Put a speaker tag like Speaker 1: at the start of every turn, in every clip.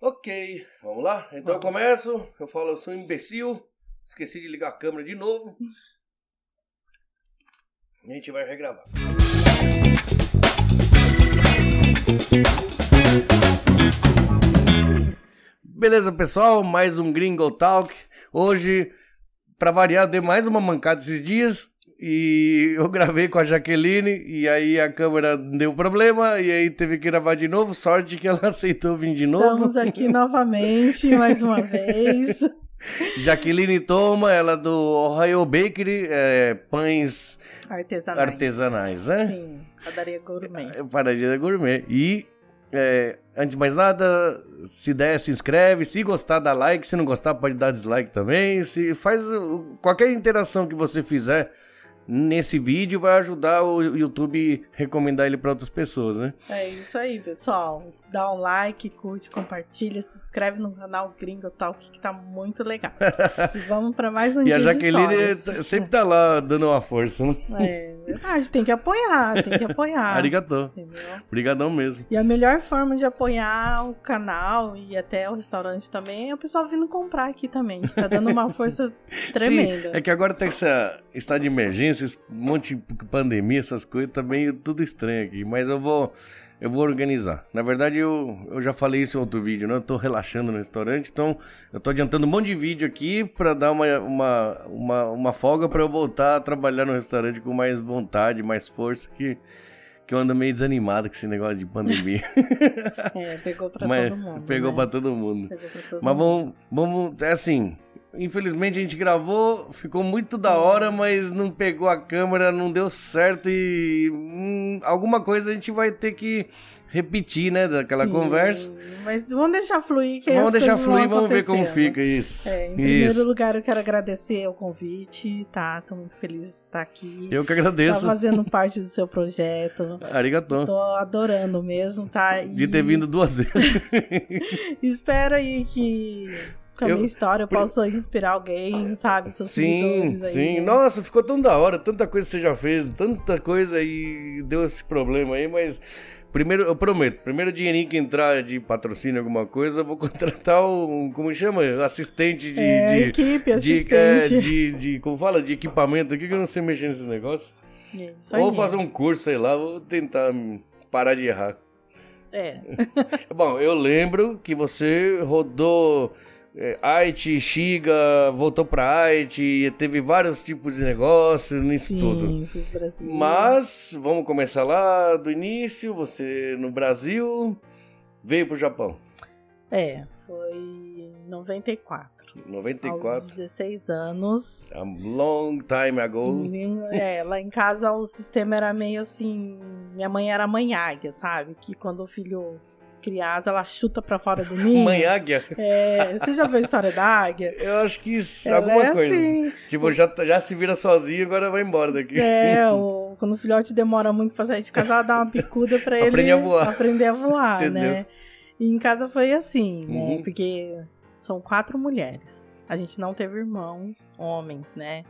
Speaker 1: Ok, vamos lá? Então eu começo, eu falo, eu sou um imbecil, esqueci de ligar a câmera de novo. A gente vai regravar. Beleza, pessoal? Mais um Gringo Talk. Hoje, pra variar, dei mais uma mancada esses dias. E eu gravei com a Jaqueline, e aí a câmera deu problema, e aí teve que gravar de novo. Sorte que ela aceitou vir de novo.
Speaker 2: Estamos aqui novamente, mais uma vez.
Speaker 1: Jaqueline Toma, ela é do Ohio Bakery, é, pães
Speaker 2: Artesanais.
Speaker 1: artesanais, né?
Speaker 2: Sim, padaria gourmet.
Speaker 1: Paradeira Gourmet. E, é, antes de mais nada, se der, se inscreve. Se gostar, dá like. Se não gostar, pode dar dislike também. Se faz o- qualquer interação que você fizer nesse vídeo vai ajudar o YouTube a recomendar ele para outras pessoas, né?
Speaker 2: É isso aí, pessoal. Dá um like, curte, compartilha, se inscreve no canal Gringo Talk, que tá muito legal. E vamos pra mais um
Speaker 1: E
Speaker 2: dia
Speaker 1: a
Speaker 2: de
Speaker 1: Jaqueline
Speaker 2: histórias.
Speaker 1: t- sempre tá lá dando uma força, né?
Speaker 2: É verdade, tem que apoiar, tem que apoiar.
Speaker 1: Arigatô.
Speaker 2: entendeu?
Speaker 1: Obrigadão mesmo.
Speaker 2: E a melhor forma de apoiar o canal e até o restaurante também é o pessoal vindo comprar aqui também, que tá dando uma força tremenda.
Speaker 1: É que agora tem essa estado de emergência, esse monte de pandemia, essas coisas, tá meio tudo estranho aqui. Mas eu vou, eu vou organizar. Na verdade, eu, eu já falei isso em outro vídeo, né? Eu tô relaxando no restaurante, então eu tô adiantando um monte de vídeo aqui pra dar uma, uma, uma, uma folga pra eu voltar a trabalhar no restaurante com mais vontade, mais força, que, que eu ando meio desanimado com esse negócio de pandemia.
Speaker 2: É, pegou pra
Speaker 1: Mas
Speaker 2: todo mundo.
Speaker 1: pegou
Speaker 2: né?
Speaker 1: pra todo mundo.
Speaker 2: Pegou pra todo
Speaker 1: Mas
Speaker 2: mundo.
Speaker 1: vamos, vamos, é assim, infelizmente a gente gravou, ficou muito da hora, mas não pegou a câmera, não deu certo e hum, alguma coisa a gente vai ter que repetir, né, daquela
Speaker 2: Sim,
Speaker 1: conversa.
Speaker 2: Mas vamos deixar fluir, que aí
Speaker 1: vamos
Speaker 2: as
Speaker 1: deixar
Speaker 2: coisas vão
Speaker 1: fluir, vamos ver como
Speaker 2: acontecendo.
Speaker 1: fica isso.
Speaker 2: É, em primeiro
Speaker 1: isso.
Speaker 2: lugar, eu quero agradecer o convite, tá? Tô muito feliz de estar aqui.
Speaker 1: Eu que
Speaker 2: tá
Speaker 1: agradeço.
Speaker 2: fazendo parte do seu projeto.
Speaker 1: Arigatô.
Speaker 2: Tô adorando mesmo, tá? Então, E
Speaker 1: De ter vindo duas vezes.
Speaker 2: Espero aí que com a
Speaker 1: Eu-
Speaker 2: minha história eu
Speaker 1: por-
Speaker 2: possa inspirar alguém, sabe? Seus
Speaker 1: sim,
Speaker 2: seguidores aí,
Speaker 1: sim.
Speaker 2: né?
Speaker 1: Nossa, ficou tão da hora, tanta coisa que você já fez, tanta coisa e deu esse problema aí, mas primeiro, eu prometo, primeiro dinheirinho que entrar de patrocínio, alguma coisa, eu vou contratar um, como chama? Assistente de.
Speaker 2: É,
Speaker 1: de...
Speaker 2: equipe,
Speaker 1: De, é,
Speaker 2: assistente.
Speaker 1: de, de- como fala, de equipamento aqui que eu não sei mexer nesses negócios.
Speaker 2: É isso
Speaker 1: Ou
Speaker 2: aí.
Speaker 1: fazer um curso, sei lá, vou tentar hum, parar de errar.
Speaker 2: É,
Speaker 1: Bom, eu lembro que você rodou é, Haiti, Xiga, voltou pra Haiti, teve vários tipos de negócios nisso
Speaker 2: sim,
Speaker 1: tudo.
Speaker 2: fiz Brasil.
Speaker 1: Mas vamos começar lá do início, você no Brasil, veio pro Japão,
Speaker 2: É, foi em 94. Aos
Speaker 1: 94.
Speaker 2: 16 anos.
Speaker 1: A long time ago.
Speaker 2: Nem- É, lá em casa o sistema era meio assim. Minha mãe era manhaga, sabe? Que quando o filho cria asa, ela chuta pra fora do ninho.
Speaker 1: Mãe Águia?
Speaker 2: É, você já viu a história da águia?
Speaker 1: Eu acho que isso,
Speaker 2: Ela
Speaker 1: alguma
Speaker 2: é
Speaker 1: coisa.
Speaker 2: assim.
Speaker 1: Tipo, já, já se vira sozinho, agora vai embora daqui.
Speaker 2: É, o- quando o filhote demora muito pra sair de casa, ela dá uma picuda pra ele
Speaker 1: Aprende a voar.
Speaker 2: aprender a voar,
Speaker 1: Entendeu?
Speaker 2: né? E em casa foi assim, né?
Speaker 1: Uhum.
Speaker 2: Porque são quatro mulheres. A gente não teve irmãos, homens, né?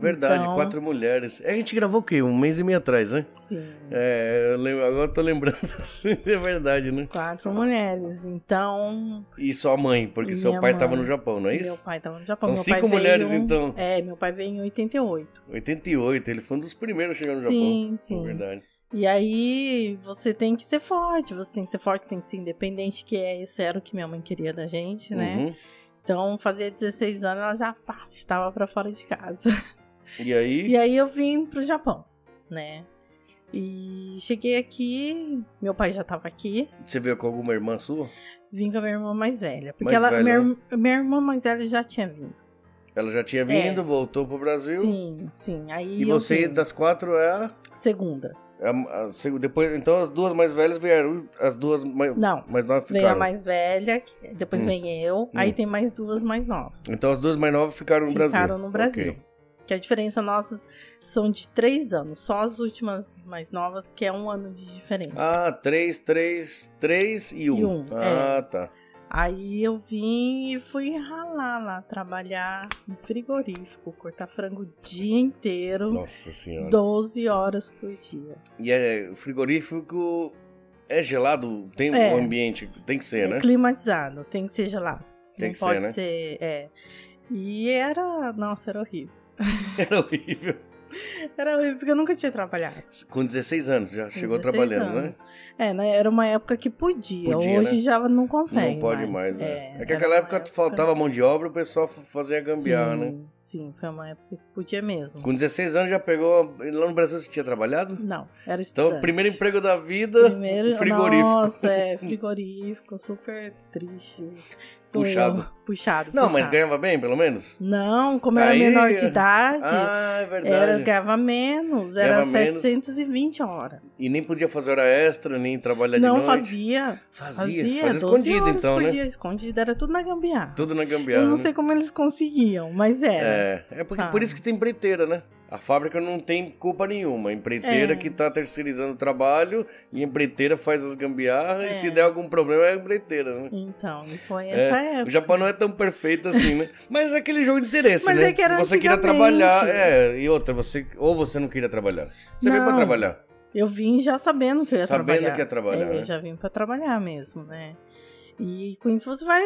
Speaker 1: Verdade,
Speaker 2: Então,
Speaker 1: quatro mulheres. A gente gravou o quê? Um mês e meio atrás, né?
Speaker 2: Sim.
Speaker 1: É, eu lembro, agora eu tô lembrando, assim, é verdade, né?
Speaker 2: Quatro mulheres. Então,
Speaker 1: E sua mãe, porque
Speaker 2: E
Speaker 1: seu
Speaker 2: minha
Speaker 1: pai tava
Speaker 2: mãe.
Speaker 1: no Japão, não é
Speaker 2: Meu
Speaker 1: isso?
Speaker 2: pai tava no Japão.
Speaker 1: São
Speaker 2: meu
Speaker 1: cinco
Speaker 2: pai
Speaker 1: mulheres,
Speaker 2: veio...
Speaker 1: então.
Speaker 2: É, meu pai veio em 88.
Speaker 1: 88, ele foi um dos primeiros a chegar no Japão.
Speaker 2: Sim,
Speaker 1: É
Speaker 2: sim.
Speaker 1: verdade.
Speaker 2: E aí, você tem que ser forte, você tem que ser forte, tem que ser independente, que é isso era o que minha mãe queria da gente, né?
Speaker 1: Uhum.
Speaker 2: Então, fazia 16 anos, ela já pá, estava pra fora de casa.
Speaker 1: E aí,
Speaker 2: E aí eu vim pro Japão, né? E cheguei aqui, meu pai já tava aqui,
Speaker 1: você veio com alguma irmã sua?
Speaker 2: vim com a minha irmã mais velha. Porque
Speaker 1: Mais
Speaker 2: ela,
Speaker 1: velha,
Speaker 2: minha,
Speaker 1: né?
Speaker 2: irm- minha irmã mais velha já tinha vindo.
Speaker 1: Ela já tinha vindo, voltou pro Brasil.
Speaker 2: É. Sim, sim. Aí
Speaker 1: E
Speaker 2: eu
Speaker 1: você,
Speaker 2: vim.
Speaker 1: das quatro, é a,
Speaker 2: Segunda.
Speaker 1: é a- a seg- Depois, então as duas mais velhas vieram, as duas mais,
Speaker 2: Não,
Speaker 1: mais novas
Speaker 2: Vem a
Speaker 1: ficaram.
Speaker 2: mais velha, que- depois
Speaker 1: Hum.
Speaker 2: vem eu, aí tem mais duas mais novas.
Speaker 1: Então as duas mais novas ficaram no Brasil.
Speaker 2: Ficaram no Brasil.
Speaker 1: Ok.
Speaker 2: Que a diferença nossa são de três anos, só as últimas mais novas, que é um ano de diferença.
Speaker 1: Ah, três, três, três e um.
Speaker 2: E um,
Speaker 1: ah, tá.
Speaker 2: Aí eu vim e fui ralar lá, trabalhar no frigorífico, cortar frango o dia inteiro,
Speaker 1: Nossa senhora.
Speaker 2: 12 horas por dia.
Speaker 1: E é frigorífico É gelado? Tem
Speaker 2: É.
Speaker 1: um ambiente, tem que ser, né?
Speaker 2: Climatizado, tem que ser gelado.
Speaker 1: Tem
Speaker 2: não
Speaker 1: que
Speaker 2: pode
Speaker 1: ser, né?
Speaker 2: É. E era. Nossa, era horrível. É
Speaker 1: Era É horrível.
Speaker 2: Era horrível porque eu nunca tinha trabalhado.
Speaker 1: Com 16 anos, já
Speaker 2: Com
Speaker 1: chegou
Speaker 2: 16
Speaker 1: trabalhando, né?
Speaker 2: anos. É, né? Era uma época que podia.
Speaker 1: Podia,
Speaker 2: Hoje
Speaker 1: né?
Speaker 2: já não consegue.
Speaker 1: Não pode mais,
Speaker 2: É,
Speaker 1: né? É, que
Speaker 2: era
Speaker 1: naquela
Speaker 2: uma
Speaker 1: época, faltava mão de obra, o pessoal f- fazia gambiarra, né?
Speaker 2: Sim, Sim, foi uma época que podia mesmo.
Speaker 1: Com 16 anos já pegou. Lá no Brasil você tinha trabalhado?
Speaker 2: Não, era
Speaker 1: Então,
Speaker 2: estudante.
Speaker 1: primeiro emprego da vida,
Speaker 2: Primeiro-
Speaker 1: frigorífico.
Speaker 2: Nossa, é, frigorífico, super triste.
Speaker 1: Puxado.
Speaker 2: Doeu. Puxado.
Speaker 1: Não, mas
Speaker 2: puxado.
Speaker 1: ganhava bem, pelo menos?
Speaker 2: Não, como eu era
Speaker 1: Aí-
Speaker 2: menor de idade,
Speaker 1: Ah, é verdade.
Speaker 2: era, ganhava menos. Era
Speaker 1: Ganhava menos.
Speaker 2: 720 a hora.
Speaker 1: E nem podia fazer hora extra, nem trabalhar
Speaker 2: Não
Speaker 1: é de noite.
Speaker 2: fazia.
Speaker 1: Fazia. Fazia
Speaker 2: Fazia, 12
Speaker 1: escondido,
Speaker 2: horas
Speaker 1: então,
Speaker 2: por
Speaker 1: né?
Speaker 2: dia, escondido. Era tudo na gambiarra.
Speaker 1: Tudo na gambiarra.
Speaker 2: Eu não
Speaker 1: né?
Speaker 2: sei como eles conseguiam, mas era.
Speaker 1: É, é porque,
Speaker 2: Sabe?
Speaker 1: por isso que tem empreiteira, né? A fábrica não tem culpa nenhuma. A empreiteira
Speaker 2: É.
Speaker 1: que tá terceirizando o trabalho e a empreiteira faz as gambiarras
Speaker 2: É.
Speaker 1: e se der algum problema é a empreiteira, né?
Speaker 2: Então, e foi
Speaker 1: É,
Speaker 2: essa
Speaker 1: O
Speaker 2: época.
Speaker 1: Japão não é tão perfeito assim, né? Mas é aquele jogo de interesse,
Speaker 2: Mas
Speaker 1: né?
Speaker 2: é que era
Speaker 1: você queria
Speaker 2: antigamente.
Speaker 1: trabalhar, é, e outra, você ou você não queria trabalhar. Você veio pra
Speaker 2: Não.
Speaker 1: trabalhar.
Speaker 2: Eu vim já sabendo que eu ia
Speaker 1: Sabendo
Speaker 2: trabalhar.
Speaker 1: que ia trabalhar,
Speaker 2: É,
Speaker 1: né?
Speaker 2: Eu já vim pra trabalhar mesmo, né? E com isso você vai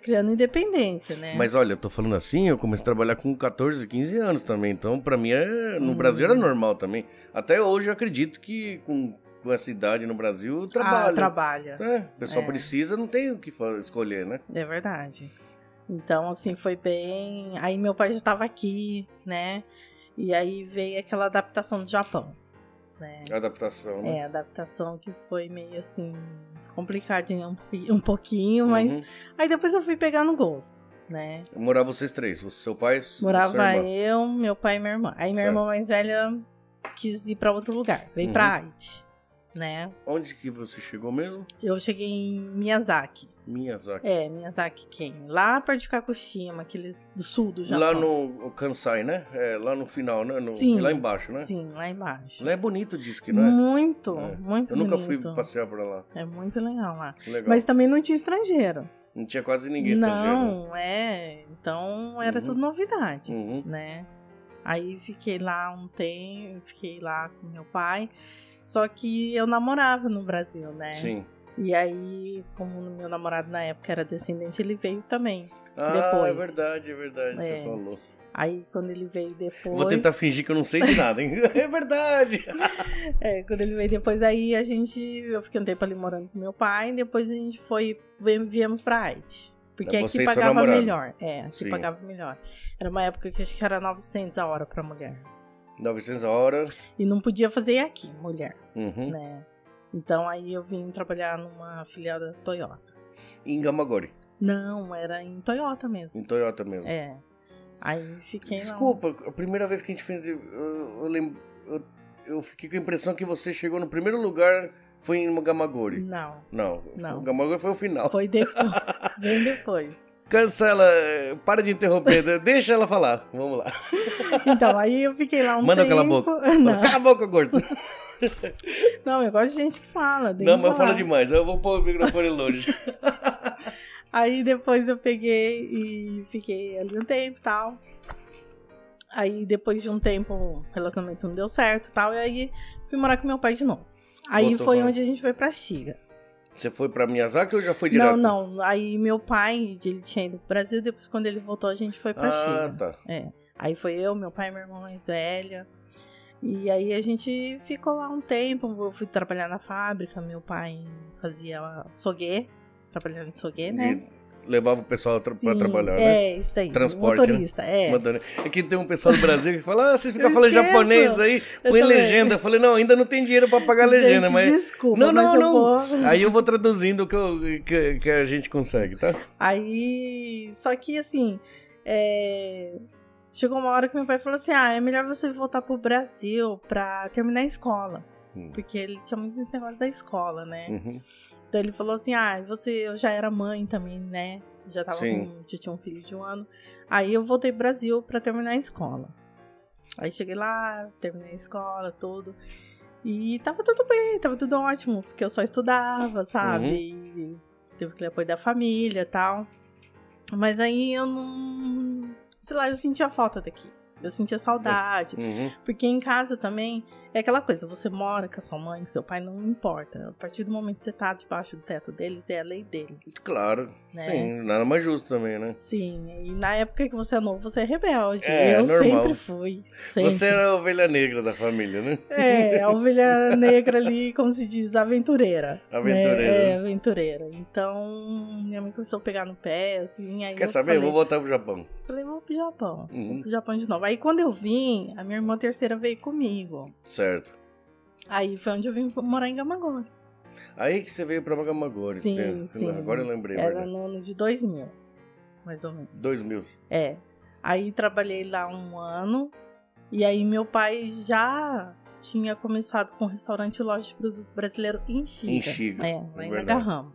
Speaker 2: criando independência, né?
Speaker 1: Mas olha, eu tô falando assim, eu comecei a trabalhar com 14, 15 anos também. Então, pra mim, é, no
Speaker 2: Hum.
Speaker 1: Brasil era normal também. Até hoje eu acredito que com, com essa idade no Brasil, eu trabalho.
Speaker 2: Ah, trabalha.
Speaker 1: É, o pessoal
Speaker 2: É.
Speaker 1: precisa, não tem o que fa- escolher, né?
Speaker 2: É verdade. Então, assim, foi bem. Aí meu pai já tava aqui, né? E aí veio aquela adaptação do Japão, né?
Speaker 1: A adaptação, né?
Speaker 2: É, a adaptação que foi meio assim, complicadinha um, pouqui- um pouquinho, mas
Speaker 1: Uhum.
Speaker 2: aí depois eu fui pegar no gosto, né?
Speaker 1: Morava vocês três, o seu pai e sua
Speaker 2: Morava
Speaker 1: irmã.
Speaker 2: eu, meu pai e minha irmã. Aí minha
Speaker 1: Certo.
Speaker 2: irmã mais velha quis ir pra outro lugar, veio
Speaker 1: Uhum.
Speaker 2: pra Haiti, né?
Speaker 1: Onde que você chegou mesmo?
Speaker 2: Eu cheguei em Miyazaki.
Speaker 1: Miyazaki.
Speaker 2: É, Miyazaki quem? Lá perto de Kakushima, aqueles do sul do É, Japão.
Speaker 1: lá no Kansai, né? É, lá no final, né? No-
Speaker 2: Sim.
Speaker 1: Lá embaixo, né?
Speaker 2: Sim, lá embaixo.
Speaker 1: Lá é bonito, diz que, não é?
Speaker 2: Muito,
Speaker 1: É.
Speaker 2: muito
Speaker 1: eu nunca
Speaker 2: bonito.
Speaker 1: fui passear pra lá.
Speaker 2: É muito legal lá.
Speaker 1: Legal.
Speaker 2: Mas também não tinha estrangeiro.
Speaker 1: Não tinha quase ninguém estrangeiro. né?
Speaker 2: Não, é. Então era
Speaker 1: Uhum.
Speaker 2: tudo novidade,
Speaker 1: Uhum.
Speaker 2: né? Aí fiquei lá um tempo, fiquei lá com meu pai. Só que eu namorava no Brasil, né?
Speaker 1: Sim.
Speaker 2: E aí, como o meu namorado na época era descendente, ele veio também.
Speaker 1: Ah,
Speaker 2: Depois.
Speaker 1: é verdade, é verdade,
Speaker 2: É.
Speaker 1: você falou.
Speaker 2: Aí quando ele veio depois.
Speaker 1: Vou tentar fingir que eu não sei de nada, hein? é verdade!
Speaker 2: É, quando ele veio depois, aí a gente. Eu fiquei um tempo ali morando com meu pai, e depois a gente foi. vem- Viemos pra Haiti. Porque
Speaker 1: Você
Speaker 2: aqui
Speaker 1: e seu
Speaker 2: pagava
Speaker 1: namorado.
Speaker 2: melhor. É, aqui
Speaker 1: Sim.
Speaker 2: pagava melhor. Era uma época que acho que era 900 a hora pra mulher.
Speaker 1: 900 a hora.
Speaker 2: E não podia fazer aqui, mulher,
Speaker 1: Uhum.
Speaker 2: né? Então aí eu vim trabalhar numa filial da Toyota.
Speaker 1: Em Gamagori,
Speaker 2: Não, era em Toyota mesmo.
Speaker 1: em Toyota mesmo.
Speaker 2: É. Aí fiquei lá. um
Speaker 1: Desculpa, a primeira vez que a gente fez. Eu, eu lembro. Eu, eu fiquei com a impressão que você chegou no primeiro lugar foi em Gamagori.
Speaker 2: Não.
Speaker 1: Não,
Speaker 2: Não.
Speaker 1: o Gamagori foi o final.
Speaker 2: Foi depois. bem depois.
Speaker 1: Cancela, eh, para de interromper, de- deixa ela falar. Vamos lá.
Speaker 2: Então, aí eu fiquei lá um
Speaker 1: Manda
Speaker 2: tempo.
Speaker 1: cala a boca.
Speaker 2: Não,
Speaker 1: Cala a boca, gordo.
Speaker 2: não, eu gosto de gente que fala. tem
Speaker 1: Não,
Speaker 2: que
Speaker 1: mas eu
Speaker 2: falar.
Speaker 1: falo demais. Eu vou pôr o microfone longe.
Speaker 2: Aí depois eu peguei e fiquei ali um tempo e tal. Aí depois de um tempo o relacionamento não deu certo e tal. E aí fui morar com meu pai de novo. Aí
Speaker 1: Voltou
Speaker 2: foi
Speaker 1: pra-
Speaker 2: onde a gente foi pra Xiga.
Speaker 1: Você foi pra Miyazaki ou já foi direto?
Speaker 2: Não, não. Aí meu pai, ele tinha ido pro Brasil, depois quando ele voltou, a gente foi pra
Speaker 1: Ah,
Speaker 2: Xiga.
Speaker 1: tá.
Speaker 2: Aí foi eu, meu pai e minha irmã mais velha. E aí a gente ficou lá um tempo. Eu fui trabalhar na fábrica, meu pai fazia soguê, trabalhando em soguê, né?
Speaker 1: E levava o pessoal tra pra
Speaker 2: Sim,
Speaker 1: trabalhar, né?
Speaker 2: É, isso daí.
Speaker 1: Transporte, né?
Speaker 2: Motorista, é.
Speaker 1: Mandando- É que tem um pessoal do Brasil que fala, ah, vocês ficam
Speaker 2: Eu
Speaker 1: falando
Speaker 2: esqueço.
Speaker 1: japonês aí,
Speaker 2: Eu
Speaker 1: põe
Speaker 2: também.
Speaker 1: legenda. Eu falei, não, ainda não tem dinheiro pra pagar a legenda,
Speaker 2: Gente,
Speaker 1: mas...
Speaker 2: Desculpa,
Speaker 1: Não,
Speaker 2: mas
Speaker 1: não,
Speaker 2: eu
Speaker 1: não.
Speaker 2: vou-
Speaker 1: Aí eu vou traduzindo o que, eu- que- que a gente consegue, tá?
Speaker 2: Aí, só que assim, é, chegou uma hora que meu pai falou assim, ah, é melhor você voltar pro Brasil pra terminar a escola.
Speaker 1: Hum.
Speaker 2: Porque ele tinha muito esse negócio da escola, né?
Speaker 1: Uhum.
Speaker 2: Então ele falou assim, ah, você, eu já era mãe também, né? Já tava
Speaker 1: Sim.
Speaker 2: com, já tinha um filho de um ano. Aí eu voltei pro Brasil pra terminar a escola. Aí cheguei lá, terminei a escola, tudo. E tava tudo bem, tava tudo ótimo, porque eu só estudava, sabe? E teve aquele apoio da família e tal. Mas aí eu não. Sei lá, eu sentia falta daqui. Eu sentia saudade.
Speaker 1: Uhum.
Speaker 2: Porque em casa também É aquela coisa, você mora com a sua mãe, com seu pai, não importa. A partir do momento que você tá debaixo do teto deles, é a lei deles.
Speaker 1: Claro.
Speaker 2: Né?
Speaker 1: Sim, nada mais justo também, né?
Speaker 2: Sim, e na época que você é novo, você é rebelde.
Speaker 1: É,
Speaker 2: eu
Speaker 1: normal.
Speaker 2: sempre fui. Sempre.
Speaker 1: Você era a ovelha negra da família, né?
Speaker 2: É, a ovelha negra ali, como se diz, aventureira. né?
Speaker 1: Aventureira.
Speaker 2: É, aventureira. Então, minha mãe começou a pegar no pé, assim, aí
Speaker 1: Quer
Speaker 2: eu
Speaker 1: saber? Eu
Speaker 2: falei,
Speaker 1: vou voltar pro Japão.
Speaker 2: falei, vou pro Japão.
Speaker 1: Uhum,
Speaker 2: Pro Japão de novo. Aí quando eu vim, a minha irmã terceira veio comigo.
Speaker 1: certo.
Speaker 2: Aí foi onde eu vim morar em Gamagori.
Speaker 1: Aí que você veio pra Magamagori.
Speaker 2: Sim,
Speaker 1: entendeu?
Speaker 2: sim.
Speaker 1: Agora eu lembrei,
Speaker 2: Era
Speaker 1: verdade.
Speaker 2: no ano de 2000, mais ou menos.
Speaker 1: 2000.
Speaker 2: É. Aí trabalhei lá um ano. E aí meu pai já tinha começado com restaurante e loja de produto brasileiro em Chiga.
Speaker 1: Em Chiga,
Speaker 2: É, lá
Speaker 1: é
Speaker 2: em
Speaker 1: verdade.
Speaker 2: Nagarrama.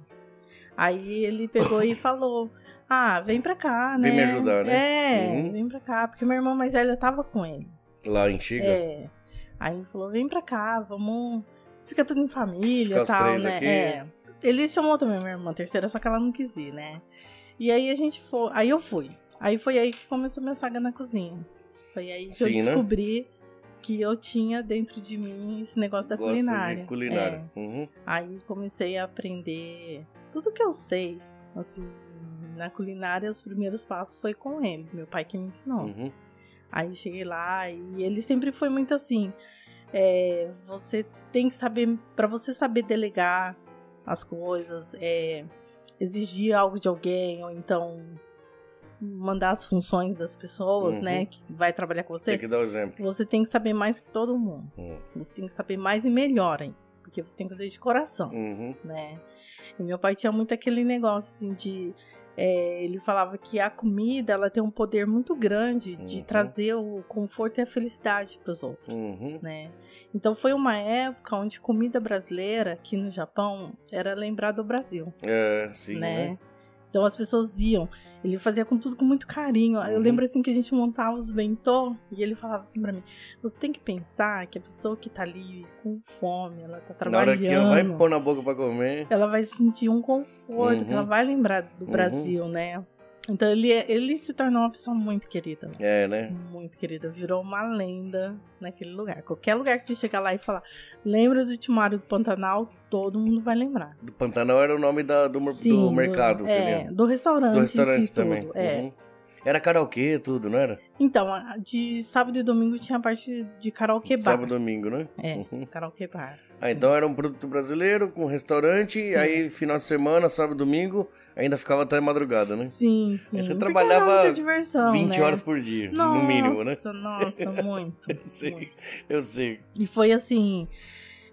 Speaker 2: Aí ele pegou e falou: Ah, vem pra cá, né?
Speaker 1: Vem me ajudar, né?
Speaker 2: É,
Speaker 1: Uhum.
Speaker 2: vem pra cá. Porque minha irmã mais velha tava com ele.
Speaker 1: Lá em Chiga.
Speaker 2: É. Aí ele falou: vem pra cá, vamos. Fica tudo em família
Speaker 1: Fica
Speaker 2: e
Speaker 1: os
Speaker 2: tal,
Speaker 1: três
Speaker 2: né?
Speaker 1: aqui.
Speaker 2: É. Ele chamou também minha irmã terceira, só que ela não quis ir, né? E aí a gente foi. Aí eu fui. Aí foi aí que começou minha saga na cozinha. Foi aí que eu
Speaker 1: Sim, né?
Speaker 2: descobri que eu tinha dentro de mim esse negócio da
Speaker 1: Gosta
Speaker 2: culinária.
Speaker 1: de culinária. Uhum.
Speaker 2: É. Aí comecei a aprender tudo que eu sei, assim, na culinária, os primeiros passos foi com ele, meu pai que me ensinou.
Speaker 1: Uhum.
Speaker 2: Aí cheguei lá e ele sempre foi muito assim. é, você tem que saber, para você saber delegar as coisas, é, exigir algo de alguém, ou então mandar as funções das pessoas,
Speaker 1: Uhum.
Speaker 2: né, que vai trabalhar com você.
Speaker 1: Tem que dar o exemplo.
Speaker 2: Você tem que saber mais que todo mundo.
Speaker 1: Uhum.
Speaker 2: Você tem que saber mais e melhor, hein? Porque você tem que fazer de coração
Speaker 1: Uhum.
Speaker 2: né? E meu pai tinha muito aquele negócio assim de. é, ele falava que a comida ela tem um poder muito grande de
Speaker 1: Uhum.
Speaker 2: trazer o conforto e a felicidade para os outros,
Speaker 1: Uhum.
Speaker 2: né? Então foi uma época onde comida brasileira aqui no Japão era lembrada do Brasil,
Speaker 1: É, sim, né?
Speaker 2: né? Então as pessoas iam. Ele fazia com tudo com muito carinho. Eu
Speaker 1: Uhum.
Speaker 2: lembro assim que a gente montava os bentô e ele falava assim pra mim: você tem que pensar que a pessoa que tá ali com fome, ela tá
Speaker 1: Na hora
Speaker 2: trabalhando.
Speaker 1: que eu vai pôr na boca pra comer.
Speaker 2: Ela vai sentir um conforto, que
Speaker 1: Uhum.
Speaker 2: ela vai lembrar do
Speaker 1: Uhum.
Speaker 2: Brasil, né? Então ele, é- ele se tornou uma pessoa muito querida. lá.
Speaker 1: É, né?
Speaker 2: Muito querida. Virou uma lenda naquele lugar. Qualquer lugar que você chegar lá e falar, lembra do Timário do Pantanal, todo mundo vai lembrar.
Speaker 1: Do Pantanal era o nome da, do, mer- do
Speaker 2: Sim,
Speaker 1: mercado,
Speaker 2: é,
Speaker 1: seria.
Speaker 2: do restaurante.
Speaker 1: Do
Speaker 2: em
Speaker 1: restaurante
Speaker 2: si,
Speaker 1: também.
Speaker 2: tudo, É.
Speaker 1: Uhum. Era karaokê, tudo, não era?
Speaker 2: Então, a- de sábado e domingo tinha a parte de karaokê bar.
Speaker 1: Sábado e domingo, né?
Speaker 2: É,
Speaker 1: Uhum.
Speaker 2: karaokê bar.
Speaker 1: Ah,
Speaker 2: sim.
Speaker 1: então era um produto brasileiro com restaurante,
Speaker 2: Sim.
Speaker 1: aí final de semana, sábado, domingo, ainda ficava até madrugada, né?
Speaker 2: Sim, Um sim.
Speaker 1: Aí você
Speaker 2: Porque
Speaker 1: trabalhava
Speaker 2: era muita diversão,
Speaker 1: 20
Speaker 2: né?
Speaker 1: horas por dia,
Speaker 2: nossa,
Speaker 1: no mínimo, né?
Speaker 2: Nossa, nossa, muito.
Speaker 1: Eu
Speaker 2: muito.
Speaker 1: sei, eu sei.
Speaker 2: E foi assim.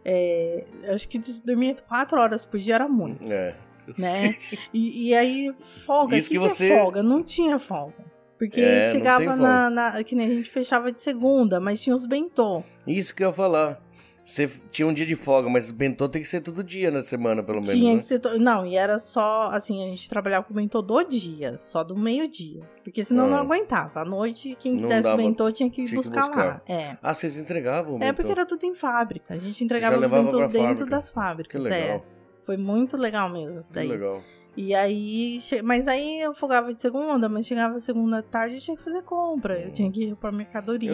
Speaker 2: é, acho que des- dormir quatro horas por dia era muito,
Speaker 1: É. eu sei.
Speaker 2: né? E, e aí, folga.
Speaker 1: Isso
Speaker 2: o que,
Speaker 1: que
Speaker 2: que é
Speaker 1: você-
Speaker 2: folga? Não tinha folga. Porque
Speaker 1: É, não tem
Speaker 2: chegava
Speaker 1: folga.
Speaker 2: na, na- Que nem a gente fechava de segunda, mas tinha os bentô.
Speaker 1: Isso que eu ia falar. Você f- tinha um dia de folga, mas o bentô tem que ser todo dia na semana, pelo menos,
Speaker 2: Tinha
Speaker 1: né?
Speaker 2: que ser. to- Não, e era só. Assim, a gente trabalhava com bentô do dia, só do meio-dia. Porque senão
Speaker 1: Ah.
Speaker 2: não aguentava. À noite, quem
Speaker 1: Não
Speaker 2: quisesse
Speaker 1: dava.
Speaker 2: bentô tinha que ir
Speaker 1: Tinha que
Speaker 2: buscar, lá.
Speaker 1: buscar.
Speaker 2: É.
Speaker 1: Ah, vocês entregavam o
Speaker 2: É
Speaker 1: bentô?
Speaker 2: porque era tudo em fábrica. A gente entregava os
Speaker 1: levava
Speaker 2: bentôs
Speaker 1: pra
Speaker 2: dentro
Speaker 1: fábrica.
Speaker 2: das
Speaker 1: Que
Speaker 2: fábricas.
Speaker 1: legal,
Speaker 2: É. Foi muito legal mesmo isso
Speaker 1: que
Speaker 2: daí.
Speaker 1: legal.
Speaker 2: E aí, che- mas aí eu folgava de segunda, mas chegava segunda à tarde eu tinha que fazer compra, eu
Speaker 1: Hum.
Speaker 2: tinha que ir pra
Speaker 1: Eu sei.
Speaker 2: mercadoria.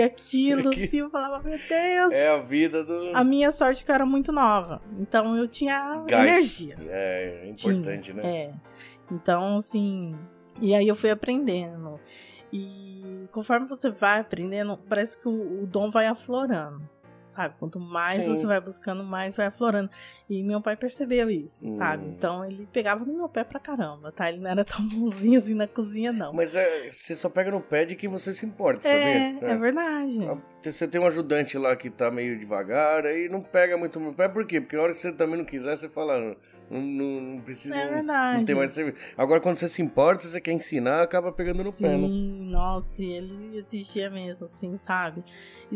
Speaker 2: aquilo,
Speaker 1: É que-
Speaker 2: assim, eu falava, meu Deus!
Speaker 1: É a vida do...
Speaker 2: A minha sorte é que eu era muito nova, então eu tinha
Speaker 1: Gás.
Speaker 2: energia.
Speaker 1: É, é importante,
Speaker 2: Tinha,
Speaker 1: né?
Speaker 2: É. Então, assim, e aí eu fui aprendendo. E conforme você vai aprendendo, parece que o, o dom vai aflorando. Sabe? Quanto mais
Speaker 1: Sim.
Speaker 2: você vai buscando, mais vai aflorando. E meu pai percebeu isso,
Speaker 1: Hum.
Speaker 2: sabe? Então ele pegava no meu pé pra caramba, tá? Ele não era tão bonzinho assim na cozinha, não.
Speaker 1: Mas é, você só pega no pé de quem você se importa,
Speaker 2: é,
Speaker 1: sabia?
Speaker 2: é verdade.
Speaker 1: Você tem um ajudante lá que tá meio devagar, aí não pega muito no pé, por quê? Porque a hora que você também não quiser, você fala, "Ah, não, não, não precisa,
Speaker 2: É
Speaker 1: não,
Speaker 2: verdade.
Speaker 1: não tem mais serviço. Agora, quando você se importa, você quer ensinar, acaba pegando no pé, né?
Speaker 2: Sim, nossa, e ele exigia mesmo, assim, sabe?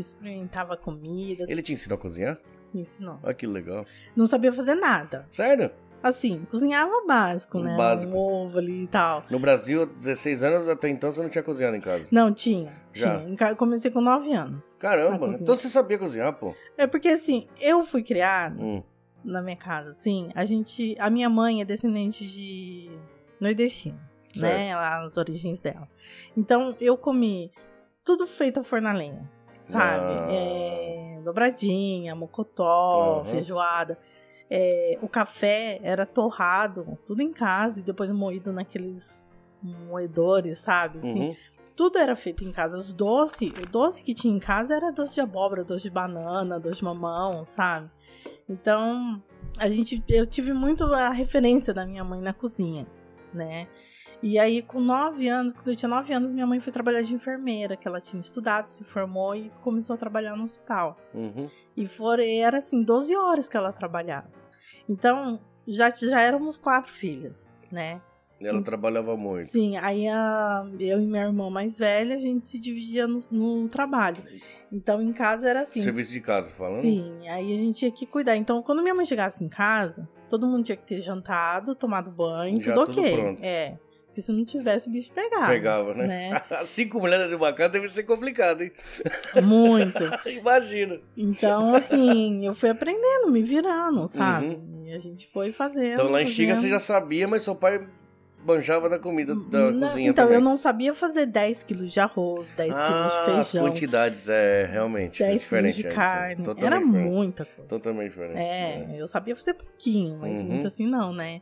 Speaker 2: Experimentava comida,
Speaker 1: Ele te ensinou a cozinhar?
Speaker 2: me ensinou.
Speaker 1: Olha que legal.
Speaker 2: Não sabia fazer nada.
Speaker 1: Sério?
Speaker 2: Assim, cozinhava o básico,
Speaker 1: O
Speaker 2: né?
Speaker 1: básico.
Speaker 2: Um ovo ali e tal.
Speaker 1: No Brasil, 16 anos, até então você não tinha cozinhado em casa.
Speaker 2: Não, tinha.
Speaker 1: Já.
Speaker 2: Tinha. Em ca- Comecei com 9 anos. Na
Speaker 1: Caramba,
Speaker 2: cozinha.
Speaker 1: então você sabia cozinhar, pô.
Speaker 2: É porque assim, eu fui criada
Speaker 1: Hum,
Speaker 2: na minha casa, assim, a gente. A minha mãe é descendente de nordestino, né?
Speaker 1: Certo.
Speaker 2: Lá nas origens dela. Então eu comi tudo feito a fornalha. sabe?
Speaker 1: Ah.
Speaker 2: É, dobradinha, mocotó,
Speaker 1: Aham.
Speaker 2: feijoada. É, o café era torrado, tudo em casa, e depois moído naqueles moedores, sabe? Assim,
Speaker 1: Uhum.
Speaker 2: Tudo era feito em casa. Os doces, o doce que tinha em casa era doce de abóbora, doce de banana, doce de mamão, sabe? Então, a gente, eu tive muito a referência da minha mãe na cozinha, né? E aí, com nove anos, quando eu tinha nove anos, minha mãe foi trabalhar de enfermeira, que ela tinha estudado, se formou e começou a trabalhar no hospital.
Speaker 1: Uhum.
Speaker 2: E for, era assim, 12 horas que ela trabalhava. Então, já, já éramos quatro filhas, né?
Speaker 1: Ela trabalhava muito.
Speaker 2: Sim, aí a- eu e minha irmã mais velha, a gente se dividia no, no trabalho. Então em casa era assim.
Speaker 1: Serviço de casa, falando?
Speaker 2: Sim, aí a gente tinha que cuidar. Então quando minha mãe chegasse em casa, todo mundo tinha que ter jantado, tomado banho,
Speaker 1: Já
Speaker 2: tudo
Speaker 1: tudo
Speaker 2: ok.
Speaker 1: pronto.
Speaker 2: É. Porque se não tivesse, o bicho pegava.
Speaker 1: Pegava, né?
Speaker 2: né?
Speaker 1: Cinco mulheres de uma casa deve ser complicado, hein?
Speaker 2: Muito.
Speaker 1: Imagina.
Speaker 2: Então, assim, eu fui aprendendo, me virando, sabe? E a gente foi fazendo.
Speaker 1: Uhum. Então lá em Xiga
Speaker 2: fazendo.
Speaker 1: você já sabia, mas seu pai banjava da comida da
Speaker 2: Não,
Speaker 1: cozinha
Speaker 2: Então,
Speaker 1: também.
Speaker 2: eu não sabia fazer 10 quilos de arroz, 10 quilos de
Speaker 1: ah, as
Speaker 2: feijão.
Speaker 1: quantidades, é, realmente. é
Speaker 2: 10 quilos
Speaker 1: diferente.
Speaker 2: de
Speaker 1: é,
Speaker 2: carne.
Speaker 1: totalmente
Speaker 2: Era
Speaker 1: diferente.
Speaker 2: muita coisa.
Speaker 1: Totalmente diferente.
Speaker 2: É, eu sabia fazer pouquinho, mas
Speaker 1: Uhum.
Speaker 2: muito assim não, né?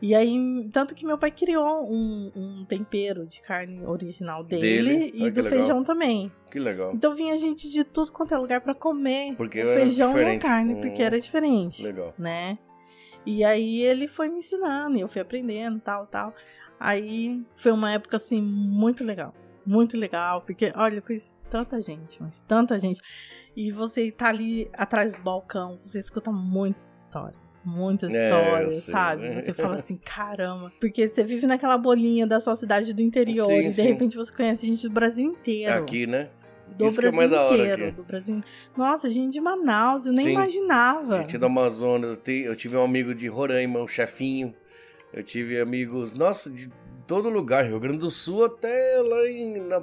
Speaker 2: E aí, tanto que meu pai criou um, um tempero de carne original dele,
Speaker 1: Dele?
Speaker 2: e
Speaker 1: Olha que
Speaker 2: do
Speaker 1: legal.
Speaker 2: feijão também.
Speaker 1: Que legal.
Speaker 2: Então vinha gente de tudo quanto é lugar pra comer
Speaker 1: Porque
Speaker 2: o
Speaker 1: era
Speaker 2: feijão e a
Speaker 1: diferente.
Speaker 2: carne,
Speaker 1: Hum.
Speaker 2: porque era diferente,
Speaker 1: Legal.
Speaker 2: né? E aí ele foi me ensinando, e eu fui aprendendo, tal, tal. Aí foi uma época assim muito legal, muito legal, porque olha, eu conheci tanta gente, mas tanta gente. E você tá ali atrás do balcão, você escuta muitas histórias. Muitas
Speaker 1: É,
Speaker 2: histórias,
Speaker 1: eu sei.
Speaker 2: sabe? Você fala assim, caramba. Porque você vive naquela bolinha da sua cidade do interior
Speaker 1: Sim,
Speaker 2: e de
Speaker 1: sim.
Speaker 2: repente você conhece gente do Brasil inteiro.
Speaker 1: Aqui, né?
Speaker 2: do
Speaker 1: Isso que é
Speaker 2: Brasil
Speaker 1: mais da hora
Speaker 2: inteiro.
Speaker 1: aqui.
Speaker 2: Do Brasil... Nossa, gente de Manaus, eu nem
Speaker 1: Sim.
Speaker 2: imaginava.
Speaker 1: Gente é do Amazonas, eu ti- eu tive um amigo de Roraima, o chefinho. Eu tive amigos, nossa, de todo lugar, Rio Grande do Sul até lá em. na-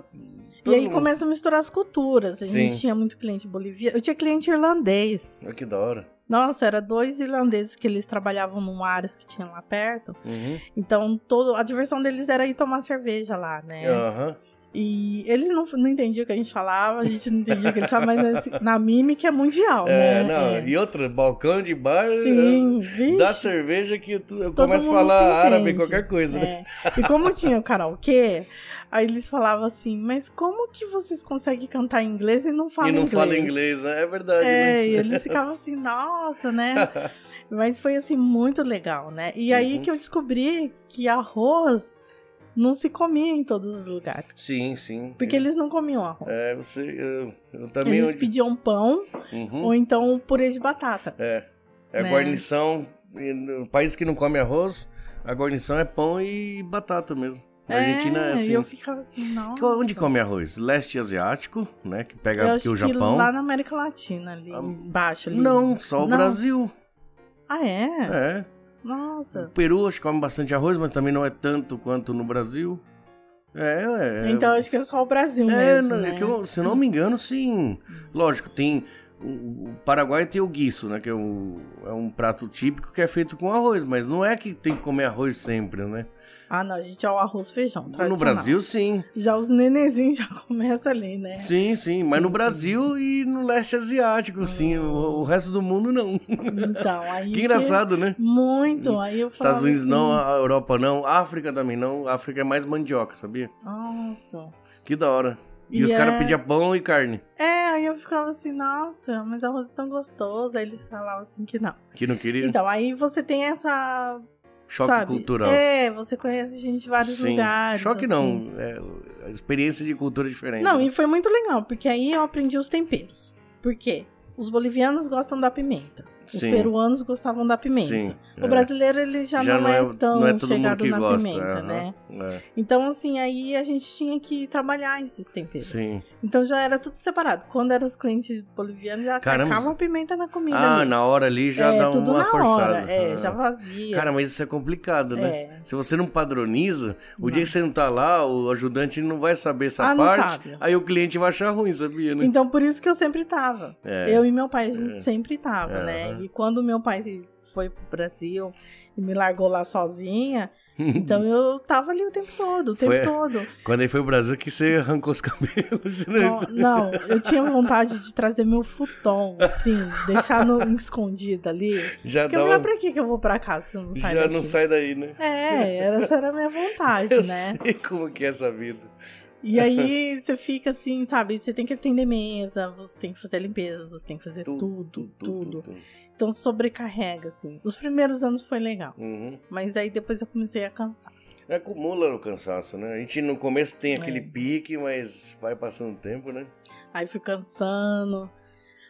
Speaker 1: todo
Speaker 2: E aí
Speaker 1: lugar.
Speaker 2: começa a misturar as culturas. A gente
Speaker 1: Sim.
Speaker 2: tinha muito cliente boliviano. Eu tinha cliente irlandês.
Speaker 1: Olha Ah, que da hora.
Speaker 2: Nossa, era dois irlandeses que eles trabalhavam num Ares que tinha lá perto.
Speaker 1: Uhum.
Speaker 2: Então, todo, a diversão deles era ir tomar cerveja lá, né?
Speaker 1: Aham.
Speaker 2: E eles não, não entendiam o que a gente falava, a gente não entendia o que eles falavam, mas assim, na mímica é mundial,
Speaker 1: É,
Speaker 2: né?
Speaker 1: não,
Speaker 2: É.
Speaker 1: E outra, balcão de bar.
Speaker 2: Sim,
Speaker 1: é,
Speaker 2: vixe.
Speaker 1: Dá cerveja que tu, eu
Speaker 2: Todo
Speaker 1: começo a
Speaker 2: mundo se
Speaker 1: falar árabe,
Speaker 2: entende.
Speaker 1: qualquer coisa, né?
Speaker 2: É. E como tinha o karaokê, aí eles falavam assim, mas como que vocês conseguem cantar em inglês e não falam
Speaker 1: e não
Speaker 2: inglês?
Speaker 1: fala inglês, né? É verdade,
Speaker 2: É,
Speaker 1: né?
Speaker 2: e eles ficavam assim, nossa, né? Mas foi assim, muito legal, né? E aí
Speaker 1: Uhum.
Speaker 2: que eu descobri que arroz não se comia em todos os lugares.
Speaker 1: Sim, sim.
Speaker 2: Porque eles não comiam arroz.
Speaker 1: É, você. Eu, eu também.
Speaker 2: Eles pediam pão
Speaker 1: Uhum.
Speaker 2: ou então purê de batata.
Speaker 1: É. É
Speaker 2: Né?
Speaker 1: guarnição. e No país que não come arroz, a guarnição é pão e batata mesmo. Na Argentina é
Speaker 2: É,
Speaker 1: assim.
Speaker 2: E eu ficava assim, não.
Speaker 1: Co- Onde come arroz? Leste asiático, né? Que
Speaker 2: Eu
Speaker 1: pega
Speaker 2: acho
Speaker 1: aqui o
Speaker 2: que
Speaker 1: Japão.
Speaker 2: lá na América Latina, ali
Speaker 1: Ah,
Speaker 2: embaixo. Ali.
Speaker 1: Não, só o
Speaker 2: Não.
Speaker 1: Brasil.
Speaker 2: Ah, é?
Speaker 1: É. O
Speaker 2: Nossa.
Speaker 1: Peru acho que come bastante arroz, mas também não é tanto quanto no Brasil. É, é.
Speaker 2: Então acho que é só o Brasil
Speaker 1: É,
Speaker 2: mesmo.
Speaker 1: não, é
Speaker 2: né?
Speaker 1: que eu- se eu não me engano, sim. Lógico, tem. O o Paraguai tem o guiço, né? Que é um, é um prato típico que é feito com arroz, mas não é que tem que comer arroz sempre, né?
Speaker 2: Ah, não, a gente é o arroz e feijão.
Speaker 1: No
Speaker 2: tradicional.
Speaker 1: Brasil, sim.
Speaker 2: Já os nenenzinhos já começam ali, né?
Speaker 1: Sim, sim. Mas
Speaker 2: Sim,
Speaker 1: no
Speaker 2: sim.
Speaker 1: Brasil e no leste asiático, sim. O, o resto do mundo, não.
Speaker 2: Então, aí.
Speaker 1: Que engraçado, né?
Speaker 2: Muito. Aí eu
Speaker 1: Estados
Speaker 2: falava
Speaker 1: Unidos
Speaker 2: assim,
Speaker 1: não, a Europa não, a África também não. A África é mais mandioca, sabia?
Speaker 2: assim, Nossa.
Speaker 1: Que da hora. E, os
Speaker 2: é-
Speaker 1: caras pediam pão e carne.
Speaker 2: É, aí eu ficava assim, nossa, mas arroz é tão gostoso. Aí eles falavam assim que não.
Speaker 1: Que não queria.
Speaker 2: Então, aí você tem essa.
Speaker 1: Choque
Speaker 2: sabe?
Speaker 1: cultural.
Speaker 2: É, você conhece gente de vários
Speaker 1: Sim.
Speaker 2: lugares.
Speaker 1: Choque
Speaker 2: assim.
Speaker 1: não, é, a experiência de cultura é diferente.
Speaker 2: Não,
Speaker 1: né?
Speaker 2: e foi muito legal, porque aí eu aprendi os temperos. Por quê? Os bolivianos gostam da pimenta. Os
Speaker 1: Sim.
Speaker 2: peruanos gostavam da pimenta.
Speaker 1: Sim.
Speaker 2: O
Speaker 1: é.
Speaker 2: brasileiro, ele já, não, é, tão
Speaker 1: não é todo mundo
Speaker 2: chegado
Speaker 1: que
Speaker 2: na
Speaker 1: gosta.
Speaker 2: pimenta,
Speaker 1: aham,
Speaker 2: né?
Speaker 1: é,
Speaker 2: Então, assim, aí a gente tinha que trabalhar esses temperos.
Speaker 1: Sim.
Speaker 2: Então já era tudo separado. Quando eram os clientes bolivianos, já
Speaker 1: Caramba,
Speaker 2: tacavam a pimenta na comida.
Speaker 1: Ah,
Speaker 2: ali.
Speaker 1: na hora ali já
Speaker 2: é,
Speaker 1: dá
Speaker 2: tudo
Speaker 1: uma
Speaker 2: na
Speaker 1: forçada.
Speaker 2: hora. É,
Speaker 1: ah.
Speaker 2: já vazia.
Speaker 1: Cara, mas isso é complicado, né?
Speaker 2: é.
Speaker 1: Se você não padroniza, o
Speaker 2: Não.
Speaker 1: dia que você não tá lá, o ajudante não vai saber essa
Speaker 2: Ah, não
Speaker 1: parte.
Speaker 2: sabe.
Speaker 1: Aí o cliente vai achar ruim, sabia, né?
Speaker 2: Então por isso que eu sempre tava.
Speaker 1: É.
Speaker 2: Eu e meu pai, a gente
Speaker 1: É.
Speaker 2: sempre tava, né?
Speaker 1: Aham.
Speaker 2: E quando meu pai foi pro Brasil e me largou lá sozinha, Então eu tava ali o tempo todo, o tempo
Speaker 1: Foi-
Speaker 2: todo.
Speaker 1: Quando ele foi pro Brasil que você arrancou os cabelos. né? você
Speaker 2: Não,
Speaker 1: não-
Speaker 2: não, eu tinha vontade de trazer meu futon, assim, deixar no, escondido ali.
Speaker 1: já
Speaker 2: Porque eu falei, "Ah,
Speaker 1: tava,
Speaker 2: pra que que eu vou pra casa se eu não saio
Speaker 1: já
Speaker 2: daqui?
Speaker 1: não sai daí, né?
Speaker 2: É, era, essa era a minha vontade,
Speaker 1: Eu
Speaker 2: né?
Speaker 1: sei como que é essa vida.
Speaker 2: E aí você fica assim, sabe? Você tem que atender mesa, você tem que fazer limpeza, você tem que fazer tudo, tudo. Então sobrecarrega, assim. Os primeiros anos foi legal,
Speaker 1: Uhum.
Speaker 2: mas aí depois eu comecei a cansar.
Speaker 1: Acumula o cansaço, né? A gente no começo tem aquele
Speaker 2: É.
Speaker 1: pique, mas vai passando o tempo, né?
Speaker 2: Aí fui cansando,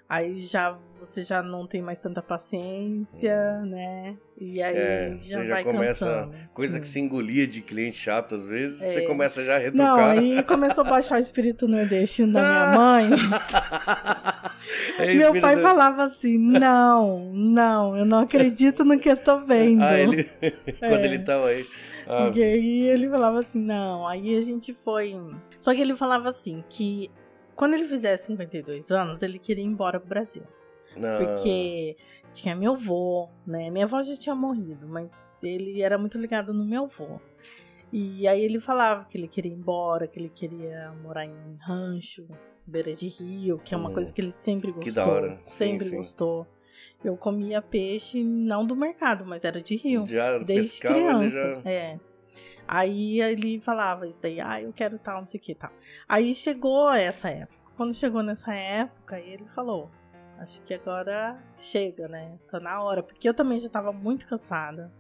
Speaker 2: aí já você já não tem mais tanta paciência, né? E aí
Speaker 1: É,
Speaker 2: já
Speaker 1: você já
Speaker 2: vai
Speaker 1: começa-
Speaker 2: cansando.
Speaker 1: Coisa
Speaker 2: sim.
Speaker 1: que se engolia de cliente chato às vezes,
Speaker 2: É.
Speaker 1: você começa já a
Speaker 2: Não,
Speaker 1: retrucar.
Speaker 2: aí começou a baixar o espírito nordestino da
Speaker 1: Ah!
Speaker 2: minha mãe.
Speaker 1: É isso,
Speaker 2: Meu pai
Speaker 1: filho,
Speaker 2: falava assim: não, não, eu não acredito no que eu tô vendo.
Speaker 1: Ah, ele... Quando
Speaker 2: É.
Speaker 1: ele tava aí. Ah,
Speaker 2: E aí ele falava assim: não, aí a gente foi. Só que ele falava assim: que quando ele fizesse 52 anos, ele queria ir embora pro Brasil.
Speaker 1: não.
Speaker 2: Porque tinha meu avô, né? Minha avó já tinha morrido, mas ele era muito ligado no meu avô. E aí ele falava que ele queria ir embora, que ele queria morar em rancho, beira de rio, que é uma
Speaker 1: Hum,
Speaker 2: coisa que ele sempre gostou.
Speaker 1: que da hora. Sim,
Speaker 2: Sempre
Speaker 1: sim.
Speaker 2: gostou. Eu comia peixe não do mercado, mas era de rio.
Speaker 1: Já
Speaker 2: Desde
Speaker 1: pescava, ele
Speaker 2: criança.
Speaker 1: já.
Speaker 2: É. Aí ele falava isso daí, ah, eu quero tal, não sei o que tal. Aí chegou essa época. Quando chegou nessa época, aí ele falou: Acho que agora chega, né? Tá na hora. Porque eu também já tava muito cansada.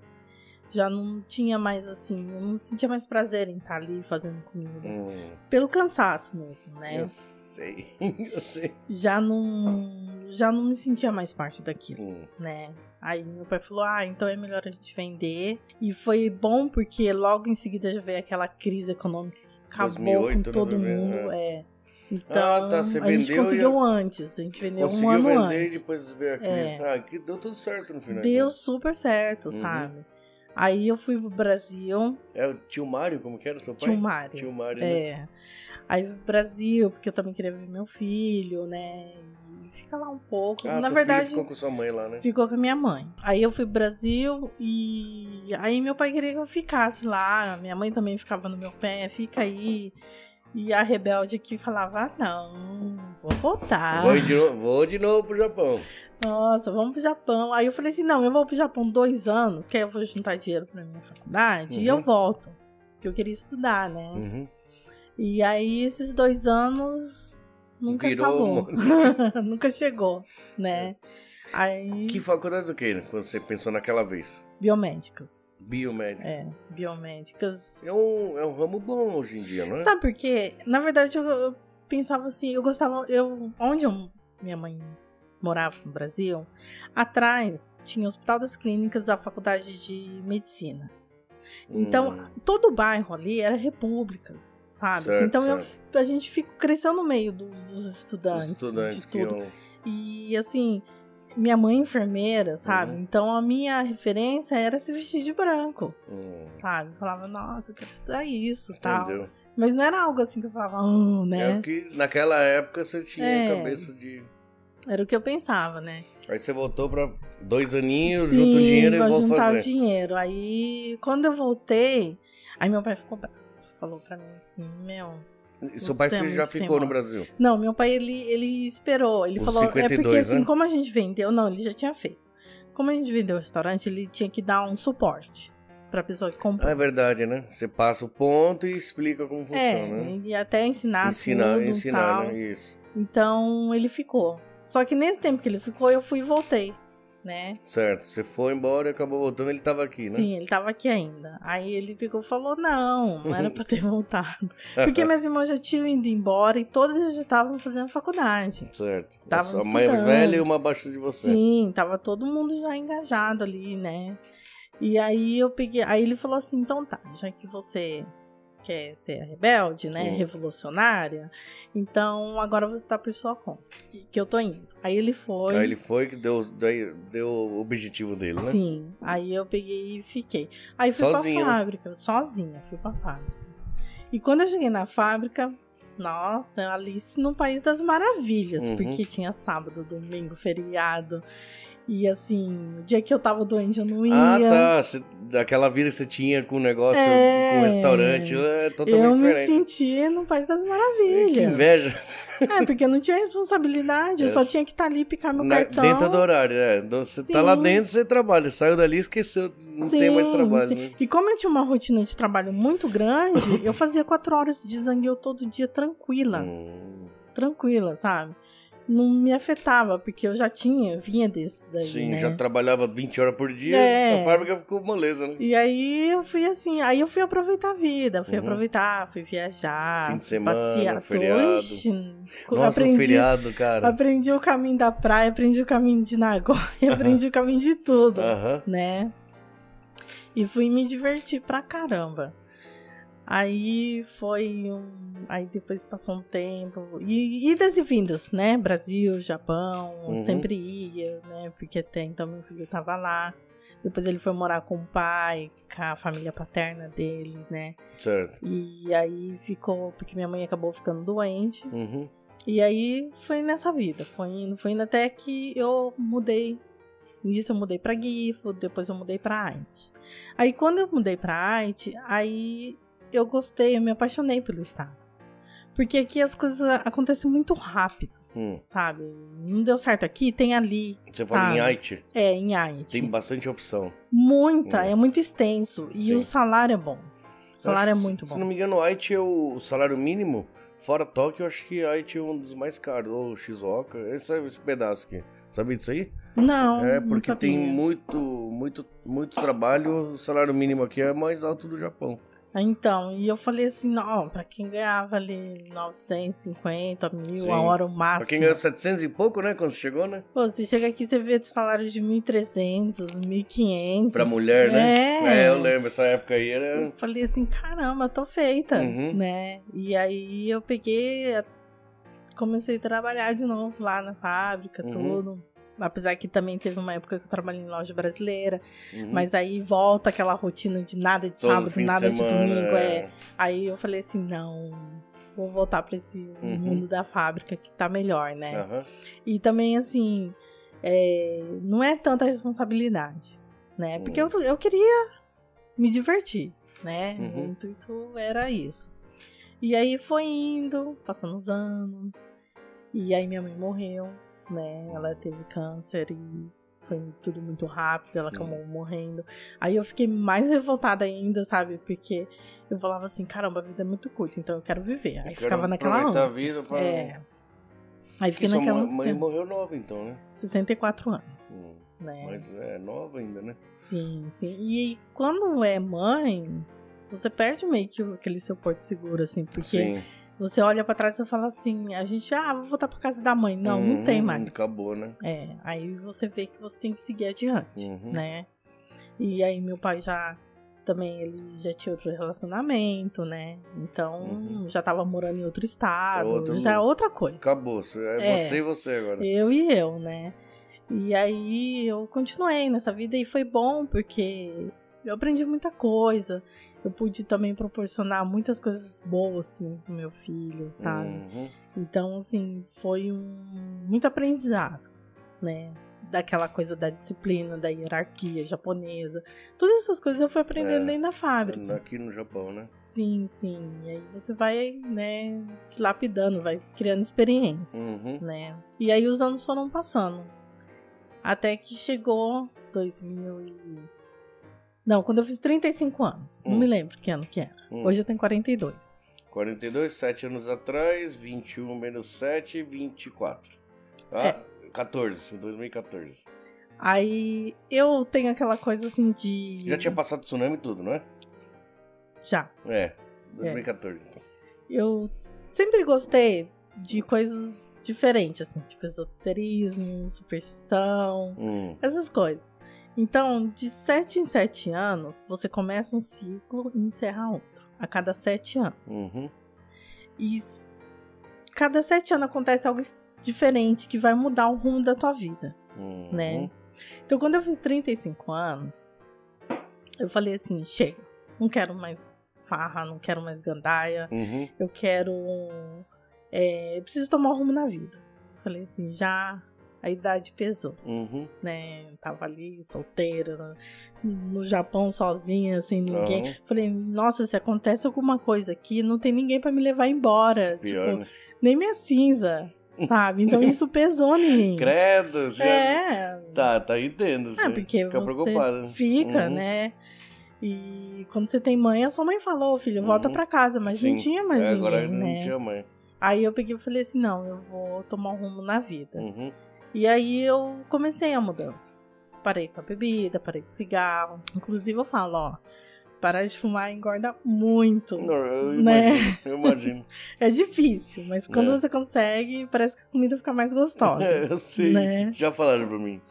Speaker 2: Já não tinha mais assim, eu não sentia mais prazer em estar ali fazendo comida.
Speaker 1: Hum,
Speaker 2: Pelo cansaço mesmo, né?
Speaker 1: Eu sei, eu sei.
Speaker 2: Já não. Já não me sentia mais parte daquilo
Speaker 1: Hum,
Speaker 2: né? Aí meu pai falou: ah, então é melhor a gente vender. E foi bom porque logo em seguida já veio aquela crise econômica que acabou
Speaker 1: 2008,
Speaker 2: com todo
Speaker 1: né?
Speaker 2: mundo. É. Então,
Speaker 1: Ah, tá, você
Speaker 2: a gente
Speaker 1: vendeu e
Speaker 2: conseguiu antes. A gente vendeu um
Speaker 1: Conseguiu
Speaker 2: ano
Speaker 1: vender
Speaker 2: antes.
Speaker 1: e depois ver aqui.
Speaker 2: É.
Speaker 1: Ah, que deu tudo certo no final. né?
Speaker 2: Deu super certo,
Speaker 1: Uhum.
Speaker 2: sabe? Aí eu fui pro Brasil,
Speaker 1: É o tio Mário, como que era seu pai?
Speaker 2: tinha o Mário.
Speaker 1: Tio Mário. né?
Speaker 2: É. Aí fui pro Brasil, porque eu também queria ver meu filho, né? E fica lá um pouco.
Speaker 1: Ah,
Speaker 2: Na
Speaker 1: seu
Speaker 2: verdade,
Speaker 1: filho ficou com sua mãe lá, né?
Speaker 2: Ficou com a minha mãe. Aí eu fui pro Brasil e aí meu pai queria que eu ficasse lá. Minha mãe também ficava no meu pé, fica aí. E a rebelde aqui falava: ah, não, vou voltar.
Speaker 1: Vou, de novo, vou de novo pro Japão.
Speaker 2: Nossa, vamos pro Japão. Aí eu falei assim: não, eu vou pro Japão dois anos, que aí eu vou juntar dinheiro pra minha faculdade e
Speaker 1: Uhum.
Speaker 2: eu volto. Porque eu queria estudar, né?
Speaker 1: Uhum.
Speaker 2: E aí esses dois anos nunca
Speaker 1: Virou É.
Speaker 2: acabou. nunca chegou, né? Aí,
Speaker 1: Que faculdade do que né, quando você pensou naquela vez?
Speaker 2: biomédicas.
Speaker 1: Biomédica.
Speaker 2: É, biomédicas.
Speaker 1: É. um, é um ramo bom hoje em dia, não é?
Speaker 2: Sabe por quê? Na verdade, eu, eu pensava assim, eu gostava. Eu, onde eu- minha mãe morava no Brasil, atrás tinha o Hospital das Clínicas, a faculdade de medicina. Então,
Speaker 1: Hum,
Speaker 2: todo o bairro ali era repúblicas, sabe?
Speaker 1: Certo,
Speaker 2: então eu-
Speaker 1: certo.
Speaker 2: a gente fica, cresceu no meio do- dos estudantes,
Speaker 1: os estudantes
Speaker 2: de
Speaker 1: que é
Speaker 2: tudo.
Speaker 1: iam-
Speaker 2: E assim, minha mãe é enfermeira, sabe?
Speaker 1: Uhum.
Speaker 2: Então a minha referência era se vestir de branco.
Speaker 1: Hum,
Speaker 2: sabe? Falava, nossa, eu quero estudar isso e tal.
Speaker 1: entendeu?
Speaker 2: Mas não era algo assim que eu falava, "Ah,
Speaker 1: É o
Speaker 2: né?
Speaker 1: que naquela época você tinha
Speaker 2: É.
Speaker 1: a cabeça de.
Speaker 2: Era o que eu pensava, né?
Speaker 1: Aí você voltou pra dois aninhos,
Speaker 2: Sim,
Speaker 1: junta o dinheiro e
Speaker 2: vou
Speaker 1: vou
Speaker 2: juntar
Speaker 1: fazer.
Speaker 2: o dinheiro. Aí, quando eu voltei, aí meu pai ficou bravo. Falou pra mim assim, meu...
Speaker 1: E Seu pai
Speaker 2: Você é
Speaker 1: filho já
Speaker 2: muito
Speaker 1: ficou no
Speaker 2: teimosa.
Speaker 1: Brasil.
Speaker 2: Não, meu pai, ele, ele esperou. Ele
Speaker 1: Os
Speaker 2: falou, é
Speaker 1: 52,
Speaker 2: porque assim,
Speaker 1: né?
Speaker 2: como a gente vendeu... Não, ele já tinha feito. Como a gente vendeu o restaurante, ele tinha que dar um suporte pra pessoa que comprou.
Speaker 1: Ah, é verdade, né? Você passa o ponto e explica como
Speaker 2: É,
Speaker 1: funciona. né?
Speaker 2: e até ensinar
Speaker 1: Ensinar,
Speaker 2: tudo e tal.
Speaker 1: ensinar, né? Isso.
Speaker 2: Então ele ficou. Só que nesse tempo que ele ficou, eu fui e voltei, né?
Speaker 1: Certo. Você foi embora e acabou voltando, ele tava aqui, né?
Speaker 2: Sim, ele tava aqui ainda. Aí ele pegou e falou: não, não
Speaker 1: Uhum.
Speaker 2: era pra ter voltado. Porque minhas irmãs já tinham ido embora e todas já estavam fazendo faculdade.
Speaker 1: Certo.
Speaker 2: Tava
Speaker 1: a sua mãe
Speaker 2: estudando.
Speaker 1: velha e uma abaixo de você.
Speaker 2: Sim, tava todo mundo já engajado ali, né? E aí eu peguei. Aí ele falou assim: então tá, já que você quer ser a rebelde, né?
Speaker 1: Hum.
Speaker 2: Revolucionária, então agora você tá por sua conta. Que eu tô indo. Aí ele foi.
Speaker 1: Aí ele foi que deu, daí- deu o objetivo dele, né?
Speaker 2: Sim, aí eu peguei e fiquei. Aí fui
Speaker 1: Sozinha, né?
Speaker 2: pra fábrica, sozinha, fui pra fábrica. E quando eu cheguei na fábrica, nossa, Alice no País das Maravilhas,
Speaker 1: Uhum.
Speaker 2: porque tinha sábado, domingo, feriado. E assim, o dia que eu tava doente, eu não ia.
Speaker 1: Ah, tá. Cê, daquela vida que você tinha com o negócio,
Speaker 2: É.
Speaker 1: com o restaurante, é totalmente
Speaker 2: Eu me
Speaker 1: diferente.
Speaker 2: sentia no País das
Speaker 1: Que
Speaker 2: Maravilhas.
Speaker 1: inveja.
Speaker 2: É, porque eu não tinha responsabilidade, eu
Speaker 1: É.
Speaker 2: só tinha que estar ali e picar meu
Speaker 1: Na-
Speaker 2: cartão.
Speaker 1: dentro do horário, é. Então, Você tá lá
Speaker 2: Sim.
Speaker 1: dentro, você trabalha. Saiu dali, esqueceu. Não tem mais
Speaker 2: Sim,
Speaker 1: trabalho,
Speaker 2: sim.
Speaker 1: né?
Speaker 2: E como eu tinha uma rotina de trabalho muito grande, eu fazia quatro horas de zangueu todo dia tranquila.
Speaker 1: Hum,
Speaker 2: Tranquila, sabe? Não me afetava, porque eu já tinha, vinha desse daí,
Speaker 1: sim,
Speaker 2: né?
Speaker 1: já trabalhava 20 horas por dia,
Speaker 2: É.
Speaker 1: a fábrica ficou moleza, né?
Speaker 2: E aí eu fui assim, aí eu fui aproveitar a vida, fui
Speaker 1: Uhum.
Speaker 2: aproveitar, fui viajar,
Speaker 1: Fim de
Speaker 2: fui
Speaker 1: semana,
Speaker 2: passear.
Speaker 1: feriado.
Speaker 2: Oxe,
Speaker 1: Nossa, um
Speaker 2: aprendi,
Speaker 1: feriado, cara.
Speaker 2: aprendi o caminho da praia, aprendi o caminho de Nagoya, aprendi o caminho de tudo,
Speaker 1: Aham.
Speaker 2: né? E fui me divertir pra caramba. Aí foi um. Aí depois passou um tempo. E idas e vindas, né? Brasil, Japão, eu
Speaker 1: Uhum.
Speaker 2: sempre ia, né? Porque até então meu filho tava lá. Depois ele foi morar com o pai, com a família paterna deles, né?
Speaker 1: Certo.
Speaker 2: E aí ficou. Porque minha mãe acabou ficando doente.
Speaker 1: Uhum.
Speaker 2: E aí foi nessa vida, foi indo, foi indo até que eu mudei. Nisso eu mudei pra Gifo, depois eu mudei pra Haiti. Aí quando eu mudei pra Haiti, aí eu gostei, eu me apaixonei pelo estado. Porque aqui as coisas acontecem muito rápido,
Speaker 1: Hum.
Speaker 2: sabe? Não deu certo aqui, tem ali.
Speaker 1: Você fala
Speaker 2: Sabe.
Speaker 1: em Haiti,
Speaker 2: É, em Haiti.
Speaker 1: tem bastante opção.
Speaker 2: Muita,
Speaker 1: Hum.
Speaker 2: é muito extenso. E
Speaker 1: Sim.
Speaker 2: o salário é bom. O salário
Speaker 1: Eu acho-
Speaker 2: é muito
Speaker 1: Se não
Speaker 2: bom.
Speaker 1: me engano, Haiti é o salário mínimo. Fora Tóquio, eu acho que Haiti é um dos mais caros. Ou Shizuoka, esse, esse pedaço aqui. Sabe disso aí?
Speaker 2: Não,
Speaker 1: é,
Speaker 2: Ah, não
Speaker 1: porque tem
Speaker 2: sabia.
Speaker 1: muito, muito, muito trabalho. O salário mínimo aqui é mais alto do Japão.
Speaker 2: Aí, Então, e eu falei assim, não, pra quem ganhava ali 950, mil
Speaker 1: Sim.
Speaker 2: a hora o
Speaker 1: Pra
Speaker 2: máximo.
Speaker 1: quem ganhou 700 e pouco, né? Quando chegou, né?
Speaker 2: Pô, você chega aqui, você vê salário de 1.300, 1.500.
Speaker 1: Pra mulher, né?
Speaker 2: É.
Speaker 1: eu lembro. Essa época aí era...
Speaker 2: Eu falei assim, caramba, tô feita,
Speaker 1: Uhum.
Speaker 2: né? E aí eu peguei, a- comecei a trabalhar de novo lá na fábrica,
Speaker 1: Uhum.
Speaker 2: tudo. Apesar que também teve uma época que eu trabalhei em loja brasileira,
Speaker 1: Uhum.
Speaker 2: mas aí volta aquela rotina de nada de
Speaker 1: Todo
Speaker 2: sábado,
Speaker 1: fim de
Speaker 2: nada de,
Speaker 1: semana,
Speaker 2: domingo, é. Aí eu falei assim, não, vou voltar pra esse
Speaker 1: Uhum.
Speaker 2: mundo da fábrica que tá melhor, né?
Speaker 1: é. Aham.
Speaker 2: E também assim, é, não é tanta responsabilidade, né?
Speaker 1: Uhum.
Speaker 2: Porque eu, eu queria me divertir, né?
Speaker 1: Uhum.
Speaker 2: O intuito era isso. E aí foi indo, passando os anos, e aí minha mãe morreu, né? Ela teve câncer e foi tudo muito rápido, ela acabou
Speaker 1: Uhum.
Speaker 2: morrendo. Aí eu fiquei mais revoltada ainda, sabe? Porque eu falava assim, caramba, a vida é muito curta, então eu quero viver. Aí
Speaker 1: Eu
Speaker 2: ficava
Speaker 1: quero
Speaker 2: naquela
Speaker 1: aproveitar a
Speaker 2: ânsia.
Speaker 1: vida pra...
Speaker 2: É. Aí
Speaker 1: Porque
Speaker 2: fiquei
Speaker 1: sua
Speaker 2: naquela
Speaker 1: mãe,
Speaker 2: ânsia.
Speaker 1: mãe morreu nova, então, né?
Speaker 2: 64 anos,
Speaker 1: Hum.
Speaker 2: né?
Speaker 1: Mas é nova ainda, né?
Speaker 2: Sim, sim. E quando é mãe, você perde meio que aquele seu porto seguro, assim, porque
Speaker 1: Sim.
Speaker 2: você olha pra trás e fala assim, a gente, ah, vou voltar pra casa da mãe. Não, não
Speaker 1: Hum,
Speaker 2: tem mais.
Speaker 1: Acabou, né?
Speaker 2: É, aí você vê que você tem que seguir adiante,
Speaker 1: Uhum.
Speaker 2: né? E aí meu pai já também ele já tinha outro relacionamento, né? Então
Speaker 1: Uhum.
Speaker 2: já tava morando em outro estado,
Speaker 1: outro-
Speaker 2: já é outra coisa.
Speaker 1: Acabou. É,
Speaker 2: É.
Speaker 1: você e você agora.
Speaker 2: Eu e eu, né? E aí eu continuei nessa vida e foi bom porque eu aprendi muita coisa. Eu pude também proporcionar muitas coisas boas pro pro meu filho, sabe?
Speaker 1: Uhum.
Speaker 2: Então, assim, foi um muito aprendizado, né? Daquela coisa da disciplina, da hierarquia japonesa. Todas essas coisas eu fui aprendendo
Speaker 1: É.
Speaker 2: dentro da fábrica.
Speaker 1: Aqui no Japão, né?
Speaker 2: Sim, sim. E aí você vai, né, se lapidando, vai criando experiência
Speaker 1: Uhum.
Speaker 2: né? E aí os anos foram passando. Até que chegou 2000 e... Não, quando eu fiz 35 anos. Não
Speaker 1: Hum.
Speaker 2: me lembro que ano que era.
Speaker 1: Hum.
Speaker 2: Hoje eu tenho 42.
Speaker 1: 42, 7 anos atrás, 21 menos 7, 24. Ah,
Speaker 2: É.
Speaker 1: 14, 2014.
Speaker 2: Aí eu tenho aquela coisa assim de...
Speaker 1: Já tinha passado tsunami e tudo, não é?
Speaker 2: Já.
Speaker 1: É, 2014 então.
Speaker 2: Eu sempre gostei de coisas diferentes, assim. Tipo esoterismo, superstição...
Speaker 1: Hum,
Speaker 2: essas coisas. Então, de 7 em 7 anos, você começa um ciclo e encerra outro. A cada 7 anos.
Speaker 1: uhum,
Speaker 2: E s- cada 7 anos acontece algo es- diferente que vai mudar o rumo da tua vida,
Speaker 1: uhum.
Speaker 2: né? Então, quando eu fiz 35 anos, eu falei assim: chega, não quero mais farra, não quero mais gandaia,
Speaker 1: Uhum,
Speaker 2: eu quero. é, eu preciso tomar um rumo na vida. Eu Falei assim: já. a idade pesou,
Speaker 1: Uhum.
Speaker 2: né? Tava ali, solteira, né? no Japão sozinha, sem ninguém. tipo,
Speaker 1: Aham.
Speaker 2: Falei, nossa, se acontece alguma coisa aqui, não tem ninguém pra me levar embora.
Speaker 1: Pior,
Speaker 2: tipo,
Speaker 1: né?
Speaker 2: nem minha cinza, sabe? Então isso pesou em mim.
Speaker 1: Credo, você-
Speaker 2: É,
Speaker 1: Tá, tá entendendo. Você
Speaker 2: é porque
Speaker 1: fica
Speaker 2: você
Speaker 1: preocupada. né?
Speaker 2: fica,
Speaker 1: Uhum.
Speaker 2: né? E quando você tem mãe, a sua mãe falou, filho, volta
Speaker 1: Uhum.
Speaker 2: pra casa, mas não
Speaker 1: Sim.
Speaker 2: tinha mais
Speaker 1: É,
Speaker 2: ninguém,
Speaker 1: agora
Speaker 2: né?
Speaker 1: não tinha mãe.
Speaker 2: Aí eu peguei e falei assim, não, eu vou tomar um rumo na vida.
Speaker 1: Uhum.
Speaker 2: E aí eu comecei a mudança. Parei com a bebida, parei com o cigarro. Inclusive eu falo, ó, parar de fumar engorda muito.
Speaker 1: Não, eu
Speaker 2: Né?
Speaker 1: imagino, eu imagino.
Speaker 2: É difícil, mas quando
Speaker 1: É.
Speaker 2: você consegue, parece que a comida fica mais gostosa.
Speaker 1: É, eu sei.
Speaker 2: Né?
Speaker 1: Já falaram pra mim.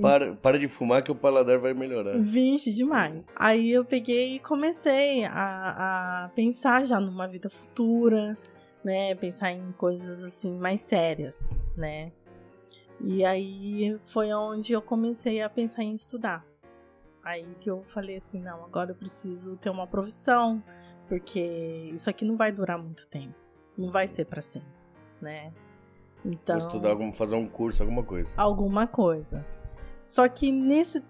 Speaker 1: Para, para de fumar que o paladar vai melhorar.
Speaker 2: Vixe, demais. Aí eu peguei e comecei a, a pensar já numa vida futura, né? Pensar em coisas assim mais sérias, né? E aí foi onde eu comecei a pensar em estudar. Aí que eu falei assim, não, agora eu preciso ter uma profissão, porque isso aqui não vai durar muito tempo. Não vai ser pra sempre, né? Então, Ah,
Speaker 1: Vou estudar, algum, fazer um curso, alguma coisa.
Speaker 2: alguma coisa. Só que nesses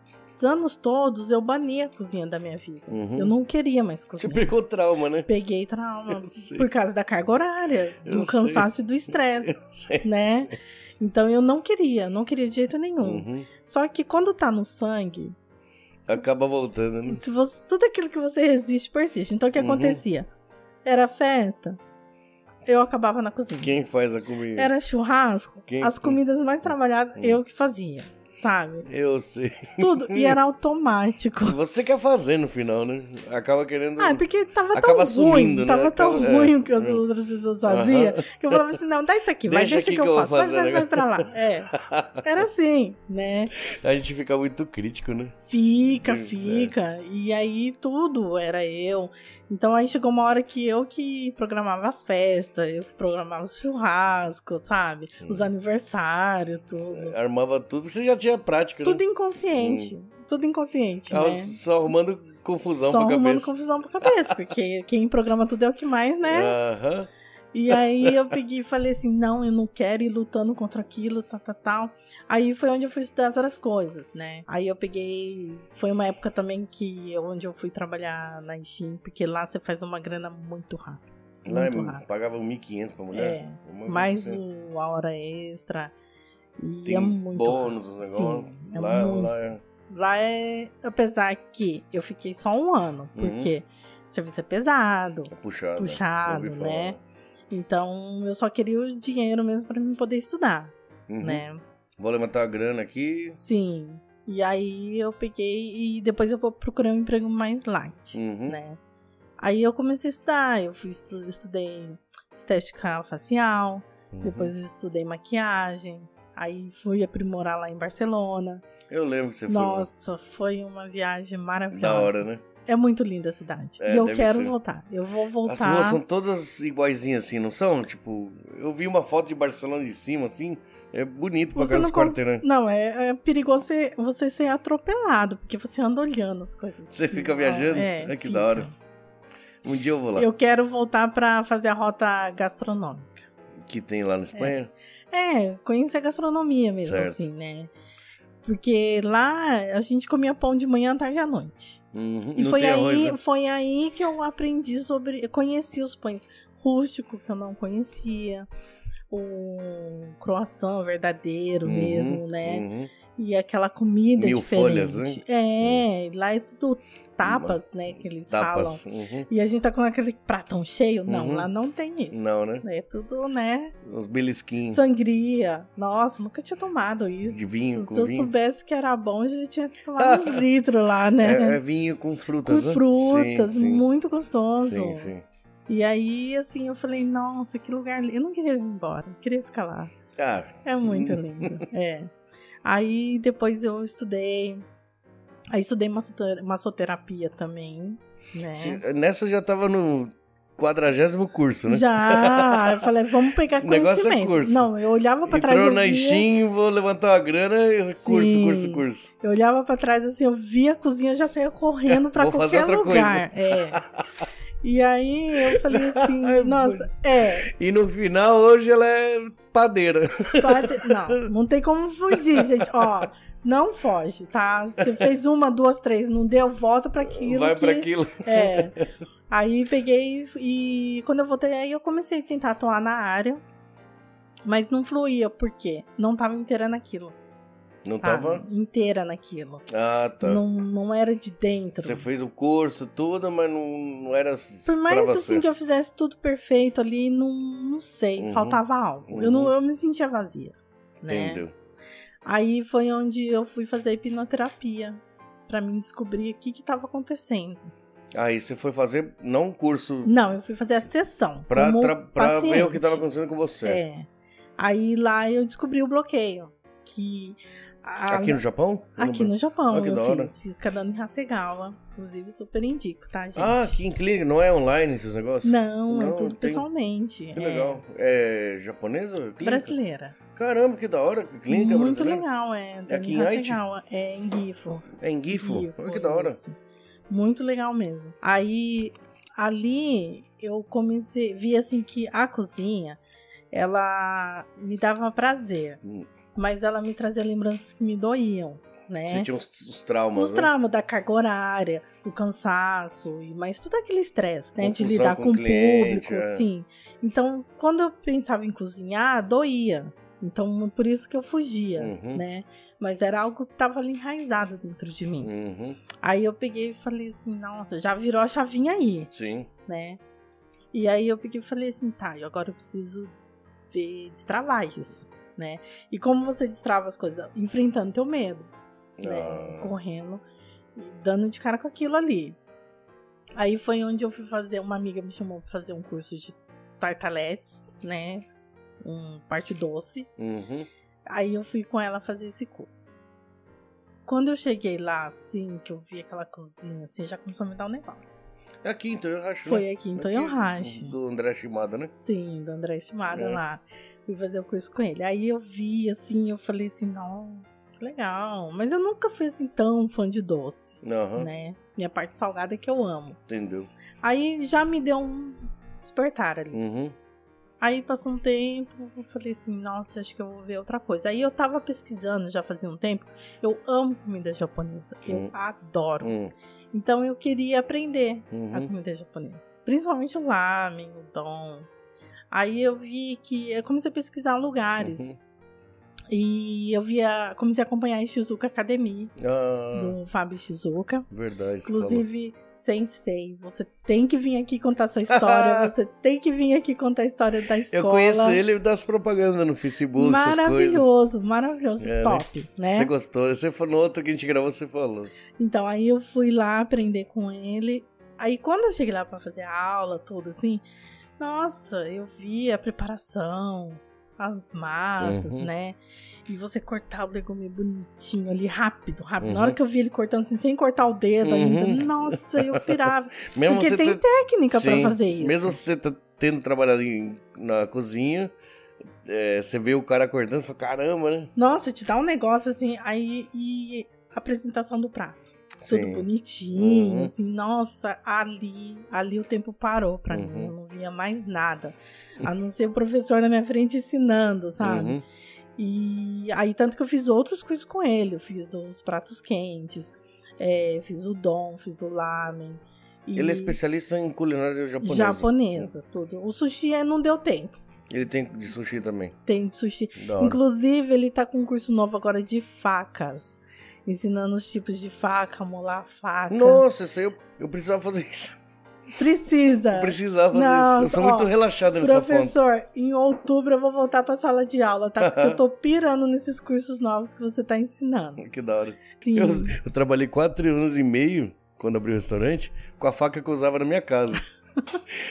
Speaker 2: anos todos eu bani a cozinha da minha vida.
Speaker 1: Uhum.
Speaker 2: Eu não queria mais
Speaker 1: Você
Speaker 2: cozinhar.
Speaker 1: pegou trauma, né?
Speaker 2: Peguei trauma
Speaker 1: Eu sei.
Speaker 2: por causa da carga horária, do
Speaker 1: Eu sei.
Speaker 2: cansaço e do estresse, né? Então eu não queria, não queria de jeito nenhum.
Speaker 1: Uhum.
Speaker 2: Só que quando tá no sangue,
Speaker 1: Acaba voltando, né?
Speaker 2: se você- tudo aquilo que você resiste persiste. Então o que
Speaker 1: Uhum.
Speaker 2: acontecia? Era festa, eu acabava na cozinha.
Speaker 1: Quem faz a comida?
Speaker 2: Era churrasco,
Speaker 1: Quem-
Speaker 2: as comidas mais trabalhadas
Speaker 1: Hum.
Speaker 2: eu que fazia, sabe?
Speaker 1: Eu sei.
Speaker 2: Tudo. E era automático.
Speaker 1: Você quer fazer no final, né? Acaba querendo.
Speaker 2: Ah, porque tava
Speaker 1: Acaba
Speaker 2: tão ruim,
Speaker 1: assumindo, né?
Speaker 2: tava tão
Speaker 1: Acaba- é.
Speaker 2: ruim o que as outras pessoas faziam,
Speaker 1: Aham.
Speaker 2: que eu falava assim, não, dá isso aqui, vai,
Speaker 1: Deixa
Speaker 2: deixa,
Speaker 1: aqui
Speaker 2: que eu, faço, vai,
Speaker 1: fazer
Speaker 2: vai, vai
Speaker 1: agora.
Speaker 2: pra lá. É, era assim, né?
Speaker 1: A gente fica muito crítico, né?
Speaker 2: Fica,
Speaker 1: Pois é.
Speaker 2: fica, e aí tudo era eu. Então aí chegou uma hora que eu que programava as festas, eu que programava os churrascos, sabe?
Speaker 1: Hum.
Speaker 2: Os aniversários, tudo.
Speaker 1: Armava tudo. Você já tinha prática,
Speaker 2: Tudo
Speaker 1: né?
Speaker 2: inconsciente,
Speaker 1: Hum.
Speaker 2: tudo inconsciente,
Speaker 1: Tava
Speaker 2: né?
Speaker 1: Só arrumando confusão
Speaker 2: Só
Speaker 1: pra
Speaker 2: arrumando
Speaker 1: cabeça.
Speaker 2: confusão pra cabeça, porque quem programa tudo é o que mais, né?
Speaker 1: Aham.
Speaker 2: E aí eu peguei e falei assim, não, eu não quero ir lutando contra aquilo, tal, tal, tal. Aí foi onde eu fui estudar outras coisas, né? Aí eu peguei, foi uma época também que eu- onde eu fui trabalhar na Steam, porque lá você faz uma grana muito rápido.
Speaker 1: Lá
Speaker 2: Muito
Speaker 1: em-
Speaker 2: rápido.
Speaker 1: pagava 1.500 pra mulher.
Speaker 2: É,
Speaker 1: Uma coisa
Speaker 2: mais
Speaker 1: assim.
Speaker 2: o, a hora é extra. E
Speaker 1: Tem um
Speaker 2: é muito
Speaker 1: bônus,
Speaker 2: rápido.
Speaker 1: os negócios.
Speaker 2: Sim, é
Speaker 1: lá,
Speaker 2: muito
Speaker 1: lá é.
Speaker 2: Lá é. Apesar que eu fiquei só um ano,
Speaker 1: Uhum.
Speaker 2: porque o serviço é pesado,
Speaker 1: é puxado.
Speaker 2: puxado,
Speaker 1: Eu ouvi falar.
Speaker 2: né? Então eu só queria o dinheiro mesmo pra mim poder estudar,
Speaker 1: Uhum.
Speaker 2: né?
Speaker 1: Vou levantar a grana aqui.
Speaker 2: Sim. E aí eu peguei e depois eu procurei um emprego mais light,
Speaker 1: Uhum.
Speaker 2: né? Aí eu comecei a estudar, eu fui estu- estudei estética facial,
Speaker 1: Uhum.
Speaker 2: depois eu estudei maquiagem, aí fui aprimorar lá em Barcelona.
Speaker 1: Eu lembro que você
Speaker 2: Nossa, foi uma viagem
Speaker 1: foi.
Speaker 2: maravilhosa.
Speaker 1: Da hora, né?
Speaker 2: É muito linda a cidade.
Speaker 1: É,
Speaker 2: e eu
Speaker 1: deve
Speaker 2: quero
Speaker 1: ser.
Speaker 2: voltar. Eu vou
Speaker 1: As ruas
Speaker 2: voltar.
Speaker 1: são todas iguaizinhas assim, não são? Tipo, eu vi uma foto de Barcelona de cima, assim. É bonito pra
Speaker 2: Você
Speaker 1: aquelas
Speaker 2: não cons-
Speaker 1: quarteirões.
Speaker 2: Não, é, é perigoso você, você ser atropelado, porque você anda olhando as coisas.
Speaker 1: Você fica
Speaker 2: Não,
Speaker 1: viajando? Ah, que da
Speaker 2: fica.
Speaker 1: hora. Um dia eu vou lá.
Speaker 2: Eu quero voltar pra fazer a rota gastronômica.
Speaker 1: Que tem lá na Espanha?
Speaker 2: É, conhecer a gastronomia mesmo,
Speaker 1: Certo.
Speaker 2: assim, né? Porque lá a gente comia pão de manhã, tarde e à noite.
Speaker 1: Uhum.
Speaker 2: E
Speaker 1: não
Speaker 2: foi
Speaker 1: tem
Speaker 2: aí,
Speaker 1: arroz, né?
Speaker 2: foi aí que eu aprendi sobre. Eu conheci os pães rústicos que eu não conhecia. O croissant verdadeiro
Speaker 1: Uhum,
Speaker 2: mesmo, né?
Speaker 1: uhum.
Speaker 2: E aquela comida
Speaker 1: Mil
Speaker 2: diferente.
Speaker 1: folhas, Hum.
Speaker 2: É, lá é tudo tapas, né? Que eles falam.
Speaker 1: Tapas. Uhum.
Speaker 2: E a gente tá com aquele pratão cheio. Não,
Speaker 1: Uhum.
Speaker 2: lá não tem isso.
Speaker 1: Não, né?
Speaker 2: É tudo, né?
Speaker 1: Os belisquinhos.
Speaker 2: Sangria. Nossa, nunca tinha tomado isso.
Speaker 1: De vinho,
Speaker 2: Se
Speaker 1: com
Speaker 2: eu
Speaker 1: vinho.
Speaker 2: soubesse que era bom, eu já tinha tomado uns litros lá, né?
Speaker 1: É, é vinho com
Speaker 2: com
Speaker 1: frutas, né?
Speaker 2: frutas,
Speaker 1: sim, sim.
Speaker 2: muito gostoso.
Speaker 1: Sim, sim.
Speaker 2: E aí, assim, eu falei, nossa, que lugar lindo. Eu não queria ir embora, eu queria ficar lá.
Speaker 1: Ah,
Speaker 2: É muito
Speaker 1: Hum.
Speaker 2: lindo. É. Aí depois eu estudei. Aí estudei massotera- massoterapia também, né?
Speaker 1: se- nessa eu já tava no quadragésimo curso, né?
Speaker 2: Já, eu falei, vamos pegar
Speaker 1: O negócio é
Speaker 2: conhecimento.
Speaker 1: curso.
Speaker 2: Não, eu olhava pra trás,
Speaker 1: Entrou
Speaker 2: eu
Speaker 1: na
Speaker 2: via,
Speaker 1: Steam, vou levantar uma grana e curso,
Speaker 2: Sim.
Speaker 1: curso, curso.
Speaker 2: eu olhava para trás assim, eu via a cozinha, eu já saía correndo pra
Speaker 1: Vou fazer
Speaker 2: qualquer
Speaker 1: outra
Speaker 2: lugar. É. E aí eu falei assim,
Speaker 1: Ai,
Speaker 2: nossa, é,
Speaker 1: E no final, hoje ela é padeira.
Speaker 2: Pode- Não, não tem como fugir, gente. Ó, não foge, tá? Você fez uma, duas, três, não deu, volta pra aquilo.
Speaker 1: Vai
Speaker 2: que...
Speaker 1: pra aquilo.
Speaker 2: É. Aí peguei e quando eu voltei aí eu comecei a tentar atuar na área. Mas não fluía, porque não tava inteira naquilo.
Speaker 1: Não
Speaker 2: tá?
Speaker 1: tava?
Speaker 2: Inteira naquilo.
Speaker 1: Ah, tá.
Speaker 2: Não, não era de dentro.
Speaker 1: Você fez o curso, tudo, mas não, não era s-
Speaker 2: Por mais
Speaker 1: pra você.
Speaker 2: assim que eu fizesse tudo perfeito ali, não, não sei,
Speaker 1: Uhum.
Speaker 2: faltava algo. Eu, não, eu me sentia vazia. Né?
Speaker 1: Entendeu?
Speaker 2: Aí foi onde eu fui fazer hipnoterapia pra mim descobrir o que que tava acontecendo.
Speaker 1: Uhum. Aí você foi fazer, não um curso,
Speaker 2: Não, eu fui fazer a sessão.
Speaker 1: pra,
Speaker 2: como
Speaker 1: tra- pra ver o que
Speaker 2: paciente.
Speaker 1: tava acontecendo com você.
Speaker 2: É. Aí lá eu descobri o bloqueio. Que. a-
Speaker 1: Aqui no Japão?
Speaker 2: aqui no Japão
Speaker 1: Ah, que
Speaker 2: eu
Speaker 1: da hora.
Speaker 2: fiz. Fiz cada ano em Hasegawa. Inclusive, super indico, tá, gente?
Speaker 1: Ah, aqui em clínica, não é online esses negócios?
Speaker 2: não,
Speaker 1: não,
Speaker 2: é tudo
Speaker 1: tem-
Speaker 2: pessoalmente.
Speaker 1: Que
Speaker 2: é.
Speaker 1: legal. É japonesa? Clínica?
Speaker 2: Brasileira.
Speaker 1: Caramba, que da hora. Clínica
Speaker 2: Muito
Speaker 1: brasileira.
Speaker 2: legal, é.
Speaker 1: É aqui em Aichi?
Speaker 2: Hasegawa, É em Gifu.
Speaker 1: É em Gifu.
Speaker 2: Gifo, é.
Speaker 1: Olha que da hora.
Speaker 2: isso. Muito legal mesmo. Aí, ali, eu comecei, vi assim que a cozinha, ela me dava prazer,
Speaker 1: Hum.
Speaker 2: mas ela me trazia lembranças que me doíam,
Speaker 1: Você
Speaker 2: né?
Speaker 1: tinha uns, uns traumas,
Speaker 2: Os
Speaker 1: né?
Speaker 2: traumas da carga horária, do cansaço, e mas tudo aquele estresse, né?
Speaker 1: Confusão
Speaker 2: de lidar
Speaker 1: com
Speaker 2: com,
Speaker 1: o
Speaker 2: o
Speaker 1: cliente,
Speaker 2: público,
Speaker 1: é.
Speaker 2: sim. Então, quando eu pensava em cozinhar, doía. Então, por isso que eu fugia,
Speaker 1: Uhum.
Speaker 2: né? Mas era algo que estava ali enraizado dentro de mim.
Speaker 1: Uhum,
Speaker 2: Aí eu peguei e falei assim, nossa, já virou a chavinha aí,
Speaker 1: sim.
Speaker 2: né? E aí eu peguei e falei assim, tá, eu agora eu preciso ver, destravar isso, né? E como você destrava as coisas? Enfrentando teu medo, né?
Speaker 1: Ah,
Speaker 2: Correndo e dando de cara com aquilo ali. Aí foi onde eu fui fazer, uma amiga me chamou pra fazer um curso de tartaletes, né? Um parte doce.
Speaker 1: uhum.
Speaker 2: Aí eu fui com ela fazer esse curso. Quando eu cheguei lá, assim, que eu vi aquela cozinha, assim, já começou a me dar um negócio.
Speaker 1: É aqui em Toyohashi, né?
Speaker 2: Foi então aqui em
Speaker 1: Aqui
Speaker 2: Toyohashi.
Speaker 1: Do André Shimada, né?
Speaker 2: Sim, do André Estimada
Speaker 1: É.
Speaker 2: lá. Fui fazer o curso com ele. Aí eu vi, assim, eu falei assim, nossa, que legal. Mas eu nunca fui, assim, tão fã de doce,
Speaker 1: Aham,
Speaker 2: né? Minha parte salgada é que eu amo.
Speaker 1: entendeu.
Speaker 2: Aí já me deu um despertar ali.
Speaker 1: Uhum.
Speaker 2: Aí passou um tempo, eu falei assim, nossa, acho que eu vou ver outra coisa. Aí eu tava pesquisando já fazia um tempo. Eu amo comida japonesa,
Speaker 1: Hum.
Speaker 2: eu adoro.
Speaker 1: Hum,
Speaker 2: Então eu queria aprender a
Speaker 1: uhum.
Speaker 2: comida japonesa, principalmente o ramen, o don. Aí eu vi que eu comecei a pesquisar lugares
Speaker 1: Uhum.
Speaker 2: e eu via, comecei a acompanhar a Shizuka Academy
Speaker 1: Ah,
Speaker 2: do Fábio Shizuka.
Speaker 1: verdade. você
Speaker 2: Inclusive, sensei, você tem que vir aqui contar sua história, você tem que vir aqui contar a história da
Speaker 1: falou. Eu
Speaker 2: escola.
Speaker 1: conheço ele das propagandas no Facebook, essas coisas.
Speaker 2: Maravilhoso, maravilhoso,
Speaker 1: É, né?
Speaker 2: top, né?
Speaker 1: Você gostou, você falou no outro que a gente gravou, você falou.
Speaker 2: Então aí eu fui lá aprender com ele. Aí quando eu cheguei lá pra fazer a aula, tudo assim, nossa, eu vi a preparação, as massas,
Speaker 1: Uhum.
Speaker 2: né? E você cortar o legume bonitinho ali, rápido, rápido.
Speaker 1: Uhum.
Speaker 2: Na hora que eu vi ele cortando assim, sem cortar o dedo
Speaker 1: Uhum.
Speaker 2: ainda, nossa, eu pirava.
Speaker 1: Mesmo
Speaker 2: Porque
Speaker 1: você
Speaker 2: tem
Speaker 1: ter-
Speaker 2: técnica pra
Speaker 1: Sim,
Speaker 2: fazer isso.
Speaker 1: Mesmo você tá tendo trabalhado em- na cozinha, é, você vê o cara acordando e fala, caramba, né?
Speaker 2: Nossa, te dá um negócio assim, aí e a apresentação do prato. tudo bonitinho,
Speaker 1: Uhum.
Speaker 2: assim, nossa, ali, ali o tempo parou pra mim,
Speaker 1: Uhum.
Speaker 2: eu não via mais nada, a não ser o professor na minha frente ensinando, sabe?
Speaker 1: Uhum.
Speaker 2: E aí, tanto que eu fiz outros cursos com ele, eu fiz dos pratos quentes, é, fiz o dom, fiz o lamen. e
Speaker 1: Ele é especialista em né? culinária japonesa.
Speaker 2: japonesa, tudo. O sushi é- não deu tempo,
Speaker 1: Ele tem de sushi também.
Speaker 2: tem sushi.
Speaker 1: Da hora.
Speaker 2: Inclusive, ele tá com um curso novo agora de facas, ensinando os tipos de faca, molar a faca.
Speaker 1: Nossa, isso aí eu, eu precisava fazer isso.
Speaker 2: Precisa!
Speaker 1: Eu precisava fazer isso. Eu
Speaker 2: Nossa,
Speaker 1: sou
Speaker 2: É. ó,
Speaker 1: muito relaxado nessa ponta.
Speaker 2: Professor, em outubro eu vou voltar pra sala de aula, tá? Porque eu tô pirando nesses cursos novos que você tá ensinando.
Speaker 1: Que da hora.
Speaker 2: Sim.
Speaker 1: Eu, eu trabalhei quatro anos e meio, quando abri o restaurante, com a faca que eu usava na minha casa.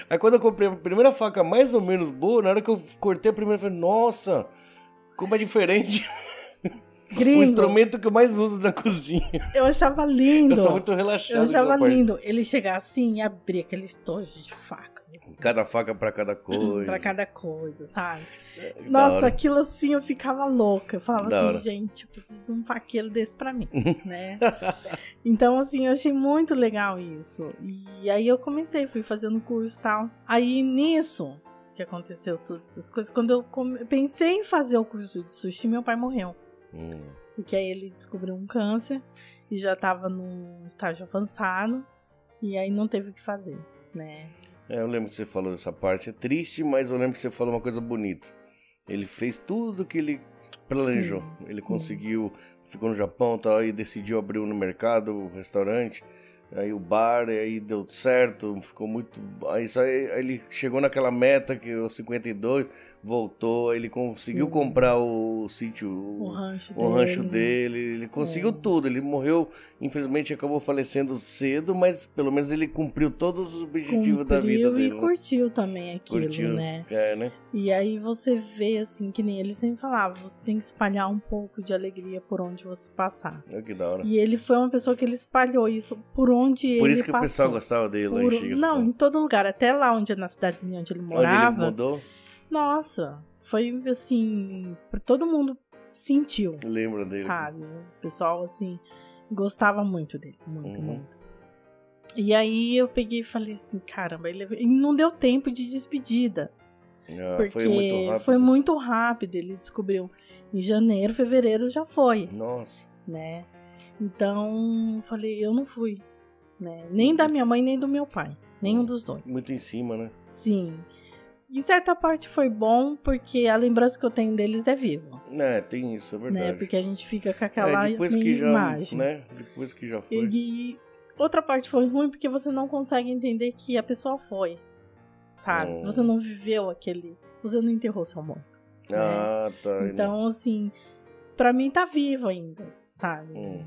Speaker 1: Aí quando eu comprei a primeira faca mais ou menos boa, na hora que eu cortei a primeira, eu falei, nossa, como é diferente. O
Speaker 2: Gringo,
Speaker 1: um instrumento que eu mais uso na cozinha.
Speaker 2: eu achava lindo.
Speaker 1: Eu sou muito relaxado.
Speaker 2: Eu achava
Speaker 1: nessa parte.
Speaker 2: lindo ele chegar assim e abrir aquele estojo de facas. assim,
Speaker 1: Cada faca pra cada coisa.
Speaker 2: Pra cada coisa, sabe?
Speaker 1: Que da
Speaker 2: Nossa,
Speaker 1: hora.
Speaker 2: aquilo assim eu ficava louca. Eu falava
Speaker 1: Da
Speaker 2: assim,
Speaker 1: hora. Uhum.
Speaker 2: gente, eu preciso de um faqueiro desse pra mim, né? Então, assim, eu achei muito legal isso. E aí eu comecei, fui fazendo curso e tal. Aí nisso, que aconteceu, todas essas coisas. Quando eu come- pensei em fazer o curso de sushi, meu pai morreu.
Speaker 1: Hum,
Speaker 2: Porque aí ele descobriu um câncer e já tava num estágio avançado. E aí não teve o que fazer, né?
Speaker 1: É, eu lembro que você falou dessa parte. É triste, mas eu lembro que você falou uma coisa bonita. Ele fez tudo que ele planejou.
Speaker 2: Sim,
Speaker 1: ele
Speaker 2: sim.
Speaker 1: conseguiu, ficou no Japão tal, e decidiu abrir um no mercado, o restaurante, aí o bar, e aí deu certo, ficou muito. Aí, só, aí ele chegou naquela meta que é o 52, voltou, ele conseguiu
Speaker 2: Sim.
Speaker 1: comprar o sítio,
Speaker 2: O
Speaker 1: o,
Speaker 2: rancho
Speaker 1: Uhum. o rancho dele, ele conseguiu
Speaker 2: É.
Speaker 1: tudo. Ele morreu, infelizmente acabou falecendo cedo, mas pelo menos ele cumpriu todos os objetivos da vida
Speaker 2: Cumpriu e
Speaker 1: dele. né?
Speaker 2: curtiu também aquilo, né?
Speaker 1: É, né?
Speaker 2: E aí você vê, assim, que nem ele sempre falava, você tem que espalhar um pouco de alegria por onde você passar.
Speaker 1: Olha que da hora.
Speaker 2: E ele foi uma pessoa que ele espalhou isso por onde
Speaker 1: Por
Speaker 2: ele
Speaker 1: isso que o pessoal
Speaker 2: passou.
Speaker 1: gostava dele lá
Speaker 2: Por- um-
Speaker 1: em Chico.
Speaker 2: Não, em todo lugar, até lá onde na cidadezinha onde ele
Speaker 1: né? Onde ele
Speaker 2: morava.
Speaker 1: mudou,
Speaker 2: Nossa, foi assim, pra- todo mundo sentiu,
Speaker 1: lembra dele.
Speaker 2: sabe? O pessoal assim gostava muito dele, muito,
Speaker 1: Uhum.
Speaker 2: muito. E aí eu peguei e falei assim, caramba, ele e não deu tempo de despedida,
Speaker 1: Ah,
Speaker 2: porque
Speaker 1: foi muito rápido.
Speaker 2: foi muito rápido, ele descobriu em janeiro, fevereiro já foi,
Speaker 1: Nossa.
Speaker 2: né? Então, eu falei, eu não fui, né? Nem da minha mãe, nem do meu pai, nenhum dos dois.
Speaker 1: Muito em cima, né?
Speaker 2: Sim. Em certa parte foi bom, porque a lembrança que eu tenho deles é viva.
Speaker 1: É, tem isso, é verdade.
Speaker 2: Né? Porque a gente fica com aquela
Speaker 1: é, depois que já,
Speaker 2: imagem.
Speaker 1: né? Depois que já foi.
Speaker 2: e, e outra parte foi ruim porque você não consegue entender que a pessoa foi. Sabe?
Speaker 1: Hum.
Speaker 2: Você não viveu aquele. Você não enterrou seu morto. né?
Speaker 1: Ah, tá.
Speaker 2: Então, assim, pra mim tá vivo ainda, sabe?
Speaker 1: Hum.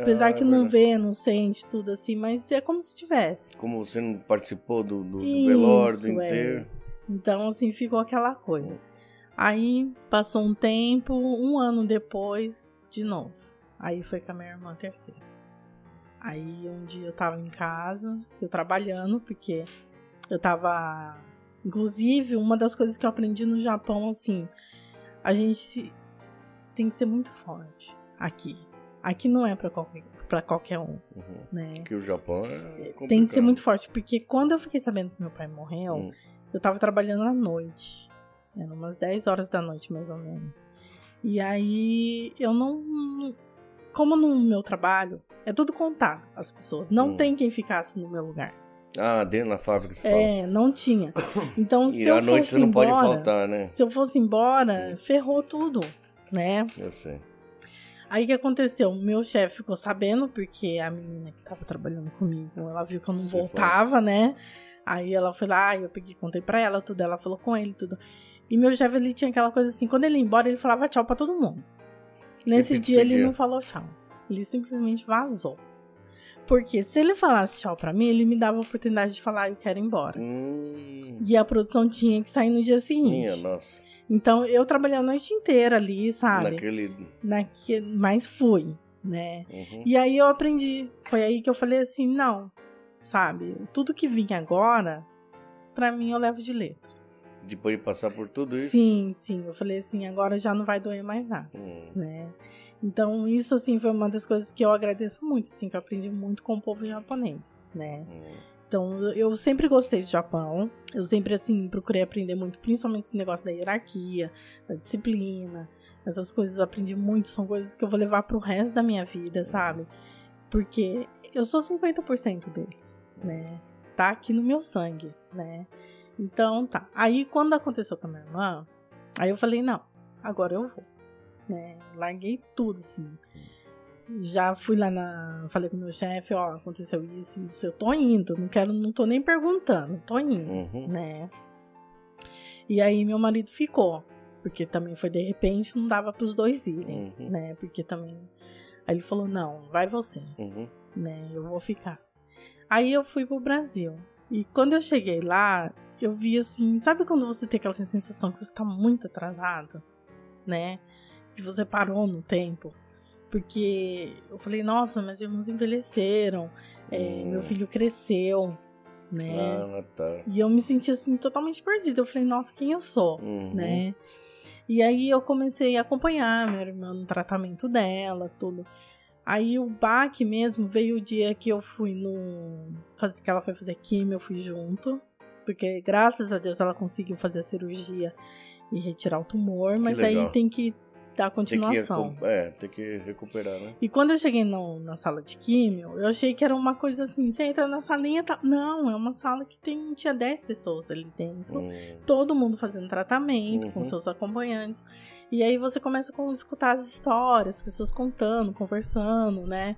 Speaker 2: Apesar
Speaker 1: Ah,
Speaker 2: que
Speaker 1: é
Speaker 2: não
Speaker 1: verdade.
Speaker 2: vê, não sente tudo assim, mas é como se tivesse.
Speaker 1: Como você não participou do, do, do
Speaker 2: Isso,
Speaker 1: velório, do
Speaker 2: é.
Speaker 1: enterro.
Speaker 2: Então, assim, ficou aquela coisa. Aí passou um tempo, um ano depois, de novo. Aí foi com a minha irmã terceira. Aí um dia eu tava em casa, eu trabalhando, porque eu tava. Inclusive, uma das coisas que eu aprendi no Japão, assim, a gente tem que ser muito forte aqui. Aqui não é pra qualquer, pra qualquer um,
Speaker 1: Uhum.
Speaker 2: né?
Speaker 1: Que o Japão é complicado.
Speaker 2: Tem que ser muito forte, porque quando eu fiquei sabendo que meu pai morreu,
Speaker 1: Hum.
Speaker 2: eu tava trabalhando à noite. Eram umas 10 horas da noite, mais ou menos. E aí eu não. Como no meu trabalho, é tudo contado, as pessoas. Não
Speaker 1: Hum.
Speaker 2: tem quem ficasse no meu lugar.
Speaker 1: Ah, dentro da fábrica você fala.
Speaker 2: É, não tinha. Então, se
Speaker 1: E
Speaker 2: eu
Speaker 1: à noite
Speaker 2: fosse
Speaker 1: você não
Speaker 2: embora.
Speaker 1: pode faltar, Hum. né?
Speaker 2: Se eu fosse embora, ferrou tudo, né?
Speaker 1: Eu sei.
Speaker 2: Aí o que aconteceu? Meu chefe ficou sabendo, porque a menina que tava trabalhando comigo, ela viu que eu não
Speaker 1: Você
Speaker 2: voltava, né? Aí ela foi lá, eu peguei, contei pra ela tudo, ela falou com ele, tudo. E meu chefe, ele tinha aquela coisa assim, quando ele ia embora, ele falava tchau pra todo mundo. Nesse
Speaker 1: Sempre
Speaker 2: dia ele
Speaker 1: despedia.
Speaker 2: não falou tchau. Ele simplesmente vazou. Porque se ele falasse tchau pra mim, ele me dava a oportunidade de falar, eu quero ir embora.
Speaker 1: Hum.
Speaker 2: E a produção tinha que sair no dia
Speaker 1: Minha
Speaker 2: seguinte.
Speaker 1: nossa.
Speaker 2: Então eu trabalhei a noite inteira ali, sabe?
Speaker 1: Naquele.
Speaker 2: Naque... Mas fui, né?
Speaker 1: Uhum.
Speaker 2: E aí eu aprendi. Foi aí que eu falei assim, não, sabe? Tudo que vim agora, pra mim eu levo de letra.
Speaker 1: Depois de passar por tudo isso.
Speaker 2: Sim, sim. Eu falei assim, agora já não vai doer mais nada,
Speaker 1: Hum.
Speaker 2: né? Então isso assim foi uma das coisas que eu agradeço muito, assim, que eu aprendi muito com o povo japonês, né?
Speaker 1: Hum.
Speaker 2: Então eu- eu sempre gostei do Japão. Eu sempre assim procurei aprender muito, principalmente esse negócio da hierarquia, da disciplina. Essas coisas eu aprendi muito, são coisas que eu vou levar pro resto da minha vida, sabe? Porque eu sou 50% deles, né? Tá aqui no meu sangue, né? Então tá. Aí quando aconteceu com a minha irmã, aí eu falei, não, agora eu vou. Né? Larguei tudo, assim. Já fui lá na. Falei com o meu chefe, ó, aconteceu isso, isso, eu tô indo. Não quero, não tô nem perguntando, tô indo,
Speaker 1: Uhum.
Speaker 2: né? E aí meu marido ficou. Porque também foi de repente, não dava pros dois irem
Speaker 1: Uhum.
Speaker 2: né? Porque também. Aí ele falou: não, vai você,
Speaker 1: Uhum.
Speaker 2: né? Eu vou ficar. Aí eu fui pro Brasil. E quando eu cheguei lá, eu vi assim: sabe quando você tem aquela sensação que você tá muito atrasado, né? Que você parou no tempo? Porque eu falei: nossa, meus irmãos envelheceram, é,
Speaker 1: Hum.
Speaker 2: meu filho cresceu, né?
Speaker 1: Ah, tá.
Speaker 2: E eu me senti assim totalmente perdida. Eu falei: nossa, quem eu sou?
Speaker 1: Uhum.
Speaker 2: né? E aí eu comecei a acompanhar minha irmã no tratamento dela, tudo. Aí o baque mesmo veio o dia que eu fui no. faz- que ela foi fazer químio, eu fui junto, Porque graças a Deus ela conseguiu fazer a cirurgia e retirar o tumor, mas
Speaker 1: legal.
Speaker 2: aí tem que
Speaker 1: Tem
Speaker 2: dar
Speaker 1: que,
Speaker 2: continuação.
Speaker 1: recu- é, tem que recuperar, né?
Speaker 2: E quando eu cheguei no- na sala de químio, eu achei que era uma coisa assim, você entra na salinha, tá... não, é uma sala que tem, tinha 10 pessoas ali dentro,
Speaker 1: Hum.
Speaker 2: todo mundo fazendo tratamento, com
Speaker 1: Uhum.
Speaker 2: seus acompanhantes, e aí você começa a escutar as histórias, as pessoas contando, conversando, né?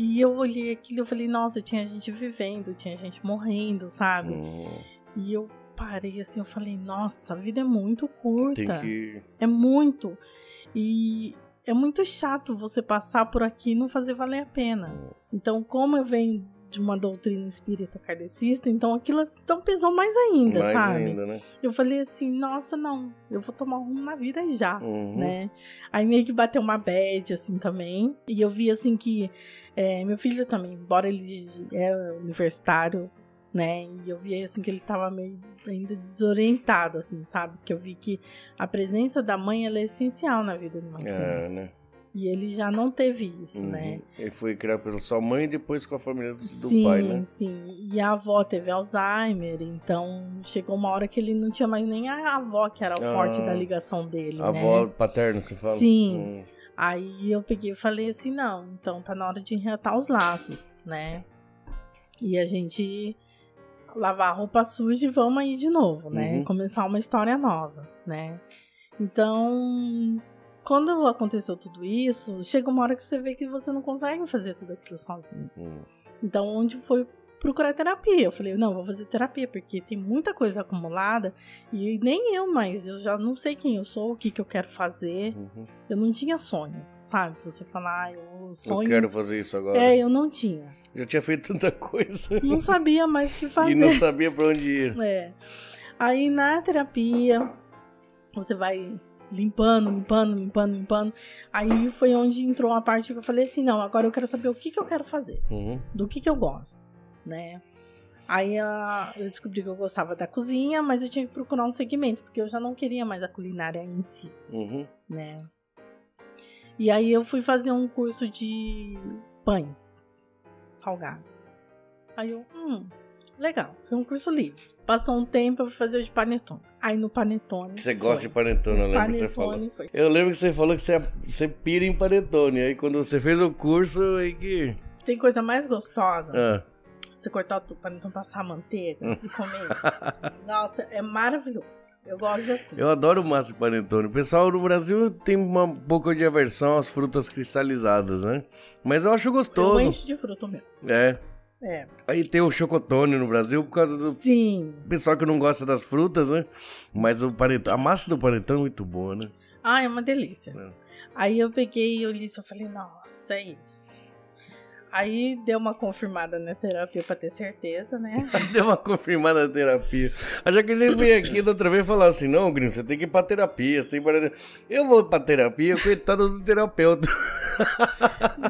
Speaker 2: E eu olhei aquilo e eu falei, nossa, tinha gente vivendo, tinha gente morrendo, sabe?
Speaker 1: Hum.
Speaker 2: E eu parei assim, eu falei, nossa, a vida é muito curta.
Speaker 1: Tem que.
Speaker 2: É muito. E é muito chato você passar por aqui e não fazer valer a pena. Então, como eu venho de uma doutrina espírita kardecista, então aquilo então pesou mais ainda,
Speaker 1: mais
Speaker 2: sabe?
Speaker 1: ainda, né?
Speaker 2: Eu falei assim, nossa, não, eu vou tomar um rumo na vida já.
Speaker 1: Uhum.
Speaker 2: Né? Aí meio que bateu uma bad, assim, também. E eu vi, assim, que é, meu filho também, embora ele era universitário, né? E eu vi, assim, que ele tava meio des- ainda desorientado, assim, sabe? Que eu vi que a presença da mãe, ela é essencial na vida de uma criança.
Speaker 1: É, né?
Speaker 2: E ele já não teve isso,
Speaker 1: Uhum.
Speaker 2: né?
Speaker 1: Ele foi criado pela sua mãe e depois com a família do, do
Speaker 2: Sim,
Speaker 1: pai, né?
Speaker 2: sim. E a avó teve Alzheimer, então chegou uma hora que ele não tinha mais nem a avó, que era o
Speaker 1: Ah,
Speaker 2: forte da ligação dele,
Speaker 1: A
Speaker 2: né?
Speaker 1: avó paterna, você fala?
Speaker 2: Sim.
Speaker 1: Hum.
Speaker 2: Aí eu peguei e falei assim, não, então tá na hora de enretar os laços, né? E a gente lavar a roupa suja e vamos aí de novo, né?
Speaker 1: Uhum.
Speaker 2: Começar uma história nova, né? Então, quando aconteceu tudo isso, chega uma hora que você vê que você não consegue fazer tudo aquilo sozinho.
Speaker 1: Hum.
Speaker 2: Então, onde foi procurar terapia? Eu falei, não, vou fazer terapia, porque tem muita coisa acumulada e nem eu mais, eu já não sei quem eu sou, o que, que eu quero fazer.
Speaker 1: Uhum.
Speaker 2: Eu não tinha sonho, sabe? Você falar, ah, eu
Speaker 1: Eu
Speaker 2: sonho.
Speaker 1: quero fazer isso agora.
Speaker 2: É, eu não tinha.
Speaker 1: Já tinha feito tanta coisa
Speaker 2: Não sabia mais o que
Speaker 1: e não
Speaker 2: fazer.
Speaker 1: sabia pra onde ir.
Speaker 2: É. Aí na terapia, você vai limpando, limpando, limpando, limpando. Aí foi onde entrou uma parte que eu falei assim: não, agora eu quero saber o que, que eu quero fazer,
Speaker 1: Uhum.
Speaker 2: do que, que eu gosto, né? Aí ah, eu descobri que eu gostava da cozinha, mas eu tinha que procurar um segmento, porque eu já não queria mais a culinária em si.
Speaker 1: Uhum.
Speaker 2: né? E aí eu fui fazer um curso de pães salgados. Aí eu, hum, legal, foi um curso livre. Passou um tempo, eu fui fazer o de panetone. Aí no panetone.
Speaker 1: Você gosta de panetone, eu lembro que você falou.
Speaker 2: Panetone foi.
Speaker 1: Eu lembro que você falou que você, é, você pira em panetone. Aí quando você fez o curso, aí que.
Speaker 2: Tem coisa mais gostosa
Speaker 1: Ah.
Speaker 2: você cortar o panetone, passar manteiga e comer. Nossa, é maravilhoso. Eu gosto de assim.
Speaker 1: Eu adoro o massa de panetone. O pessoal no Brasil tem uma um pouco de aversão às frutas cristalizadas, né? Mas eu acho
Speaker 2: Eu
Speaker 1: gostoso.
Speaker 2: encho de fruto mesmo.
Speaker 1: É.
Speaker 2: É.
Speaker 1: Aí tem o chocotone no Brasil por causa do
Speaker 2: Sim.
Speaker 1: pessoal que não gosta das frutas, né? Mas o panetone, a massa do panetone é muito boa, né?
Speaker 2: Ah, é uma delícia.
Speaker 1: É.
Speaker 2: Aí eu peguei e olhei isso, eu falei, nossa, é isso. Aí deu uma confirmada na terapia pra ter certeza, né?
Speaker 1: Deu uma confirmada na terapia. Acho que ele veio aqui da outra vez falar assim: não, Grinho, você tem que ir pra terapia. Você tem que ir pra... Eu vou pra terapia, coitado do terapeuta.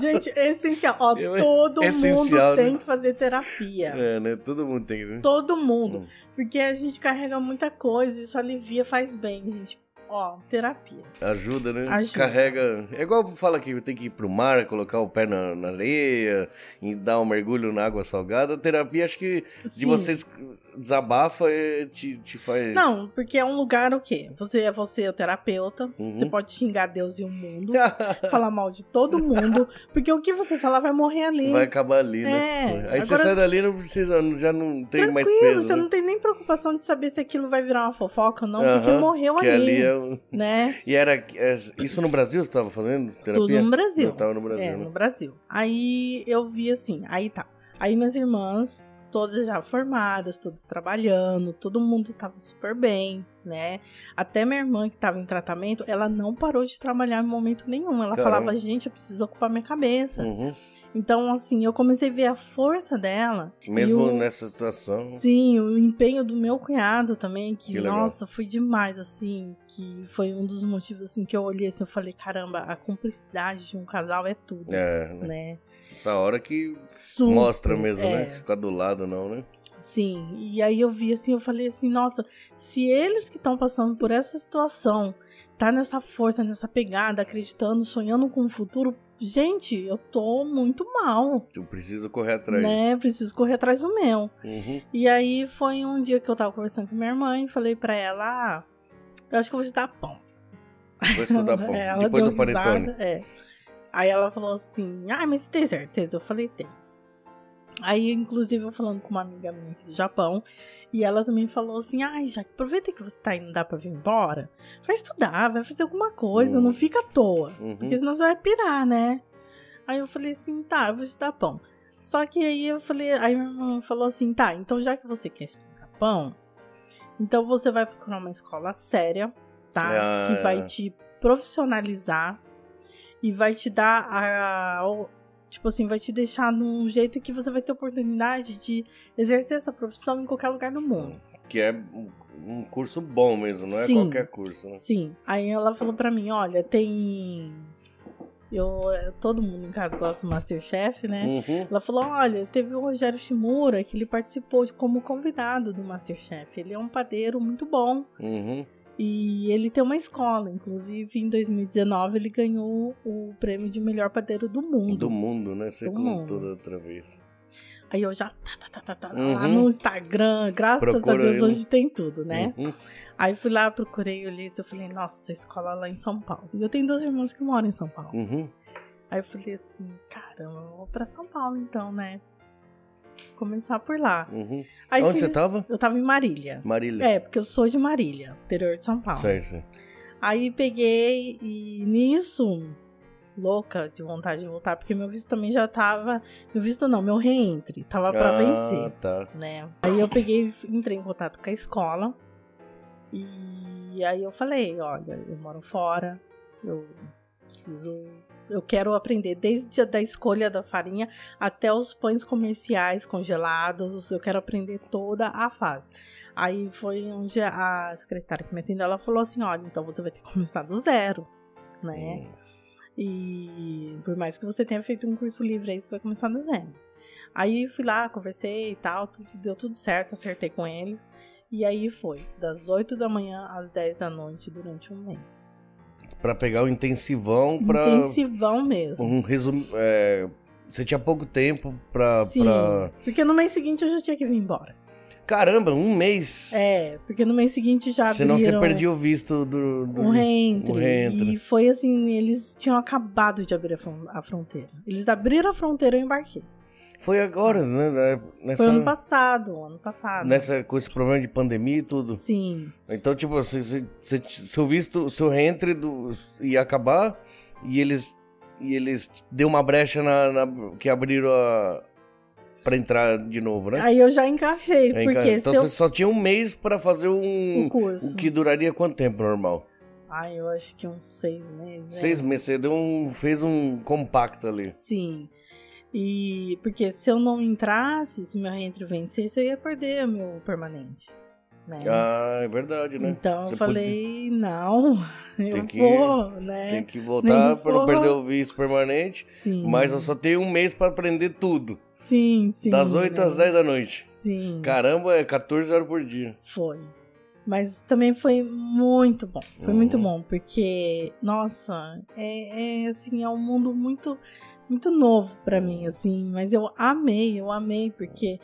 Speaker 2: Gente, é essencial. Ó,
Speaker 1: Eu-
Speaker 2: todo
Speaker 1: é essencial,
Speaker 2: mundo tem
Speaker 1: né?
Speaker 2: que fazer terapia.
Speaker 1: É, né? Todo mundo tem, né?
Speaker 2: Todo mundo.
Speaker 1: Hum.
Speaker 2: Porque a gente carrega muita coisa, isso alivia, faz bem, gente. Ó, terapia.
Speaker 1: Ajuda, né?
Speaker 2: Ajuda.
Speaker 1: Carrega. É igual fala que tem que ir pro mar, colocar o pé na, na areia, e dar um mergulho na água salgada. A terapia, acho que de
Speaker 2: Sim.
Speaker 1: vocês desabafa e te, te faz.
Speaker 2: Não, porque é um lugar o quê? Você é você, é o terapeuta.
Speaker 1: Uhum.
Speaker 2: Você pode xingar Deus e o mundo, falar mal de todo mundo, porque o que você falar vai morrer ali.
Speaker 1: Vai acabar ali, né?
Speaker 2: É,
Speaker 1: Aí você
Speaker 2: agora-
Speaker 1: sai dali não precisa, já não tem mais
Speaker 2: Tranquilo,
Speaker 1: peso.
Speaker 2: você
Speaker 1: né?
Speaker 2: não tem nem preocupação de saber se aquilo vai virar uma fofoca ou não, porque
Speaker 1: Aham,
Speaker 2: morreu
Speaker 1: que
Speaker 2: tá ali,
Speaker 1: ali é um-
Speaker 2: né?
Speaker 1: E era. é, Isso no Brasil você tava fazendo? Terapia?
Speaker 2: Tudo no Brasil.
Speaker 1: Eu tava no Brasil,
Speaker 2: é,
Speaker 1: né?
Speaker 2: no Brasil. Aí eu vi assim, aí tá. Aí minhas irmãs, todas já formadas, todas trabalhando, todo mundo tava super bem, né? Até minha irmã que tava em tratamento, ela não parou de trabalhar em momento nenhum. Ela
Speaker 1: Caramba.
Speaker 2: falava, gente, eu preciso ocupar minha cabeça.
Speaker 1: Uhum.
Speaker 2: Então, assim, eu comecei a ver a força dela.
Speaker 1: Mesmo
Speaker 2: e o-
Speaker 1: nessa situação.
Speaker 2: Sim, o empenho do meu cunhado também, que,
Speaker 1: Que legal.
Speaker 2: nossa, foi demais, assim, que foi um dos motivos, assim, que eu olhei assim, eu falei, caramba, a cumplicidade de um casal é tudo,
Speaker 1: É, né?
Speaker 2: né?
Speaker 1: Essa hora que
Speaker 2: Super,
Speaker 1: mostra mesmo,
Speaker 2: é,
Speaker 1: né? Se ficar do lado, não, né?
Speaker 2: Sim, e aí eu vi assim, eu falei assim, nossa, se eles que estão passando por essa situação, tá nessa força, nessa pegada, acreditando, sonhando com o futuro, gente, eu tô muito mal,
Speaker 1: Eu preciso correr atrás.
Speaker 2: né? Preciso correr atrás do meu.
Speaker 1: Uhum.
Speaker 2: E aí foi um dia que eu tava conversando com minha irmã e falei pra ela, ah, eu acho que eu vou te dar pão.
Speaker 1: Depois tu dá pão.
Speaker 2: É, ela
Speaker 1: Depois
Speaker 2: deu
Speaker 1: do panetone.
Speaker 2: risada, é. Aí ela falou assim, ah, mas você tem certeza? Eu falei, tem. Aí, inclusive, eu falando com uma amiga minha aqui do Japão, e ela também falou assim, ai, já que aproveita que você tá indo, dá pra vir embora, vai estudar, vai fazer alguma coisa,
Speaker 1: Hum.
Speaker 2: não fica à toa.
Speaker 1: Uhum.
Speaker 2: Porque senão você vai pirar, né? Aí eu falei assim, tá, eu vou te dar pão. Só que aí eu falei, aí minha irmã falou assim, tá, então já que você quer estudar pão, então você vai procurar uma escola séria, tá?
Speaker 1: Ah,
Speaker 2: que vai
Speaker 1: é.
Speaker 2: te profissionalizar e vai te dar a. o- Tipo assim, vai te deixar num jeito que você vai ter oportunidade de exercer essa profissão em qualquer lugar do mundo.
Speaker 1: Que é um um curso bom mesmo, não é
Speaker 2: Sim.
Speaker 1: qualquer curso, né?
Speaker 2: Sim. Aí ela falou pra mim, olha, tem. Eu, eh, todo mundo em casa gosta do Masterchef, né?
Speaker 1: Uhum.
Speaker 2: Ela falou: olha, teve o Rogério Shimura que ele participou de- como convidado do Masterchef. Ele é um padeiro muito bom.
Speaker 1: Uhum.
Speaker 2: E ele tem uma escola. Inclusive, em 2019, ele ganhou o prêmio de melhor padeiro do mundo.
Speaker 1: Do mundo, né? Você
Speaker 2: Do
Speaker 1: contou
Speaker 2: mundo.
Speaker 1: da outra vez.
Speaker 2: Aí eu já tá, tá, tá, tá, tá,
Speaker 1: Uhum.
Speaker 2: lá no Instagram. Graças
Speaker 1: Procura
Speaker 2: a Deus,
Speaker 1: ele.
Speaker 2: hoje tem tudo, né?
Speaker 1: Uhum.
Speaker 2: Aí fui lá, procurei, olhei isso. Eu falei: nossa, essa escola lá é em São Paulo. E eu tenho duas irmãs que moram em São Paulo.
Speaker 1: Uhum.
Speaker 2: Aí eu falei assim: caramba, eu vou pra São Paulo então, né? Começar por lá.
Speaker 1: Uhum.
Speaker 2: Aí
Speaker 1: Onde
Speaker 2: fiz-
Speaker 1: você tava?
Speaker 2: Eu tava em Marília.
Speaker 1: Marília.
Speaker 2: É, porque eu sou de Marília, interior de São Paulo.
Speaker 1: Certo.
Speaker 2: Aí peguei e nisso, louca de vontade de voltar, porque meu visto também já tava. Meu visto não, meu reentre, tava
Speaker 1: ah,
Speaker 2: pra vencer,
Speaker 1: tá.
Speaker 2: né? Aí eu peguei e entrei em contato com a escola. E aí eu falei: olha, eu moro fora, eu preciso. Eu quero aprender desde a da escolha da farinha até os pães comerciais congelados. Eu quero aprender toda a fase. Aí foi onde a secretária que me atendeu, ela falou assim, olha, então você vai ter que começar do zero, né?
Speaker 1: Hum.
Speaker 2: E por mais que você tenha feito um curso livre aí, você vai começar do zero. Aí fui lá, conversei e tal, tudo, deu tudo certo, acertei com eles. E aí foi, das 8 da manhã às 10 da noite durante um mês.
Speaker 1: Pra pegar o intensivão, pra.
Speaker 2: Intensivão mesmo.
Speaker 1: Um resumo. é, Você tinha pouco tempo pra.
Speaker 2: Sim,
Speaker 1: pra-
Speaker 2: porque no mês seguinte eu já tinha que vir embora.
Speaker 1: Caramba, um mês!
Speaker 2: É, porque no mês seguinte já
Speaker 1: Senão você
Speaker 2: abriram- né? Um
Speaker 1: perdia o visto do. do...
Speaker 2: O reentre.
Speaker 1: o um reentre.
Speaker 2: E foi assim, eles tinham acabado de abrir a, fron- a fronteira. Eles abriram a fronteira e eu embarquei.
Speaker 1: Foi agora, né? né, Nessa,
Speaker 2: Foi ano passado, ano passado.
Speaker 1: nessa, com esse problema de pandemia e tudo.
Speaker 2: Sim,
Speaker 1: Então, tipo, você, você, você- seu visto, seu reentre do, ia acabar e eles. E eles deu uma brecha na, na- que abriram a. pra entrar de novo, né?
Speaker 2: aí eu já encaixei,
Speaker 1: Aí,
Speaker 2: porque
Speaker 1: cara, então
Speaker 2: se eu...
Speaker 1: você só tinha um mês pra fazer um.
Speaker 2: o curso.
Speaker 1: O que duraria quanto tempo normal?
Speaker 2: Ai, eu acho que uns seis meses. né?
Speaker 1: Seis meses, você deu um, fez um compacto ali.
Speaker 2: Sim. E porque se eu não entrasse, se meu reentre vencesse, eu ia perder o meu permanente. Né?
Speaker 1: Ah, é verdade, né?
Speaker 2: então
Speaker 1: Você
Speaker 2: eu falei, não, eu
Speaker 1: Tem que-
Speaker 2: vou,
Speaker 1: podia-
Speaker 2: né?
Speaker 1: tem que voltar
Speaker 2: Nem
Speaker 1: pra não
Speaker 2: for.
Speaker 1: perder o visto permanente,
Speaker 2: Sim.
Speaker 1: mas eu só tenho um mês pra aprender tudo.
Speaker 2: Sim, sim.
Speaker 1: das 8
Speaker 2: né?
Speaker 1: às 10 da noite.
Speaker 2: Sim.
Speaker 1: Caramba, é 14 horas por dia.
Speaker 2: Foi. Mas também foi muito bom. Foi
Speaker 1: Uhum.
Speaker 2: muito bom, porque, nossa, é, é, assim, é um mundo muito, muito novo pra mim, assim. Mas eu amei, eu amei, porque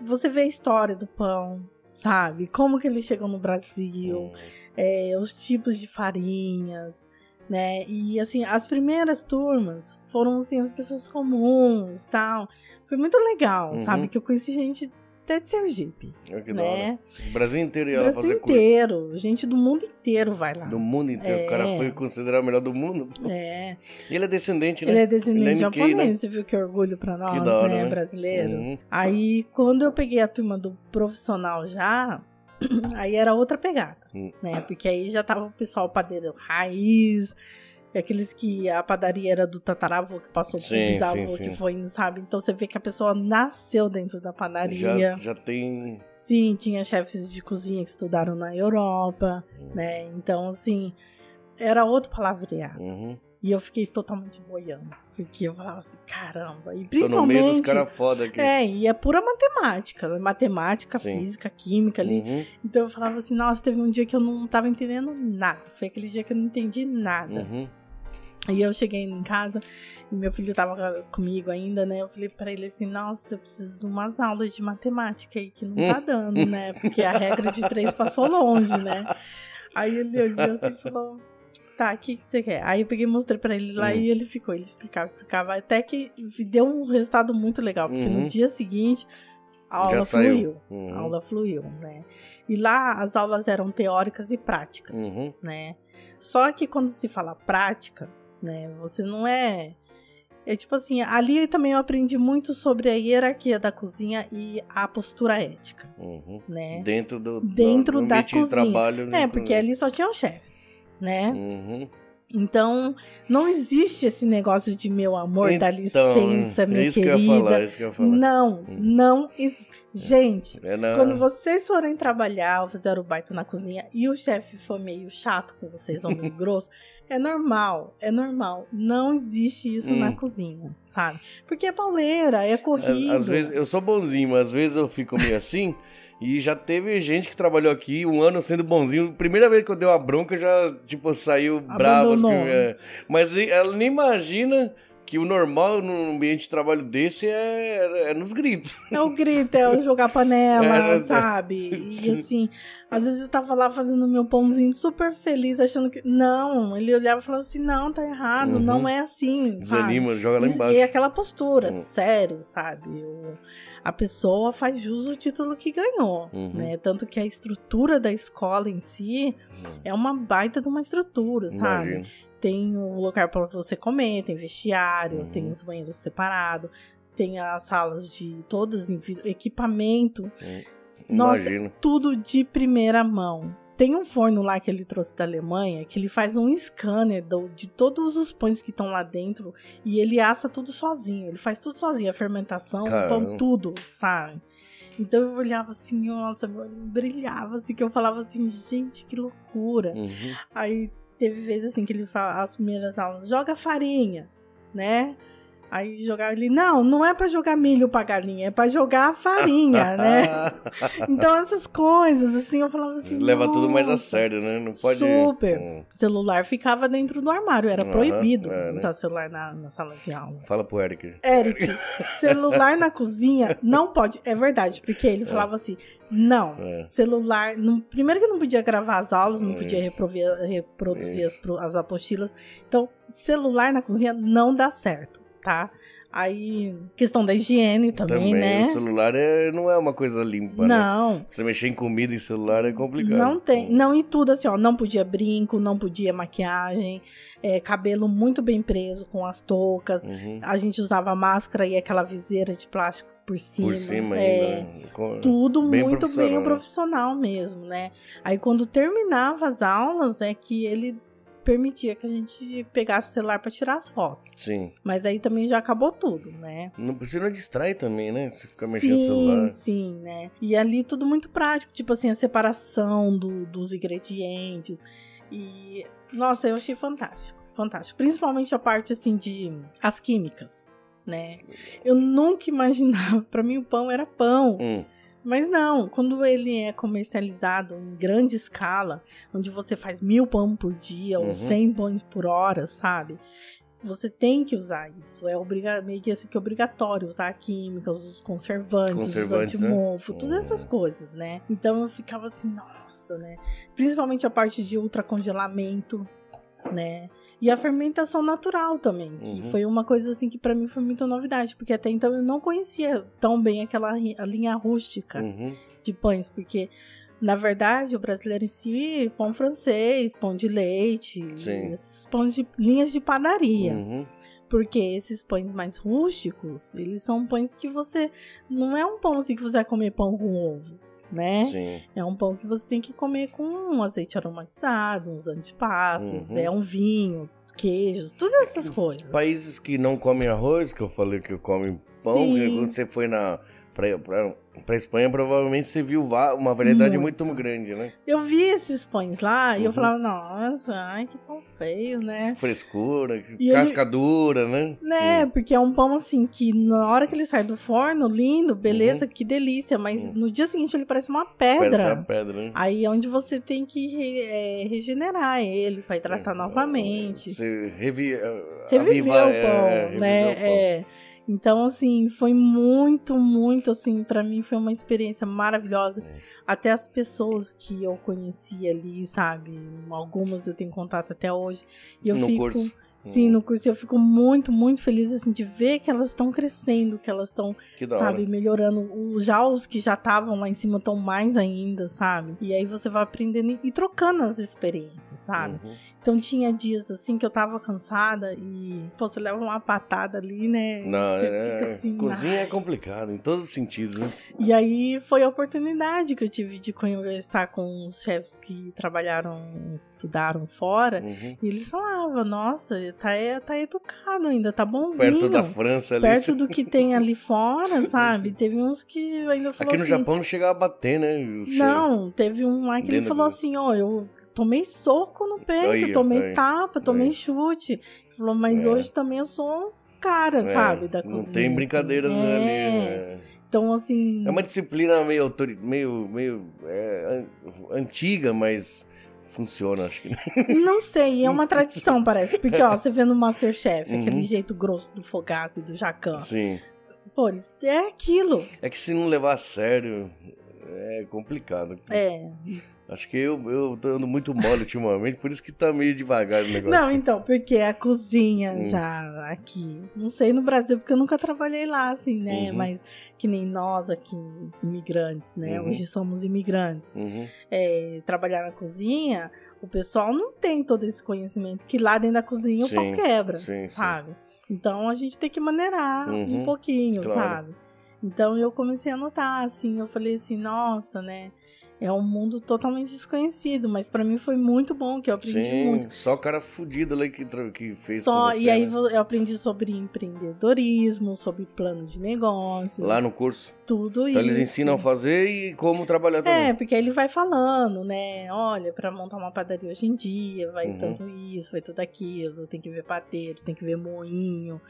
Speaker 2: você vê a história do pão, sabe? Como que ele chegou no Brasil,
Speaker 1: Hum,
Speaker 2: é, os tipos de farinhas, né? E assim, as primeiras turmas foram assim, as pessoas comuns tal. Foi muito legal,
Speaker 1: Uhum.
Speaker 2: sabe? Que eu conheci gente até de Sergipe,
Speaker 1: Olha que da hora.
Speaker 2: né?
Speaker 1: O Brasil inteiro ia lá
Speaker 2: Brasil
Speaker 1: fazer
Speaker 2: inteiro, gente do mundo inteiro vai lá.
Speaker 1: curso. Do mundo inteiro. O cara
Speaker 2: É.
Speaker 1: foi considerado o melhor do mundo.
Speaker 2: É.
Speaker 1: E ele é descendente, né?
Speaker 2: Ele é descendente
Speaker 1: Ele é Nikkei,
Speaker 2: japonês, você viu que orgulho pra nós,
Speaker 1: da hora,
Speaker 2: né,
Speaker 1: né?
Speaker 2: brasileiros.
Speaker 1: Uhum.
Speaker 2: Aí, quando eu peguei a turma do profissional já, aí era outra pegada,
Speaker 1: Hum.
Speaker 2: né? Porque aí já tava o pessoal padeiro raiz, aqueles que a padaria era do tataravô que passou pro
Speaker 1: Sim,
Speaker 2: bisavô
Speaker 1: sim, sim.
Speaker 2: que foi, indo, sabe? Então você vê que a pessoa nasceu dentro é da padaria.
Speaker 1: Já, já tem.
Speaker 2: Sim, tinha chefes de cozinha que estudaram na Europa, né? Então, assim, era outro palavreado.
Speaker 1: Uhum.
Speaker 2: E eu fiquei totalmente boiando. Porque eu falava assim, caramba. E
Speaker 1: Tô no meio dos
Speaker 2: principalmente.
Speaker 1: caras foda aqui.
Speaker 2: É, e é pura matemática. né? Matemática,
Speaker 1: Sim.
Speaker 2: física, química ali.
Speaker 1: Uhum,
Speaker 2: Então eu falava assim, nossa, teve um dia que eu não tava entendendo nada. Foi aquele dia que eu não entendi nada.
Speaker 1: uhum.
Speaker 2: Aí eu cheguei em casa e meu filho tava comigo ainda, né? Eu falei pra ele assim, nossa, eu preciso de umas aulas de matemática aí que não tá dando, né? Porque a regra de três passou longe, né? Aí ele olhou assim e falou, tá, o que, que você quer? Aí eu peguei e mostrei pra ele lá
Speaker 1: Hum.
Speaker 2: e ele ficou, ele explicava, explicava. Até que deu um resultado muito legal, porque
Speaker 1: Uhum.
Speaker 2: no dia seguinte a
Speaker 1: Já
Speaker 2: aula
Speaker 1: saiu.
Speaker 2: fluiu.
Speaker 1: Uhum.
Speaker 2: A aula fluiu, né? E lá as aulas eram teóricas e práticas
Speaker 1: Uhum.
Speaker 2: né? Só que quando se fala prática, né, você não é é tipo assim, ali também eu aprendi muito sobre a hierarquia da cozinha e a postura ética,
Speaker 1: Uhum.
Speaker 2: né?
Speaker 1: Dentro do,
Speaker 2: Dentro
Speaker 1: do
Speaker 2: da
Speaker 1: ambiente de
Speaker 2: cozinha.
Speaker 1: trabalho. né,
Speaker 2: É, porque ali só tinham chefes, né?
Speaker 1: Uhum.
Speaker 2: Então, não existe esse negócio de meu amor, dá
Speaker 1: Então,
Speaker 2: licença, minha
Speaker 1: é isso
Speaker 2: querida.
Speaker 1: Que eu ia falar, é isso que eu ia falar.
Speaker 2: Não,
Speaker 1: Hum.
Speaker 2: não existe. Gente,
Speaker 1: É na...
Speaker 2: Quando vocês forem trabalhar ou fizeram o baito na cozinha e o chefe for meio chato com vocês ou meio grosso, é normal, é normal. Não existe isso
Speaker 1: Hum.
Speaker 2: na cozinha, sabe? Porque é pauleira, é
Speaker 1: Às-
Speaker 2: corrido.
Speaker 1: Às vezes eu sou bonzinho, mas às vezes eu fico meio assim. E já teve gente que trabalhou aqui um ano sendo bonzinho. Primeira vez que eu dei uma bronca, já, tipo, saiu bravo. assim,
Speaker 2: Abandonou.
Speaker 1: é. Mas e- ela nem imagina que o normal num ambiente de trabalho desse é, é nos gritos.
Speaker 2: É o grito, é o jogar panela,
Speaker 1: É,
Speaker 2: sabe? E assim, às vezes eu tava lá fazendo meu pãozinho super feliz, achando que. Não, ele olhava e falava assim: não, tá errado,
Speaker 1: Uhum.
Speaker 2: não é assim. sabe?
Speaker 1: Desanima, joga lá
Speaker 2: Isso- E é
Speaker 1: embaixo.
Speaker 2: aquela postura,
Speaker 1: Hum.
Speaker 2: sério, sabe? O- a pessoa faz jus ao título que ganhou,
Speaker 1: Uhum.
Speaker 2: né? Tanto que a estrutura da escola em si
Speaker 1: Uhum.
Speaker 2: é uma baita de uma estrutura, sabe?
Speaker 1: Imagina.
Speaker 2: Tem um lugar para você comer, tem vestiário,
Speaker 1: Uhum.
Speaker 2: tem os banheiros separados, tem as salas de todas, em vi- equipamento, Nossa.
Speaker 1: Imagina.
Speaker 2: tudo de primeira mão. Tem um forno lá que ele trouxe da Alemanha que ele faz um scanner do- de todos os pães que estão lá dentro e ele assa tudo sozinho. Ele faz tudo sozinho, a fermentação, o
Speaker 1: Caramba.
Speaker 2: pão, tudo, sabe? Então eu olhava assim, nossa, meu olho brilhava assim, que eu falava assim, gente, que loucura.
Speaker 1: Uhum.
Speaker 2: Aí teve vezes assim que ele fala, as primeiras aulas, joga farinha, né? Aí jogava ele, não, não é pra jogar milho pra galinha, é pra jogar a farinha, né? Então essas coisas, assim, eu falava assim.
Speaker 1: Leva tudo mais a
Speaker 2: "Nossa".
Speaker 1: sério, né? Não pode.
Speaker 2: Super.
Speaker 1: Hum.
Speaker 2: O celular ficava dentro do armário, era
Speaker 1: Aham,
Speaker 2: proibido
Speaker 1: é, né?
Speaker 2: usar celular na, na sala de aula.
Speaker 1: Fala pro Eric.
Speaker 2: Eric, celular na cozinha não pode. É verdade, porque ele falava assim: não,
Speaker 1: É.
Speaker 2: celular. não- primeiro que não podia gravar as aulas, não podia
Speaker 1: Isso.
Speaker 2: reprovi- reproduzir as,
Speaker 1: Isso.
Speaker 2: pro- as apostilas. Então, celular na cozinha não dá certo, tá? Aí, questão da higiene
Speaker 1: Também.
Speaker 2: também, né?
Speaker 1: O celular é, não é uma coisa limpa, né?
Speaker 2: Não,
Speaker 1: Você mexer em comida e celular é complicado.
Speaker 2: Não tem. Não, e tudo assim, ó. Não podia brinco, não podia maquiagem, é, cabelo muito bem preso com as toucas.
Speaker 1: Uhum.
Speaker 2: A gente usava máscara e aquela viseira de plástico por cima.
Speaker 1: Por cima
Speaker 2: é,
Speaker 1: ainda. né? Com-
Speaker 2: Tudo
Speaker 1: Bem
Speaker 2: muito
Speaker 1: profissional,
Speaker 2: bem
Speaker 1: né?
Speaker 2: profissional mesmo, né? Aí quando terminava as aulas, é que ele permitia que a gente pegasse o celular pra tirar as fotos.
Speaker 1: Sim.
Speaker 2: Mas aí também já acabou tudo, né?
Speaker 1: Não, você não distrai também, né? Você fica mexendo no celular.
Speaker 2: Sim, né? E ali tudo muito prático, tipo assim, a separação do- dos ingredientes. E, nossa, eu achei fantástico, fantástico. Principalmente a parte, assim, de as químicas, né? Eu nunca imaginava, pra mim o pão era pão.
Speaker 1: Hum,
Speaker 2: Mas não, quando ele é comercializado em grande escala, onde você faz mil pão por dia
Speaker 1: Uhum.
Speaker 2: ou cem pães por hora, sabe? Você tem que usar isso. É obriga meio que assim que obrigatório usar químicas, os conservantes,
Speaker 1: Conservantes,
Speaker 2: os
Speaker 1: né?
Speaker 2: antimofo,
Speaker 1: Hum.
Speaker 2: todas essas coisas, né? Então eu ficava assim, nossa, né? Principalmente a parte de ultracongelamento, né? E a fermentação natural também, que
Speaker 1: Uhum.
Speaker 2: foi uma coisa assim que pra mim foi muita novidade, porque até então eu não conhecia tão bem aquela ri- a linha rústica
Speaker 1: uhum.
Speaker 2: de pães, porque na verdade o brasileiro em si, pão francês, pão de leite,
Speaker 1: Sim.
Speaker 2: esses pães de linhas de padaria,
Speaker 1: Uhum.
Speaker 2: porque esses pães mais rústicos, eles são pães que você não é um pão assim que você vai comer pão com ovo, né?
Speaker 1: Sim.
Speaker 2: É um pão que você tem que comer com um azeite aromatizado, uns antepassos,
Speaker 1: Uhum.
Speaker 2: é um vinho, queijos, todas essas coisas.
Speaker 1: Países que não comem arroz, que eu falei que comem pão,
Speaker 2: Sim.
Speaker 1: que você foi na. Pra, pra- Pra Espanha, provavelmente você viu va- uma variedade muito,
Speaker 2: Muito.
Speaker 1: grande, né?
Speaker 2: Eu vi esses pães lá e eu
Speaker 1: Uhum.
Speaker 2: falava, nossa, ai que pão feio, né?
Speaker 1: Frescura,
Speaker 2: E
Speaker 1: casca dura, né?
Speaker 2: Né,
Speaker 1: Hum.
Speaker 2: porque é um pão assim que na hora que ele sai do forno, lindo, beleza, que delícia, mas
Speaker 1: Uhum.
Speaker 2: no dia seguinte ele parece uma
Speaker 1: Parece
Speaker 2: pedra.
Speaker 1: uma pedra, né?
Speaker 2: Aí é onde você tem que re- é, regenerar ele pra hidratar novamente.
Speaker 1: É. Você revi...
Speaker 2: Reviver
Speaker 1: aviva-
Speaker 2: o pão,
Speaker 1: é, reviver
Speaker 2: né?
Speaker 1: o pão.
Speaker 2: É. Então, assim, foi muito, muito, assim, pra mim foi uma experiência maravilhosa.
Speaker 1: Hum.
Speaker 2: Até as pessoas que eu conheci ali, sabe? Algumas eu tenho contato até hoje. E eu
Speaker 1: no
Speaker 2: fico.
Speaker 1: curso.
Speaker 2: Sim,
Speaker 1: Hum.
Speaker 2: no curso. Eu fico muito, muito feliz, assim, de ver que elas estão crescendo, que elas estão
Speaker 1: Que da
Speaker 2: sabe?
Speaker 1: hora.
Speaker 2: Melhorando. O- Já os que já estavam lá em cima estão mais ainda, sabe? E aí você vai aprendendo e- e trocando as experiências, sabe?
Speaker 1: Uhum.
Speaker 2: Então tinha dias assim que eu tava cansada e pô, você leva uma patada ali, né?
Speaker 1: Não,
Speaker 2: você
Speaker 1: é-
Speaker 2: fica assim.
Speaker 1: cozinha é complicado em todos os sentidos, né?
Speaker 2: "Ah". E aí foi a oportunidade que eu tive de conversar com os chefes que trabalharam, estudaram fora.
Speaker 1: Uhum.
Speaker 2: E eles falavam, nossa, tá, tá educado ainda, tá bonzinho.
Speaker 1: Perto da França ali.
Speaker 2: perto do que tem ali fora, sabe? Teve uns que ainda falou
Speaker 1: Aqui no
Speaker 2: assim,
Speaker 1: Japão não chegava a bater, né? o cheiro.
Speaker 2: Não, teve um lá que ele
Speaker 1: Dentro
Speaker 2: falou
Speaker 1: do-
Speaker 2: assim, ó, eu tomei soco no peito,
Speaker 1: Aí,
Speaker 2: tomei
Speaker 1: aí,
Speaker 2: tapa, tomei
Speaker 1: aí.
Speaker 2: chute. Ele falou, mas
Speaker 1: É.
Speaker 2: hoje também eu sou um cara,
Speaker 1: É,
Speaker 2: sabe, da cozinha.
Speaker 1: Não tem
Speaker 2: assim.
Speaker 1: brincadeira
Speaker 2: é.
Speaker 1: ali. né?
Speaker 2: Então, assim,
Speaker 1: É uma disciplina meio, autori... meio, meio é, an- antiga, mas funciona, acho que. né?
Speaker 2: não sei, é uma tradição, parece. Porque, ó, você vê no Masterchef,
Speaker 1: Uhum.
Speaker 2: aquele jeito grosso do Fogaça e do Jacan.
Speaker 1: Sim.
Speaker 2: Pô, eles- é aquilo.
Speaker 1: É que se não levar a sério, é complicado.
Speaker 2: É.
Speaker 1: Acho que eu, eu tô andando muito mole ultimamente, por isso que tá meio devagar o negócio.
Speaker 2: Não, então, porque a cozinha
Speaker 1: Hum.
Speaker 2: já aqui. Não sei no Brasil, porque eu nunca trabalhei lá, assim, né?
Speaker 1: Uhum.
Speaker 2: Mas que nem nós aqui, imigrantes, né?
Speaker 1: Uhum.
Speaker 2: Hoje somos imigrantes.
Speaker 1: Uhum.
Speaker 2: É, trabalhar na cozinha, o pessoal não tem todo esse conhecimento, que lá dentro da cozinha o
Speaker 1: Sim,
Speaker 2: pau quebra,
Speaker 1: Sim, sim.
Speaker 2: sabe? Então a gente tem que maneirar
Speaker 1: Uhum,
Speaker 2: um pouquinho,
Speaker 1: claro.
Speaker 2: sabe? Então eu comecei a notar, assim, eu falei assim, nossa, né? É um mundo totalmente desconhecido, mas pra mim foi muito bom, que eu aprendi muito.
Speaker 1: Sim, só o cara fudido lá que, tra- que fez
Speaker 2: Só,
Speaker 1: com você,
Speaker 2: e aí
Speaker 1: né?
Speaker 2: vo- eu aprendi sobre empreendedorismo, sobre plano de negócios.
Speaker 1: Lá no curso.
Speaker 2: tudo
Speaker 1: Então
Speaker 2: isso.
Speaker 1: eles ensinam a fazer e como trabalhar
Speaker 2: É,
Speaker 1: também.
Speaker 2: porque aí ele vai falando, né? Olha, pra montar uma padaria hoje em dia, vai
Speaker 1: Uhum.
Speaker 2: tanto isso, vai tudo aquilo, tem que ver padeiro, tem que ver moinho.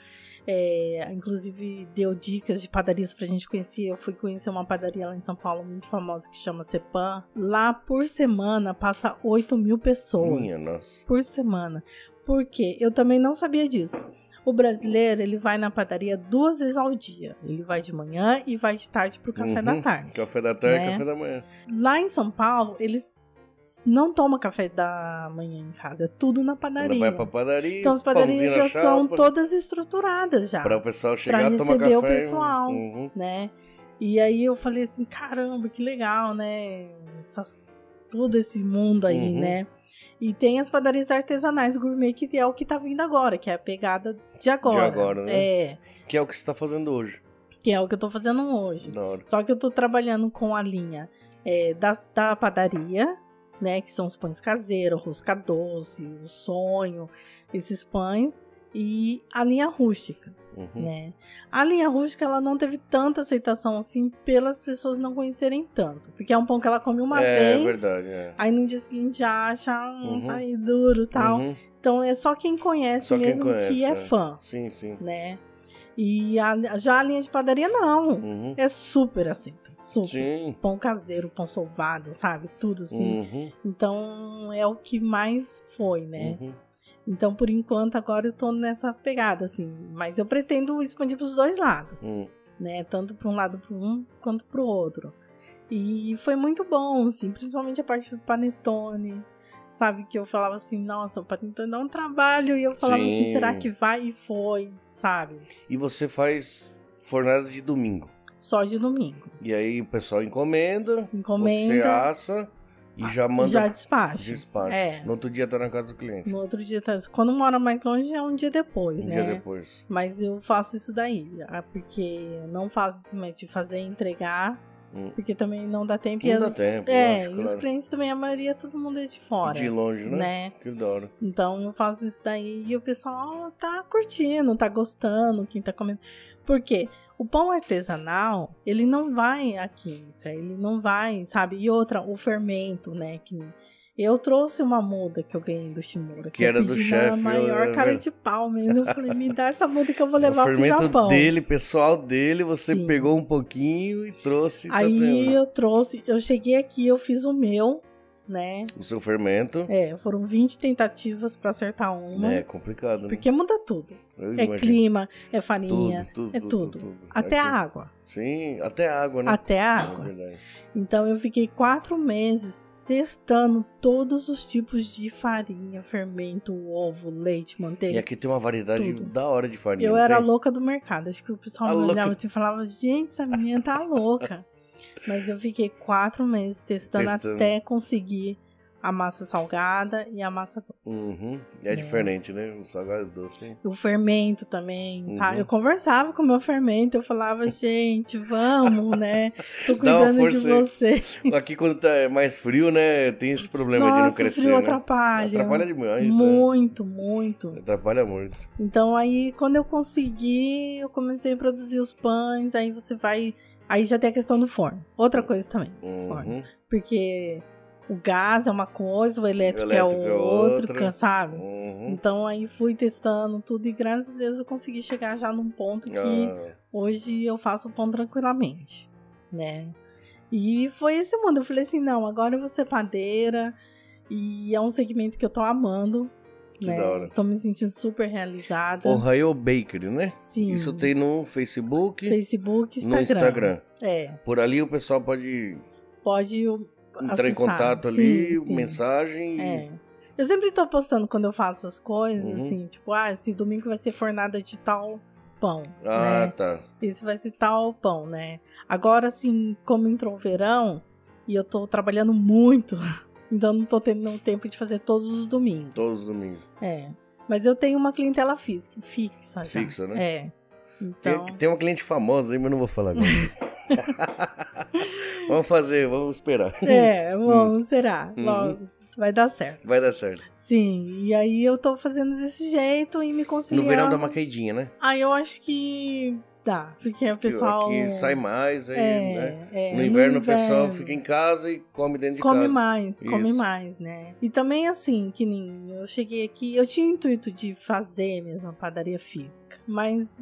Speaker 2: É, inclusive, deu dicas de padarias pra gente conhecer. Eu fui conhecer uma padaria lá em São Paulo muito famosa que chama Cepan. Lá por semana passa 8 mil pessoas
Speaker 1: Minha nossa.
Speaker 2: por semana. Por quê? Eu também não sabia disso. O brasileiro, ele vai na padaria duas vezes ao dia. Ele vai de manhã e vai de tarde pro café
Speaker 1: Uhum.
Speaker 2: da tarde.
Speaker 1: Café da tarde,
Speaker 2: Né?
Speaker 1: café da manhã.
Speaker 2: Lá em São Paulo, eles não tomam café da manhã em casa, é tudo na
Speaker 1: Ela
Speaker 2: padaria.
Speaker 1: vai pra padaria.
Speaker 2: Então as
Speaker 1: pãozinho
Speaker 2: padarias
Speaker 1: na
Speaker 2: já são
Speaker 1: chapa,
Speaker 2: todas estruturadas já,
Speaker 1: Pra o pessoal chegar,
Speaker 2: pra
Speaker 1: tomar café.
Speaker 2: receber o
Speaker 1: e-
Speaker 2: pessoal.
Speaker 1: Uhum.
Speaker 2: né? E aí eu falei assim, caramba, que legal, né? Essas- todo esse mundo aí,
Speaker 1: Uhum.
Speaker 2: né? E tem as padarias artesanais gourmet, que é o que tá vindo agora, que é a pegada de agora.
Speaker 1: agora, né?
Speaker 2: É,
Speaker 1: Que é o que você tá fazendo hoje.
Speaker 2: que é o que eu tô fazendo hoje.
Speaker 1: Da hora.
Speaker 2: Só que eu tô trabalhando com a linha é, das- da padaria, né? Que são os pães caseiros, rosca doce, o sonho, esses pães. E a linha rústica,
Speaker 1: Uhum.
Speaker 2: né? A linha rústica, ela não teve tanta aceitação assim pelas pessoas não conhecerem tanto. Porque é um pão que ela come uma
Speaker 1: é,
Speaker 2: vez.
Speaker 1: verdade, é.
Speaker 2: Aí no dia seguinte já acha, hum,
Speaker 1: Uhum.
Speaker 2: tá meio duro tal.
Speaker 1: Uhum.
Speaker 2: Então é só quem conhece
Speaker 1: Só quem
Speaker 2: mesmo
Speaker 1: conhece,
Speaker 2: que é
Speaker 1: é.
Speaker 2: fã,
Speaker 1: Sim, sim.
Speaker 2: né? E a- já a linha de padaria, não.
Speaker 1: Uhum.
Speaker 2: É super aceita. Super.
Speaker 1: Sim.
Speaker 2: Pão caseiro, pão sovado, sabe? Tudo assim.
Speaker 1: Uhum.
Speaker 2: Então é o que mais foi, né?
Speaker 1: Uhum.
Speaker 2: Então, por enquanto, agora eu tô nessa pegada, assim. Mas eu pretendo expandir pros dois lados,
Speaker 1: Uhum.
Speaker 2: né? Tanto pra um lado pro um quanto pro outro. E foi muito bom, assim, principalmente a parte do panetone. Sabe, que eu falava assim, nossa, o panetone dá um trabalho. E eu falava
Speaker 1: Sim.
Speaker 2: assim, será que vai? E foi, sabe?
Speaker 1: E você faz fornada de domingo.
Speaker 2: Só de domingo.
Speaker 1: E aí o pessoal encomenda, você
Speaker 2: Encomenda,
Speaker 1: assa e já manda
Speaker 2: já
Speaker 1: pro
Speaker 2: despacho.
Speaker 1: despacho.
Speaker 2: É.
Speaker 1: No outro dia tá na casa do cliente.
Speaker 2: No outro dia, tá- quando mora mais longe, é um dia depois,
Speaker 1: um
Speaker 2: né?
Speaker 1: dia depois.
Speaker 2: Mas eu faço isso daí, ah, porque não faço isso mas de fazer e entregar,
Speaker 1: Hum.
Speaker 2: porque também não dá tempo. e
Speaker 1: Não dá
Speaker 2: as-
Speaker 1: tempo,
Speaker 2: É,
Speaker 1: lógico,
Speaker 2: e os
Speaker 1: claro.
Speaker 2: clientes também, a maioria, todo mundo é de fora,
Speaker 1: De longe, né?
Speaker 2: né?
Speaker 1: Que da hora.
Speaker 2: Então eu faço isso daí e o pessoal tá curtindo, tá gostando, quem tá comendo. Por quê? O pão artesanal, ele não vai à química, ele não vai, sabe? E outra, o fermento, né? Que eu trouxe uma muda que eu ganhei do Shimura.
Speaker 1: Que era
Speaker 2: eu
Speaker 1: do
Speaker 2: pedi
Speaker 1: chefe, eu-
Speaker 2: Na maior
Speaker 1: eu-
Speaker 2: cara de pau mesmo. Eu falei, me dá essa muda que eu vou
Speaker 1: É o
Speaker 2: levar pro
Speaker 1: fermento
Speaker 2: Japão.
Speaker 1: dele, pessoal dele, você
Speaker 2: Sim.
Speaker 1: pegou um pouquinho e trouxe tá
Speaker 2: Aí
Speaker 1: tendo
Speaker 2: eu trouxe, eu cheguei aqui, eu fiz o meu, né?
Speaker 1: o seu fermento.
Speaker 2: É, foram 20 tentativas pra acertar uma.
Speaker 1: É, complicado, né?
Speaker 2: porque muda tudo.
Speaker 1: Eu
Speaker 2: É
Speaker 1: imagino.
Speaker 2: clima, é
Speaker 1: Tudo,
Speaker 2: farinha,
Speaker 1: tudo,
Speaker 2: é tudo. até a
Speaker 1: Aqui-
Speaker 2: água.
Speaker 1: Sim, até a água, né?
Speaker 2: Até a
Speaker 1: É
Speaker 2: água.
Speaker 1: verdade.
Speaker 2: Então eu fiquei quatro meses testando todos os tipos de farinha, fermento, ovo, leite,
Speaker 1: E
Speaker 2: manteiga.
Speaker 1: aqui tem uma variedade
Speaker 2: Tudo.
Speaker 1: da hora de farinha.
Speaker 2: Eu
Speaker 1: não
Speaker 2: era
Speaker 1: tem?
Speaker 2: louca do mercado. Acho que o pessoal
Speaker 1: A
Speaker 2: me
Speaker 1: louca.
Speaker 2: olhava assim e falava, gente, essa menina tá louca. Mas eu fiquei quatro meses testando,
Speaker 1: Testando.
Speaker 2: até conseguir a massa salgada e a massa doce.
Speaker 1: Uhum. É,
Speaker 2: É.
Speaker 1: diferente, né? O salgado doce.
Speaker 2: O fermento também,
Speaker 1: Uhum.
Speaker 2: sabe? Eu conversava com o meu fermento, eu falava, gente, vamos, né? Tô
Speaker 1: Dá uma
Speaker 2: cuidando de
Speaker 1: força aí.
Speaker 2: você.
Speaker 1: Aqui quando tá mais frio, né? Tem esse problema de não
Speaker 2: Nossa, o
Speaker 1: crescer.
Speaker 2: frio
Speaker 1: né?
Speaker 2: atrapalha.
Speaker 1: Atrapalha demais. né?
Speaker 2: Muito, muito.
Speaker 1: Atrapalha muito.
Speaker 2: Então aí quando eu consegui, eu comecei a produzir os pães, aí você vai. Aí já tem a questão do forno. Outra coisa também, forno.
Speaker 1: Uhum.
Speaker 2: Porque o gás é uma coisa, o elétrico,
Speaker 1: elétrico
Speaker 2: é,
Speaker 1: é
Speaker 2: outro,
Speaker 1: outra.
Speaker 2: can- sabe?
Speaker 1: Uhum.
Speaker 2: Então aí fui testando tudo e graças a Deus eu consegui chegar já num ponto que
Speaker 1: Ah,
Speaker 2: hoje eu faço o pão tranquilamente, né? E foi esse mundo. Eu falei assim, não, agora eu vou ser padeira e é um segmento que eu tô amando.
Speaker 1: Que
Speaker 2: né?
Speaker 1: da hora.
Speaker 2: Tô me sentindo super realizada.
Speaker 1: Ohio Bakery, né?
Speaker 2: tá- Sim.
Speaker 1: Isso tem no Facebook,
Speaker 2: Facebook, Instagram.
Speaker 1: no Instagram.
Speaker 2: É,
Speaker 1: Por ali o pessoal pode
Speaker 2: pode o-
Speaker 1: entrar em
Speaker 2: acessar.
Speaker 1: contato
Speaker 2: Sim,
Speaker 1: ali,
Speaker 2: sim.
Speaker 1: mensagem.
Speaker 2: É. Eu sempre tô postando quando eu faço as coisas,
Speaker 1: Uhum.
Speaker 2: assim, tipo, ah, esse domingo vai ser fornada de tal pão,
Speaker 1: Ah,
Speaker 2: né?
Speaker 1: tá.
Speaker 2: Esse vai ser tal pão, né? Agora, assim, como entrou o verão, e eu tô trabalhando muito, então não tô tendo tempo de fazer todos os domingos.
Speaker 1: Todos os domingos.
Speaker 2: É. Mas eu tenho uma clientela física, fixa já.
Speaker 1: Fixa, né?
Speaker 2: É. Então,
Speaker 1: Tem, tem uma cliente famosa aí, mas não vou falar agora. vamos fazer, vamos esperar.
Speaker 2: é, vamos, será?
Speaker 1: Hum. Uhum.
Speaker 2: Logo, vai dar certo.
Speaker 1: Vai dar certo.
Speaker 2: Sim, e aí eu tô fazendo desse jeito e me conciliando.
Speaker 1: No verão dá uma caidinha, né?
Speaker 2: Ah, eu acho que dá, porque o
Speaker 1: Que-
Speaker 2: pessoal...
Speaker 1: Que, sai mais, aí, né?
Speaker 2: é,
Speaker 1: No inverno o pessoal
Speaker 2: inverno.
Speaker 1: fica em casa e come dentro de
Speaker 2: come
Speaker 1: casa.
Speaker 2: mais, come
Speaker 1: Isso.
Speaker 2: mais, né? E também assim, que nem eu cheguei aqui, eu tinha o intuito de fazer mesmo a padaria física, mas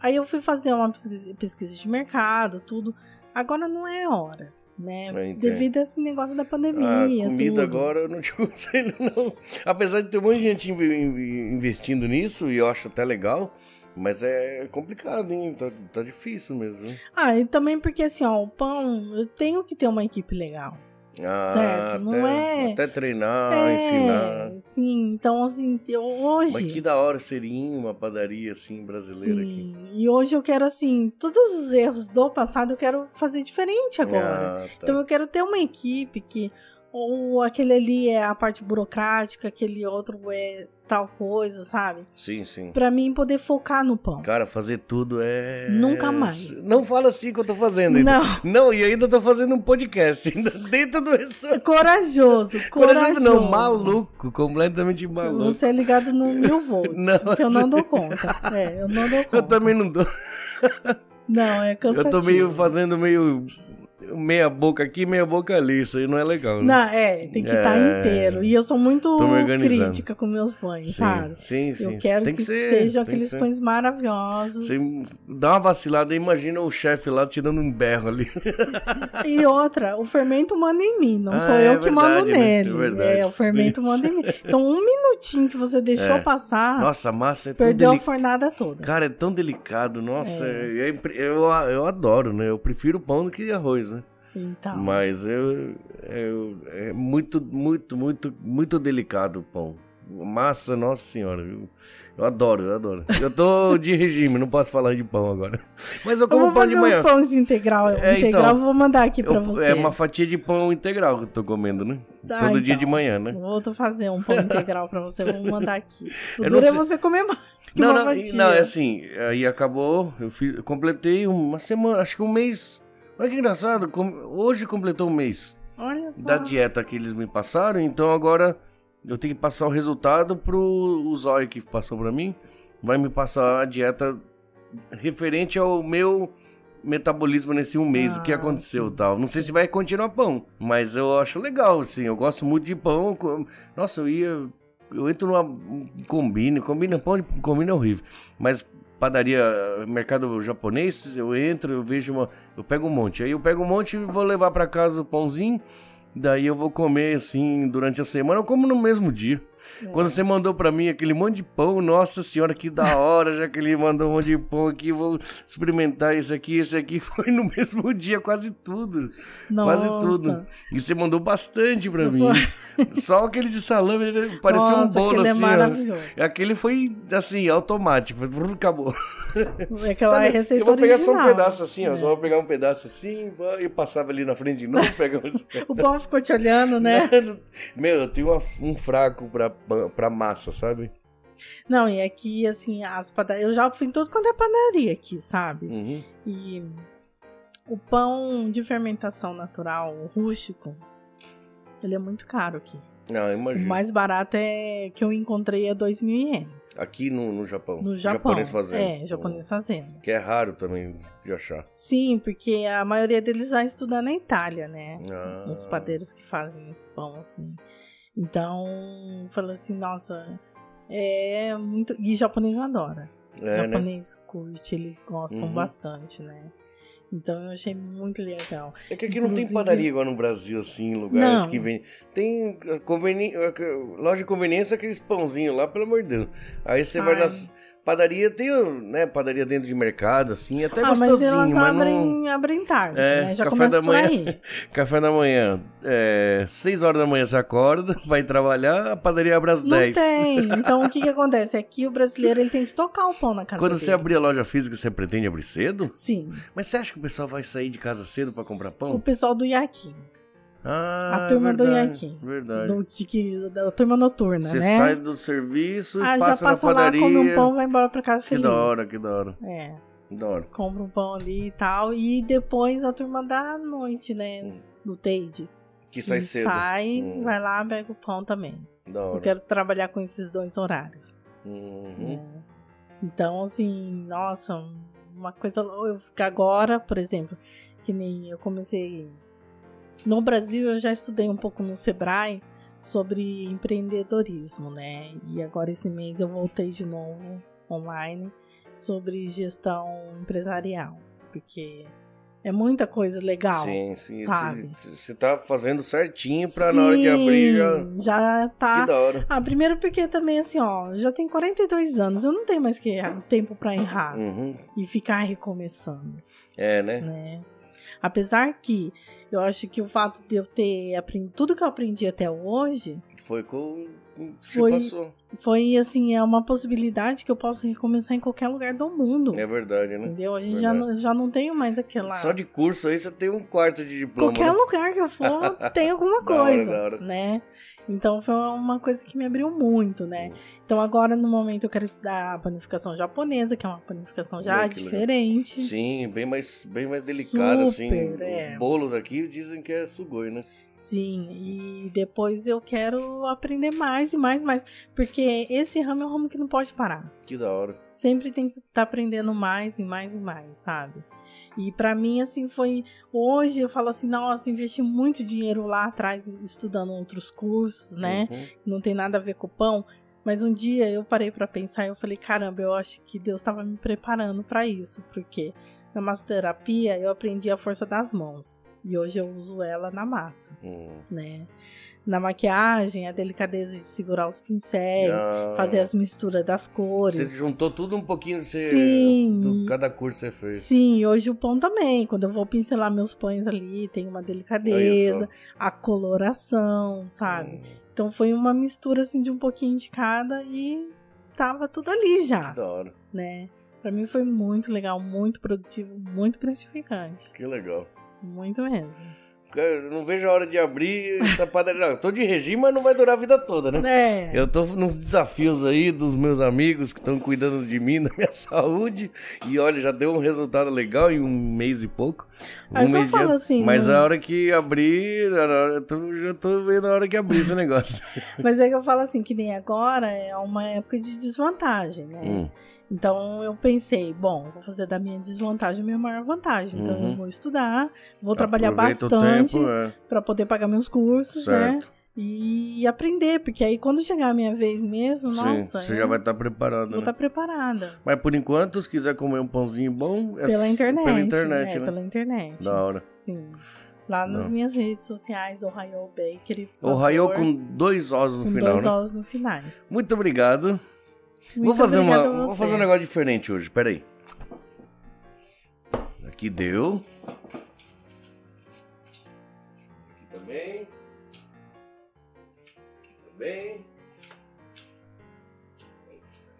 Speaker 2: aí eu fui fazer uma pesquisa, pesquisa de mercado, tudo. Agora não é a hora, né?
Speaker 1: Eu entendo. Ah,
Speaker 2: Devido a esse negócio da
Speaker 1: A
Speaker 2: pandemia, tudo.
Speaker 1: comida agora eu não te aconselho, não. Apesar de ter um monte de gente inv- inv- investindo nisso, e eu acho até legal, mas é complicado, hein? Tá, tá difícil mesmo. hein?
Speaker 2: Ah, e também porque assim, ó, o pão, eu tenho que ter uma equipe legal.
Speaker 1: Ah,
Speaker 2: Certo, não
Speaker 1: até,
Speaker 2: é-
Speaker 1: até treinar, Ah, ensinar.
Speaker 2: é, sim, então assim, eu- hoje
Speaker 1: Mas que da hora seria uma padaria assim brasileira aqui.
Speaker 2: Sim, e hoje eu quero, assim, todos os erros do passado eu quero fazer diferente agora.
Speaker 1: Ah, tá.
Speaker 2: Então eu quero ter uma equipe que, ou aquele ali é a parte burocrática, aquele outro é tal coisa, sabe?
Speaker 1: Sim, sim.
Speaker 2: Pra mim poder focar no pão.
Speaker 1: Cara, fazer tudo é.
Speaker 2: Nunca mais.
Speaker 1: Não fala assim que eu tô fazendo. ainda.
Speaker 2: Não,
Speaker 1: Não, e ainda tô fazendo um podcast ainda dentro do restaurante.
Speaker 2: corajoso, corajoso.
Speaker 1: Corajoso não, maluco, completamente maluco.
Speaker 2: Você é ligado no mil volts,
Speaker 1: Não,
Speaker 2: porque eu não dou conta. É, eu não dou conta.
Speaker 1: Eu também não dou.
Speaker 2: Não, é cansativo.
Speaker 1: Eu tô meio fazendo meio meia boca aqui, meia boca ali. Isso aí não é legal. Né?
Speaker 2: Não, é, tem que
Speaker 1: É.
Speaker 2: estar inteiro. E eu sou muito
Speaker 1: Tô me organizando.
Speaker 2: crítica com meus pães, sabe?
Speaker 1: sim, sim, sim.
Speaker 2: Eu quero
Speaker 1: tem
Speaker 2: que,
Speaker 1: que, ser,
Speaker 2: sejam
Speaker 1: tem que
Speaker 2: aqueles
Speaker 1: ser.
Speaker 2: pães maravilhosos.
Speaker 1: Você dá uma vacilada, imagina o chefe lá tirando um berro ali.
Speaker 2: E outra, o fermento manda em mim, não
Speaker 1: Ah,
Speaker 2: sou
Speaker 1: é
Speaker 2: eu que mando
Speaker 1: verdade, né? É
Speaker 2: nele.
Speaker 1: verdade.
Speaker 2: É, o fermento
Speaker 1: Isso.
Speaker 2: manda em mim. Então, um minutinho que você deixou
Speaker 1: É.
Speaker 2: passar,
Speaker 1: Nossa, a massa é tão
Speaker 2: Ah, perdeu a
Speaker 1: delicada.
Speaker 2: fornada toda.
Speaker 1: Cara, é tão delicado, nossa, é- é impre- eu, eu adoro, né? Eu prefiro pão do que arroz, né?
Speaker 2: Então,
Speaker 1: Mas eu, eu- é muito, muito, muito, muito delicado o pão. Massa, nossa senhora, eu, eu adoro, eu adoro. Eu tô de regime, não posso falar de pão agora. Mas eu
Speaker 2: eu
Speaker 1: como
Speaker 2: vou
Speaker 1: pão
Speaker 2: fazer
Speaker 1: de manhã.
Speaker 2: uns pães integral.
Speaker 1: É,
Speaker 2: integral
Speaker 1: então,
Speaker 2: eu vou mandar aqui pra
Speaker 1: Eu-
Speaker 2: você.
Speaker 1: é uma fatia de pão integral que eu tô comendo, né?
Speaker 2: Tá,
Speaker 1: Todo dia de
Speaker 2: então.
Speaker 1: manhã, né?
Speaker 2: Vou fazer um pão integral pra você, vou mandar aqui. O
Speaker 1: Eu não
Speaker 2: duro é
Speaker 1: sei-
Speaker 2: você comer mais que
Speaker 1: Não,
Speaker 2: uma
Speaker 1: não, e-
Speaker 2: fatia.
Speaker 1: não, é assim, aí acabou, eu fiz, eu completei uma semana, acho que um mês. Olha que engraçado, com- hoje completou um mês
Speaker 2: Olha só.
Speaker 1: da dieta que eles me passaram, então agora eu tenho que passar o resultado pro o Zóio que passou pra mim, vai me passar a dieta referente ao meu metabolismo nesse um mês, o que
Speaker 2: Ah,
Speaker 1: aconteceu
Speaker 2: sim.
Speaker 1: tal. Não sei se vai continuar pão, mas eu acho legal, assim. Eu gosto muito de pão. com- Nossa, eu ia. Eu entro numa. Combine, combina pão, combina é horrível. Mas padaria, mercado japonês, eu entro, eu vejo uma. Eu pego um monte. Aí eu pego um monte e vou levar pra casa o pãozinho. Daí eu vou comer assim durante a semana, eu como no mesmo dia. Quando você mandou pra mim aquele monte de pão, nossa senhora, que da hora, já que ele mandou um monte de pão aqui, vou experimentar esse aqui, esse aqui. Foi no mesmo dia, quase tudo.
Speaker 2: Nossa.
Speaker 1: Quase tudo. E você mandou bastante pra
Speaker 2: Eu
Speaker 1: mim. Só aquele de salame, ele parecia
Speaker 2: Nossa,
Speaker 1: um bolo
Speaker 2: aquele
Speaker 1: assim.
Speaker 2: é
Speaker 1: ó.
Speaker 2: maravilhoso.
Speaker 1: Aquele foi assim, automático, foi- brrr, acabou.
Speaker 2: É aquela
Speaker 1: Sabe,
Speaker 2: receita
Speaker 1: eu vou pegar só um
Speaker 2: original. É.
Speaker 1: pedaço assim, ó. Só vou pegar um pedaço assim, pá, e passava ali na frente de novo, pegava esse
Speaker 2: O povo ficou te olhando, né?
Speaker 1: Meu, eu tenho uma- um fraco pra, pão- pra massa, sabe?
Speaker 2: Não, e aqui, assim, as padarias. Eu já fui em tudo quanto é padaria aqui, sabe?
Speaker 1: Uhum.
Speaker 2: E o pão de fermentação natural, o rústico, ele é muito caro aqui.
Speaker 1: Não,
Speaker 2: O
Speaker 1: Ah, imagina.
Speaker 2: mais barato é que eu encontrei é 2 mil ienes.
Speaker 1: Aqui no, no Japão.
Speaker 2: No Japão.
Speaker 1: Ah, Japonês fazendo.
Speaker 2: É, japonês fazendo.
Speaker 1: Que é raro também de achar.
Speaker 2: Sim, porque a maioria deles vai estudar na Itália, né?
Speaker 1: Ah.
Speaker 2: Os padeiros que fazem esse pão, assim. Então, falou assim, nossa, é muito. E japonês adora.
Speaker 1: É, né?
Speaker 2: japonês curte, eles gostam
Speaker 1: Uhum.
Speaker 2: bastante, né? Então eu achei muito legal.
Speaker 1: É que aqui não tem
Speaker 2: Inclusive-
Speaker 1: padaria igual no Brasil, assim, em lugares
Speaker 2: Não.
Speaker 1: que vem. Tem eh, conveni... eh, que- loja de conveniência, aqueles pãozinhos lá, pelo amor de Deus. Aí você vai
Speaker 2: Ai.
Speaker 1: nas. Padaria tem, né? Padaria dentro de mercado, assim, até
Speaker 2: ah, mas
Speaker 1: gostosinho, mas,
Speaker 2: elas abrem,
Speaker 1: não.
Speaker 2: abrem tarde,
Speaker 1: É,
Speaker 2: né? Já
Speaker 1: café
Speaker 2: começa
Speaker 1: da manhã.
Speaker 2: por aí.
Speaker 1: Café da manhã, é, 6 horas da manhã você acorda, vai trabalhar, a padaria abre às
Speaker 2: Não
Speaker 1: 10.
Speaker 2: tem. Então o que, que acontece? Aqui o brasileiro ele tem que estocar o pão na casa
Speaker 1: Quando
Speaker 2: dele.
Speaker 1: você abrir a loja física, você pretende abrir cedo?
Speaker 2: Sim.
Speaker 1: Mas você acha que o pessoal vai sair de casa cedo pra comprar
Speaker 2: O
Speaker 1: pão?
Speaker 2: pessoal do Iaquim.
Speaker 1: Ah,
Speaker 2: a turma do
Speaker 1: verdade,
Speaker 2: Yankee.
Speaker 1: Verdade.
Speaker 2: Do, de que- da turma noturna,
Speaker 1: Você
Speaker 2: né?
Speaker 1: sai do serviço e
Speaker 2: ah,
Speaker 1: passa,
Speaker 2: já passa
Speaker 1: na
Speaker 2: lá,
Speaker 1: padaria.
Speaker 2: come um pão, vai embora pra casa
Speaker 1: que
Speaker 2: feliz.
Speaker 1: da hora, que da hora.
Speaker 2: É,
Speaker 1: que Da hora.
Speaker 2: compra um pão ali e tal. E depois a turma da noite, né?
Speaker 1: Hum.
Speaker 2: Do Teide.
Speaker 1: Que sai
Speaker 2: Ele
Speaker 1: cedo.
Speaker 2: Sai,
Speaker 1: Hum.
Speaker 2: vai lá, pega o pão também.
Speaker 1: Da
Speaker 2: Eu
Speaker 1: hora.
Speaker 2: quero trabalhar com esses dois horários.
Speaker 1: Uhum.
Speaker 2: né? Então, assim, nossa, uma coisa. lou- Eu fico agora, por exemplo, que nem eu comecei. No Brasil, eu já estudei um pouco no Sebrae sobre empreendedorismo, né? E agora, esse mês, eu voltei de novo online sobre gestão empresarial, porque é muita coisa legal.
Speaker 1: Sim, sim.
Speaker 2: sabe?
Speaker 1: Você tá fazendo certinho pra na hora de abrir já.
Speaker 2: Sim, já tá
Speaker 1: Que da hora.
Speaker 2: ah, primeiro porque também, assim, ó, já tem 42 anos, eu não tenho mais que tempo pra errar
Speaker 1: Uhum.
Speaker 2: e ficar recomeçando,
Speaker 1: É, né?
Speaker 2: né? Apesar que eu acho que o fato de eu ter aprendido tudo que eu aprendi até hoje
Speaker 1: Foi com. Se
Speaker 2: Foi-
Speaker 1: passou.
Speaker 2: foi, assim, é uma possibilidade que eu posso recomeçar em qualquer lugar do mundo,
Speaker 1: É verdade, né?
Speaker 2: entendeu? A gente já,
Speaker 1: verdade.
Speaker 2: não- já não tem mais aquela...
Speaker 1: Só de curso aí você tem um quarto de diploma.
Speaker 2: Qualquer
Speaker 1: né?
Speaker 2: lugar que eu for, tem alguma
Speaker 1: Da hora,
Speaker 2: coisa,
Speaker 1: da hora.
Speaker 2: né? Então foi uma coisa que me abriu muito, né?
Speaker 1: Hum.
Speaker 2: Então agora no momento eu quero estudar a panificação japonesa, que é uma panificação já
Speaker 1: Olha que legal.
Speaker 2: diferente.
Speaker 1: Sim, bem mais, bem mais delicado, assim.
Speaker 2: Super, é.
Speaker 1: O bolo daqui dizem que é sugoi, né?
Speaker 2: Sim, e depois eu quero aprender mais e mais, mais, porque esse ramo é um ramo que não pode parar.
Speaker 1: Que da hora.
Speaker 2: Sempre tem que estar aprendendo mais e mais e mais, sabe? E pra mim assim foi, hoje eu falo assim, nossa, investi muito dinheiro lá atrás estudando outros cursos, né?
Speaker 1: Uhum.
Speaker 2: não tem nada a ver com o pão. Mas um dia eu parei pra pensar e eu falei, caramba, eu acho que Deus estava me preparando pra isso, porque na massoterapia eu aprendi a força das mãos e hoje eu uso ela na massa,
Speaker 1: Hum.
Speaker 2: né? Na maquiagem, a delicadeza de segurar os pincéis,
Speaker 1: Ah,
Speaker 2: É, fazer as misturas das
Speaker 1: Você
Speaker 2: cores.
Speaker 1: juntou tudo um pouquinho, você,
Speaker 2: Sim.
Speaker 1: do- cada curso você fez.
Speaker 2: Sim, hoje o pão também. Quando eu vou pincelar meus pães ali, tem uma
Speaker 1: Olha
Speaker 2: delicadeza,
Speaker 1: só.
Speaker 2: a coloração, sabe?
Speaker 1: Hum,
Speaker 2: Então foi uma mistura assim de um pouquinho de cada e tava tudo ali já,
Speaker 1: Que da hora,
Speaker 2: né? Pra mim foi muito legal, muito produtivo, muito gratificante.
Speaker 1: que legal.
Speaker 2: Muito mesmo.
Speaker 1: Cara, eu não vejo a hora de abrir essa padaria. Não, eu tô de regime, mas não vai durar a vida toda, né?
Speaker 2: É.
Speaker 1: Eu tô nos desafios aí dos meus amigos que estão cuidando de mim, da minha saúde. E olha, já deu um resultado legal em um mês e pouco.
Speaker 2: Aí
Speaker 1: um
Speaker 2: que eu
Speaker 1: mês de-
Speaker 2: falo assim,
Speaker 1: Mas
Speaker 2: não-
Speaker 1: a hora que abrir, a hora- eu tô, já tô vendo a hora que abrir esse negócio.
Speaker 2: Mas é que eu falo assim, que nem agora é uma época de desvantagem, né?
Speaker 1: Hum,
Speaker 2: Então eu pensei, bom, vou fazer da minha desvantagem a minha maior vantagem. Então
Speaker 1: Uhum.
Speaker 2: eu vou estudar, vou trabalhar
Speaker 1: Aproveita o
Speaker 2: bastante né?
Speaker 1: tempo, é,
Speaker 2: para poder pagar meus cursos, né?
Speaker 1: certo.
Speaker 2: E aprender, porque aí quando chegar a minha vez mesmo,
Speaker 1: Sim,
Speaker 2: nossa,
Speaker 1: você
Speaker 2: eu
Speaker 1: já vai estar preparado,
Speaker 2: vou
Speaker 1: né?
Speaker 2: estar tá preparada.
Speaker 1: Mas por enquanto, se quiser comer um pãozinho bom, é
Speaker 2: Pela
Speaker 1: s-
Speaker 2: internet.
Speaker 1: Pela internet,
Speaker 2: né?
Speaker 1: né?
Speaker 2: Pela internet.
Speaker 1: Da hora.
Speaker 2: Sim. Lá nas
Speaker 1: Não.
Speaker 2: minhas redes sociais, Ohio Bakery. por
Speaker 1: O Raio
Speaker 2: favor,
Speaker 1: com dois Os no
Speaker 2: com
Speaker 1: final,
Speaker 2: dois
Speaker 1: né?
Speaker 2: olhos no finais.
Speaker 1: Muito obrigado. vou,
Speaker 2: Muito
Speaker 1: fazer uma,
Speaker 2: obrigada a
Speaker 1: vou
Speaker 2: você.
Speaker 1: fazer um negócio diferente hoje, peraí. Aqui deu. Aqui também. Aqui também.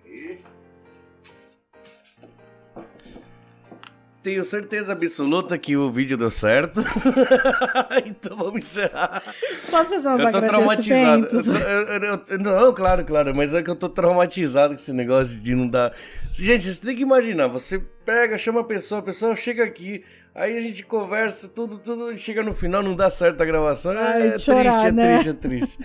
Speaker 1: Aí. Tenho certeza absoluta que o vídeo deu certo. então vamos encerrar.
Speaker 2: Posso fazer uns
Speaker 1: Eu tô traumatizado. Eu
Speaker 2: agradecimentos?
Speaker 1: tô- eu- eu- eu- não, claro, claro, mas é que eu tô traumatizado com esse negócio de não dar. Gente, você tem que imaginar, você pega, chama a pessoa, a pessoa chega aqui, aí a gente conversa, tudo, tudo, e chega no final, não dá certo a gravação.
Speaker 2: Ai,
Speaker 1: é
Speaker 2: de chorar,
Speaker 1: triste,
Speaker 2: né?
Speaker 1: é triste, é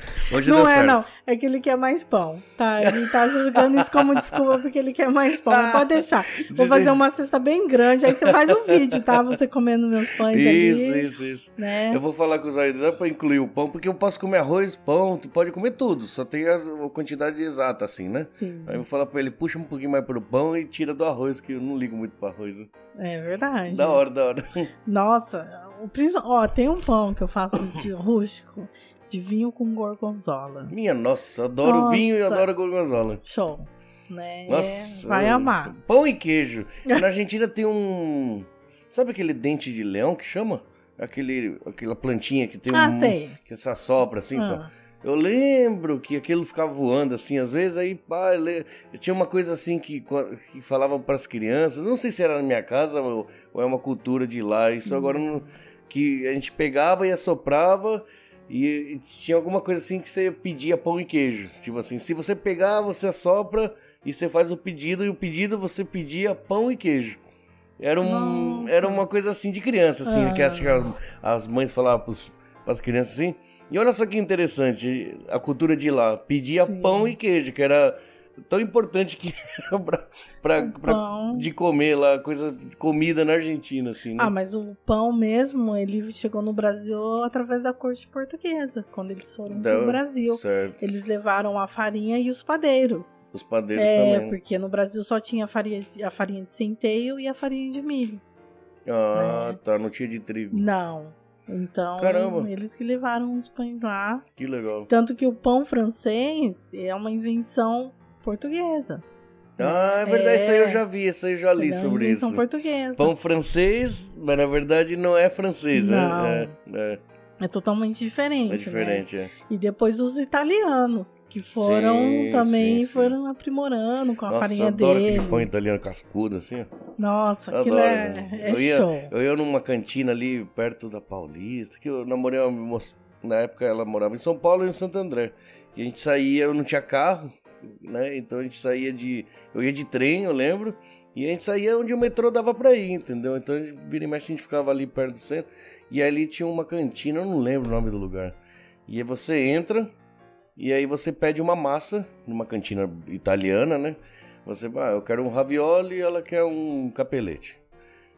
Speaker 1: triste. Hoje
Speaker 2: Não
Speaker 1: deu
Speaker 2: é,
Speaker 1: certo.
Speaker 2: não. É que ele quer mais pão, tá? Ele tá julgando isso como desculpa porque ele quer mais pão. Mas pode deixar. Vou
Speaker 1: Dizem-
Speaker 2: fazer uma cesta bem grande, aí você faz um vídeo, tá? Você comendo meus pães
Speaker 1: Isso,
Speaker 2: ali,
Speaker 1: isso, isso.
Speaker 2: né?
Speaker 1: Eu vou falar com os aerodinâmicos pra incluir o pão, porque eu posso comer arroz, pão, tu pode comer tudo, só tem as- a quantidade exata, assim, né?
Speaker 2: Sim,
Speaker 1: Aí eu vou falar pra ele, puxa um pouquinho mais pro pão e tira do arroz, que eu não ligo muito pro arroz. né?
Speaker 2: é verdade.
Speaker 1: Da hora, da hora.
Speaker 2: Nossa, o princi- ó, tem um pão que eu faço de rústico, de vinho com gorgonzola.
Speaker 1: Minha nossa, adoro
Speaker 2: Nossa.
Speaker 1: vinho e adoro gorgonzola.
Speaker 2: Show, né?
Speaker 1: Nossa.
Speaker 2: Vai amar.
Speaker 1: Pão e queijo. Na Argentina tem um. Sabe aquele dente de leão que chama? Aquele, aquela plantinha que tem um.
Speaker 2: Ah, sei.
Speaker 1: Que se assopra assim, então.
Speaker 2: Ah,
Speaker 1: Eu lembro que aquilo ficava voando assim, às vezes, aí pá, eu le- tinha uma coisa assim que, co- que falavam para as crianças, não sei se era na minha casa ou, ou é uma cultura de lá,
Speaker 2: Uhum.
Speaker 1: isso agora eu não, que a gente pegava e assoprava e, e tinha alguma coisa assim que você pedia pão e queijo, tipo assim, se você pegar, você assopra e você faz o pedido e o pedido você pedia pão e queijo. Era, um,
Speaker 2: Nossa.
Speaker 1: era uma coisa assim de criança, assim, que
Speaker 2: Ah.
Speaker 1: acho que as, as mães falavam pros, pras crianças assim, e olha só que interessante, a cultura de lá pedia
Speaker 2: Sim.
Speaker 1: pão e queijo, que era tão importante que era pra, pra-
Speaker 2: o
Speaker 1: pra-
Speaker 2: Um pão.
Speaker 1: de comer lá, coisa de comida na Argentina, assim, né?
Speaker 2: Ah, mas o pão mesmo, ele chegou no Brasil através da corte portuguesa, quando eles foram
Speaker 1: Da-
Speaker 2: pro Brasil.
Speaker 1: Certo.
Speaker 2: Eles levaram a farinha e os padeiros.
Speaker 1: Os padeiros
Speaker 2: é,
Speaker 1: também. né?
Speaker 2: porque no Brasil só tinha a farinha, de, a farinha de centeio e a farinha de milho.
Speaker 1: Ah, tá, não tinha de trigo.
Speaker 2: é. Não. Então,
Speaker 1: Caramba.
Speaker 2: eles que levaram os pães lá.
Speaker 1: Que legal.
Speaker 2: Tanto que o pão francês é uma invenção portuguesa.
Speaker 1: Ah, é verdade, isso aí eu
Speaker 2: É.
Speaker 1: já vi, isso aí eu já li
Speaker 2: é uma
Speaker 1: sobre
Speaker 2: invenção
Speaker 1: isso.
Speaker 2: portuguesa.
Speaker 1: Pão francês, mas na verdade não é francês, né?
Speaker 2: Não.
Speaker 1: É, é,
Speaker 2: É totalmente diferente.
Speaker 1: é
Speaker 2: né?
Speaker 1: diferente, é.
Speaker 2: E depois os italianos, que foram
Speaker 1: Sim,
Speaker 2: também
Speaker 1: sim, sim.
Speaker 2: foram aprimorando com a
Speaker 1: Nossa,
Speaker 2: farinha
Speaker 1: eu adoro
Speaker 2: deles.
Speaker 1: aquele pão italiano cascudo, assim, ó.
Speaker 2: Nossa,
Speaker 1: Eu
Speaker 2: aquilo
Speaker 1: adoro,
Speaker 2: é,
Speaker 1: né?
Speaker 2: é
Speaker 1: Eu ia-
Speaker 2: show.
Speaker 1: Eu ia numa cantina ali perto da Paulista, que eu namorei uma moça, na época ela morava em São Paulo e em Santo André. E a gente saía, eu não tinha carro, né? Então a gente saía de. Eu ia de trem, eu lembro. E a gente saía onde o metrô dava pra ir, entendeu? Então a gente, vira e mexe, a gente ficava ali perto do centro. E ali tinha uma cantina, eu não lembro o nome do lugar. E aí você entra, e aí você pede uma massa, numa cantina italiana, né? Você, ah, eu quero um ravioli e ela quer um capelete.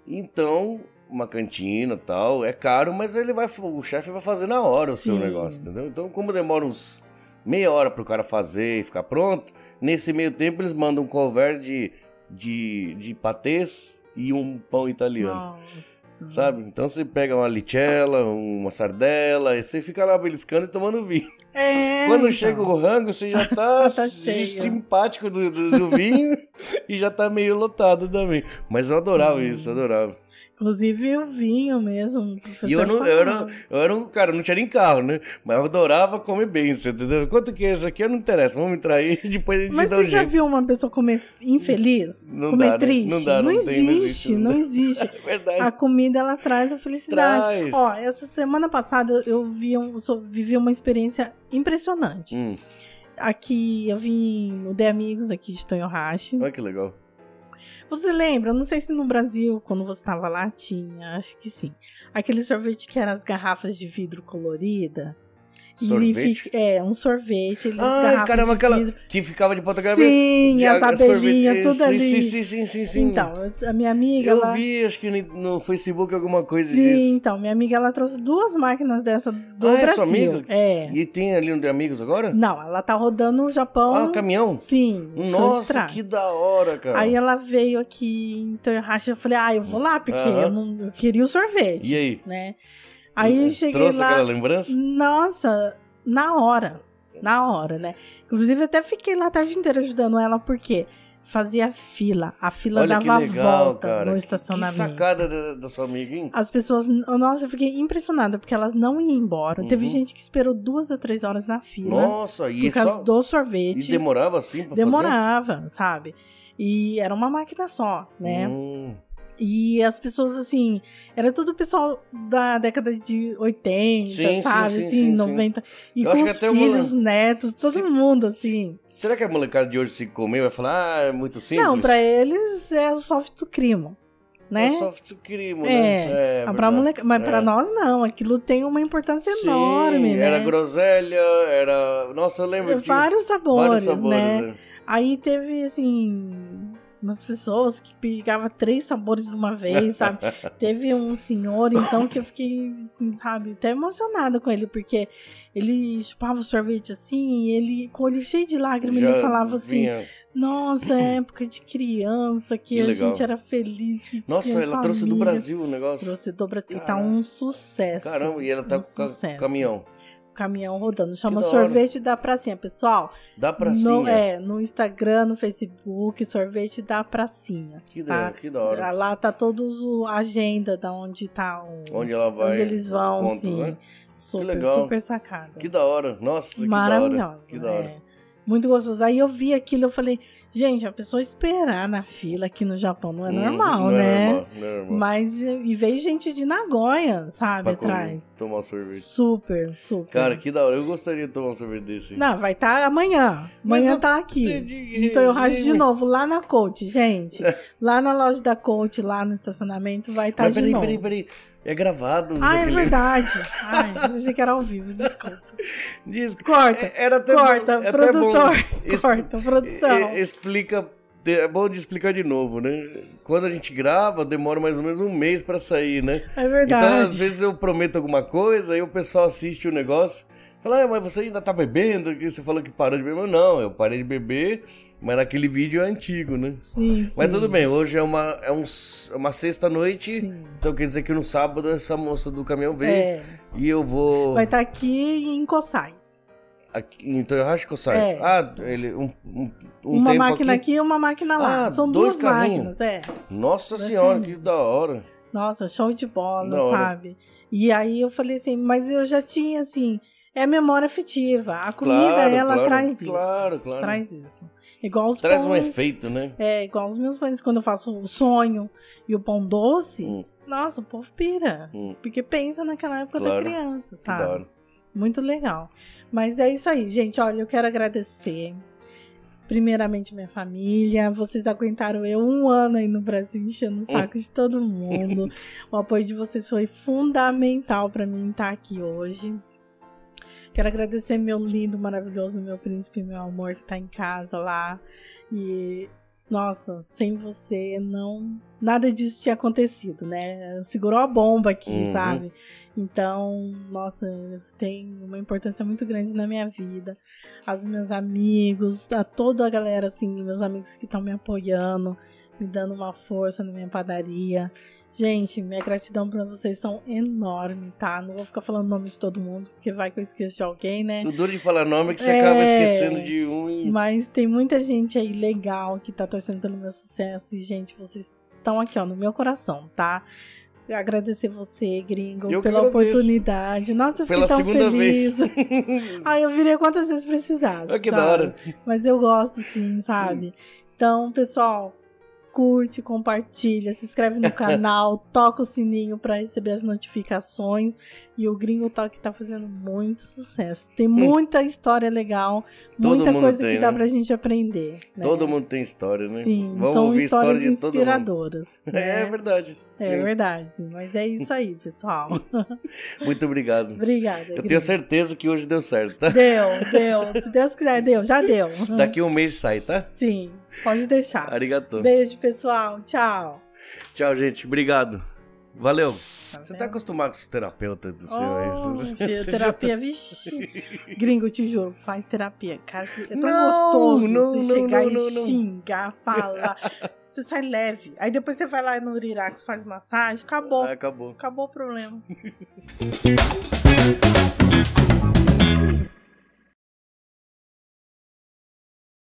Speaker 1: Então, uma cantina tal, é caro, mas ele vai, o chefe vai fazer na hora o seu
Speaker 2: Sim.
Speaker 1: negócio, entendeu? Então, como demora uns meia hora pro cara fazer e ficar pronto, nesse meio tempo eles mandam um couvert de, de, de patês e um pão italiano.
Speaker 2: Nossa.
Speaker 1: Sabe? Então você pega uma lichela, uma sardela, e você fica lá beliscando e tomando vinho.
Speaker 2: É,
Speaker 1: Quando
Speaker 2: então.
Speaker 1: chega o rango, você já tá,
Speaker 2: Tá cheio.
Speaker 1: simpático do, do- do vinho e já tá meio lotado também. Mas eu adorava
Speaker 2: Sim.
Speaker 1: isso, eu adorava.
Speaker 2: Inclusive o vinho mesmo. o professor
Speaker 1: E eu não, eu, não,
Speaker 2: falava.
Speaker 1: eu era um cara, não tinha nem carro, né? Mas eu adorava comer bem, você entendeu? Quanto que é isso aqui? Eu não interessa, vamos entrar aí e depois a gente
Speaker 2: Mas
Speaker 1: dá um
Speaker 2: você já
Speaker 1: jeito.
Speaker 2: viu uma pessoa comer infeliz?
Speaker 1: Não
Speaker 2: comer
Speaker 1: dá, né?
Speaker 2: triste?
Speaker 1: Não dá, não tem, não
Speaker 2: existe,
Speaker 1: existe, não
Speaker 2: não
Speaker 1: dá.
Speaker 2: existe.
Speaker 1: É verdade.
Speaker 2: A comida ela traz a felicidade.
Speaker 1: Traz.
Speaker 2: Ó, essa semana passada eu- eu vi um, so- vivi uma experiência impressionante.
Speaker 1: Hum,
Speaker 2: Aqui eu vim o The Amigos aqui de Tonhohashi.
Speaker 1: olha que legal.
Speaker 2: Você lembra? Eu não sei se no Brasil, quando você tava lá, tinha, acho que sim. Aquele sorvete que era as garrafas de vidro colorida. E
Speaker 1: Sorvete?
Speaker 2: fica- é, um sorvete. eles
Speaker 1: Ai,
Speaker 2: garrafas
Speaker 1: caramba,
Speaker 2: de
Speaker 1: aquela
Speaker 2: vidro.
Speaker 1: que ficava de ponta cabeça.
Speaker 2: Sim,
Speaker 1: de-
Speaker 2: as
Speaker 1: sorvete- É,
Speaker 2: abelhinhas, tudo
Speaker 1: sim,
Speaker 2: ali.
Speaker 1: Sim, sim, sim, sim, sim.
Speaker 2: Então, eu- a minha amiga,
Speaker 1: eu
Speaker 2: ela...
Speaker 1: vi, acho que no Facebook alguma coisa
Speaker 2: Sim,
Speaker 1: disso.
Speaker 2: então, minha amiga, ela trouxe duas máquinas dessa do
Speaker 1: Ah, é
Speaker 2: Brasil.
Speaker 1: sua amiga?
Speaker 2: É.
Speaker 1: E tem ali no de amigos agora?
Speaker 2: Não, ela tá rodando no
Speaker 1: Ah,
Speaker 2: Japão.
Speaker 1: o caminhão?
Speaker 2: Sim.
Speaker 1: Nossa,
Speaker 2: Franstrad.
Speaker 1: que da hora, cara.
Speaker 2: Aí ela veio aqui em Toyohashi, eu falei, ah, eu vou lá, porque
Speaker 1: Aham.
Speaker 2: eu, não, eu queria o sorvete,
Speaker 1: E aí? Hum, Eh,
Speaker 2: né? Aí eu cheguei
Speaker 1: Trouxe
Speaker 2: lá,
Speaker 1: aquela lembrança?
Speaker 2: nossa, na hora, na hora, né? Inclusive, eu até fiquei lá a tarde inteira ajudando ela, porque fazia fila, a fila
Speaker 1: Olha que
Speaker 2: dava
Speaker 1: legal,
Speaker 2: volta
Speaker 1: cara.
Speaker 2: no
Speaker 1: Que- Que
Speaker 2: estacionamento.
Speaker 1: sacada da, da sua amiga, hein?
Speaker 2: As pessoas, nossa, eu fiquei impressionada, porque elas não iam embora. Teve
Speaker 1: Uhum.
Speaker 2: gente que esperou duas a três horas na fila,
Speaker 1: Nossa, e
Speaker 2: né?
Speaker 1: é
Speaker 2: por causa
Speaker 1: só...
Speaker 2: do
Speaker 1: E
Speaker 2: sorvete.
Speaker 1: demorava assim pra fazer?
Speaker 2: Demorava, sabe? E era uma máquina só, né?
Speaker 1: Hum,
Speaker 2: E as pessoas, assim, era tudo pessoal da década de 80,
Speaker 1: Sim, sim,
Speaker 2: sabe?
Speaker 1: sim,
Speaker 2: assim,
Speaker 1: sim, sim.
Speaker 2: 90. E
Speaker 1: Eu
Speaker 2: com
Speaker 1: acho que
Speaker 2: os
Speaker 1: até uma-
Speaker 2: filhos, netos, todo
Speaker 1: Se-
Speaker 2: mundo, assim.
Speaker 1: será que a molecada de hoje se comer vai falar, ah, é muito simples?
Speaker 2: Não, pra eles é o soft do crimo, né?
Speaker 1: É só crimo,
Speaker 2: É,
Speaker 1: né?
Speaker 2: Ah, pra
Speaker 1: verdade.
Speaker 2: moleca... Mas pra
Speaker 1: É.
Speaker 2: nós, não. Aquilo tem uma importância
Speaker 1: Sim,
Speaker 2: enorme, né?
Speaker 1: Era groselha, era. Nossa, eu lembro de vários
Speaker 2: Vários sabores,
Speaker 1: sabores.
Speaker 2: né?
Speaker 1: né?
Speaker 2: Aí teve, assim, umas pessoas que pegavam três sabores de uma vez, sabe? teve um senhor, então, que eu fiquei, assim, sabe, até emocionada com ele, porque ele chupava o sorvete assim, e ele com o olho cheio de lágrimas,
Speaker 1: Já
Speaker 2: ele falava assim:
Speaker 1: vinha.
Speaker 2: Nossa, é época de criança, que,
Speaker 1: Que
Speaker 2: a
Speaker 1: legal.
Speaker 2: gente era feliz, que
Speaker 1: Nossa,
Speaker 2: tinha
Speaker 1: ela trouxe do
Speaker 2: família."
Speaker 1: Brasil o negócio.
Speaker 2: Trouxe do Brasil. E tá
Speaker 1: Caramba.
Speaker 2: um sucesso.
Speaker 1: Caramba, e ela tá
Speaker 2: um
Speaker 1: com ca-
Speaker 2: sucesso.
Speaker 1: caminhão.
Speaker 2: Caminhão rodando. Chama
Speaker 1: da hora.
Speaker 2: Sorvete da Pracinha. Pessoal,
Speaker 1: Da pracinha.
Speaker 2: no, é, no Instagram, no Facebook, Sorvete da Pracinha.
Speaker 1: que, da,
Speaker 2: Ah,
Speaker 1: que da hora.
Speaker 2: Lá tá todos o- a agenda da onde tá o.
Speaker 1: Onde ela vai.
Speaker 2: onde eles
Speaker 1: os
Speaker 2: vão,
Speaker 1: pontos,
Speaker 2: sim.
Speaker 1: né?
Speaker 2: Super,
Speaker 1: legal.
Speaker 2: super sacada.
Speaker 1: Que da hora. Nossa, que da hora.
Speaker 2: Maravilhosa.
Speaker 1: Que da hora.
Speaker 2: é. Muito gostoso. Aí eu vi aquilo, eu falei, gente, a pessoa esperar na fila aqui no Japão não é
Speaker 1: Hum,
Speaker 2: normal,
Speaker 1: não
Speaker 2: né?
Speaker 1: É normal, não é normal.
Speaker 2: Mas e veio gente de Nagoya, sabe,
Speaker 1: Pra comer,
Speaker 2: atrás.
Speaker 1: tomar sorvete.
Speaker 2: Super, super.
Speaker 1: Cara, que da hora. Eu gostaria de tomar um sorvete desse. hein?
Speaker 2: Não, vai estar amanhã.
Speaker 1: Mas
Speaker 2: Amanhã
Speaker 1: eu
Speaker 2: tá aqui.
Speaker 1: Entendi.
Speaker 2: Então eu rajo de novo lá na Coach, gente.
Speaker 1: É.
Speaker 2: lá na loja da Coach, lá no estacionamento, vai estar
Speaker 1: Mas
Speaker 2: tá de
Speaker 1: peraí,
Speaker 2: novo.
Speaker 1: peraí, peraí. É gravado.
Speaker 2: Ah, é
Speaker 1: aquele-
Speaker 2: verdade. Ai, eu pensei que era ao vivo, desculpa.
Speaker 1: Diz-
Speaker 2: Corta,
Speaker 1: É- Era até
Speaker 2: corta,
Speaker 1: bom, é até bom
Speaker 2: produtor,
Speaker 1: es-
Speaker 2: corta, produção.
Speaker 1: e- Explica. É bom de explicar de novo, né? Quando a gente grava, demora mais ou menos um mês pra sair, né?
Speaker 2: É
Speaker 1: Então, às
Speaker 2: verdade.
Speaker 1: vezes eu prometo alguma coisa, aí o pessoal assiste o negócio, fala, ah, mas você ainda tá bebendo? Que você falou que parou de beber. Não, eu parei de beber, mas naquele vídeo é antigo, né?
Speaker 2: Sim, sim.
Speaker 1: Mas tudo bem, hoje é uma, é um s- é uma sexta-noite,
Speaker 2: Sim.
Speaker 1: então quer dizer que no sábado essa moça do caminhão veio
Speaker 2: É,
Speaker 1: e eu vou.
Speaker 2: vai estar aqui em Kosai.
Speaker 1: Aqui, então em Toyohashi Kosai.
Speaker 2: É.
Speaker 1: Ah, ele. Um, um, um
Speaker 2: uma
Speaker 1: tempo
Speaker 2: máquina
Speaker 1: aqui.
Speaker 2: aqui e uma máquina lá.
Speaker 1: Ah,
Speaker 2: São
Speaker 1: dois
Speaker 2: duas
Speaker 1: carrinhos.
Speaker 2: máquinas, é.
Speaker 1: Nossa
Speaker 2: Dois
Speaker 1: senhora, que
Speaker 2: carrinhos.
Speaker 1: da hora.
Speaker 2: Nossa, show de bola,
Speaker 1: Da hora.
Speaker 2: sabe? E aí eu falei assim, mas eu já tinha assim, é memória afetiva. A comida,
Speaker 1: Claro,
Speaker 2: ela
Speaker 1: claro,
Speaker 2: traz isso.
Speaker 1: Claro, claro.
Speaker 2: Traz isso. Igual os
Speaker 1: Traz
Speaker 2: pães.
Speaker 1: um efeito, né?
Speaker 2: É, igual os meus pães, quando eu faço o sonho e o pão doce,
Speaker 1: Hum.
Speaker 2: nossa, o povo pira.
Speaker 1: Hum.
Speaker 2: Porque pensa naquela época
Speaker 1: Claro.
Speaker 2: da criança,
Speaker 1: Que da
Speaker 2: sabe?
Speaker 1: hora.
Speaker 2: Muito legal. Mas é isso aí, gente. Olha, eu quero agradecer. Primeiramente, minha família. Vocês aguentaram eu um ano aí no Brasil, enchendo o saco de todo mundo. o apoio de vocês foi fundamental pra mim estar aqui hoje. Quero agradecer meu lindo, maravilhoso, meu príncipe, meu amor, que tá em casa lá. E, nossa, sem você, não. Nada disso tinha acontecido, né? Segurou a bomba aqui,
Speaker 1: Uhum.
Speaker 2: sabe? Então, nossa, tem uma importância muito grande na minha vida. Aos meus amigos, a toda a galera, assim, meus amigos que estão me apoiando, me dando uma força na minha padaria. Gente, minha gratidão pra vocês são enorme, tá? Não vou ficar falando o nome de todo mundo, porque vai que eu esqueço de alguém, né?
Speaker 1: O duro de falar nome é que você
Speaker 2: É.
Speaker 1: acaba esquecendo de um e.
Speaker 2: Mas tem muita gente aí legal que tá torcendo pelo meu sucesso. E, gente, vocês estão aqui, ó, no meu coração, tá? Agradecer você, gringo,
Speaker 1: Eu que
Speaker 2: pela
Speaker 1: agradeço.
Speaker 2: oportunidade. Nossa, eu fiquei
Speaker 1: Pela
Speaker 2: tão
Speaker 1: segunda
Speaker 2: feliz.
Speaker 1: vez.
Speaker 2: Ai, eu virei quantas vezes precisasse.
Speaker 1: Olha que
Speaker 2: sabe?
Speaker 1: da hora.
Speaker 2: Mas eu gosto, sim, sabe? Então, pessoal, curte, compartilha, se inscreve no canal, toca o sininho pra receber as notificações. E o Gringo Talk tá fazendo muito sucesso. Tem muita história legal,
Speaker 1: Hum. Todo
Speaker 2: muita
Speaker 1: mundo
Speaker 2: coisa
Speaker 1: tem,
Speaker 2: que dá
Speaker 1: né?
Speaker 2: pra gente aprender. né?
Speaker 1: Todo mundo tem história, né?
Speaker 2: Sim,
Speaker 1: Vamos
Speaker 2: são
Speaker 1: ouvir
Speaker 2: histórias
Speaker 1: história de todo mundo.
Speaker 2: inspiradoras.
Speaker 1: É
Speaker 2: né?
Speaker 1: verdade.
Speaker 2: É
Speaker 1: Sim.
Speaker 2: verdade. Mas é isso aí, pessoal.
Speaker 1: Muito obrigado.
Speaker 2: Obrigada.
Speaker 1: Eu tenho
Speaker 2: Cris.
Speaker 1: certeza que hoje deu certo, tá?
Speaker 2: Deu, deu. Se Deus quiser, deu. Já deu.
Speaker 1: Daqui um mês sai, tá?
Speaker 2: Sim, pode deixar.
Speaker 1: Arigato.
Speaker 2: Beijo, pessoal. Tchau.
Speaker 1: Tchau, gente. Obrigado. Valeu. Você tá
Speaker 2: vendo?
Speaker 1: acostumado com os terapeutas do seu aí?
Speaker 2: Oh,
Speaker 1: Você-
Speaker 2: filho,
Speaker 1: você já tá-
Speaker 2: terapia, vixi. Gringo, eu te juro, faz terapia. Cara, é tão
Speaker 1: Não,
Speaker 2: gostoso
Speaker 1: não,
Speaker 2: você
Speaker 1: não,
Speaker 2: chegar
Speaker 1: não,
Speaker 2: e
Speaker 1: não, não.
Speaker 2: xingar, falar. você sai leve. Aí depois você vai lá no Urirax, faz massagem,
Speaker 1: tá-
Speaker 2: acabou.
Speaker 1: Acabou.
Speaker 2: Acabou o problema.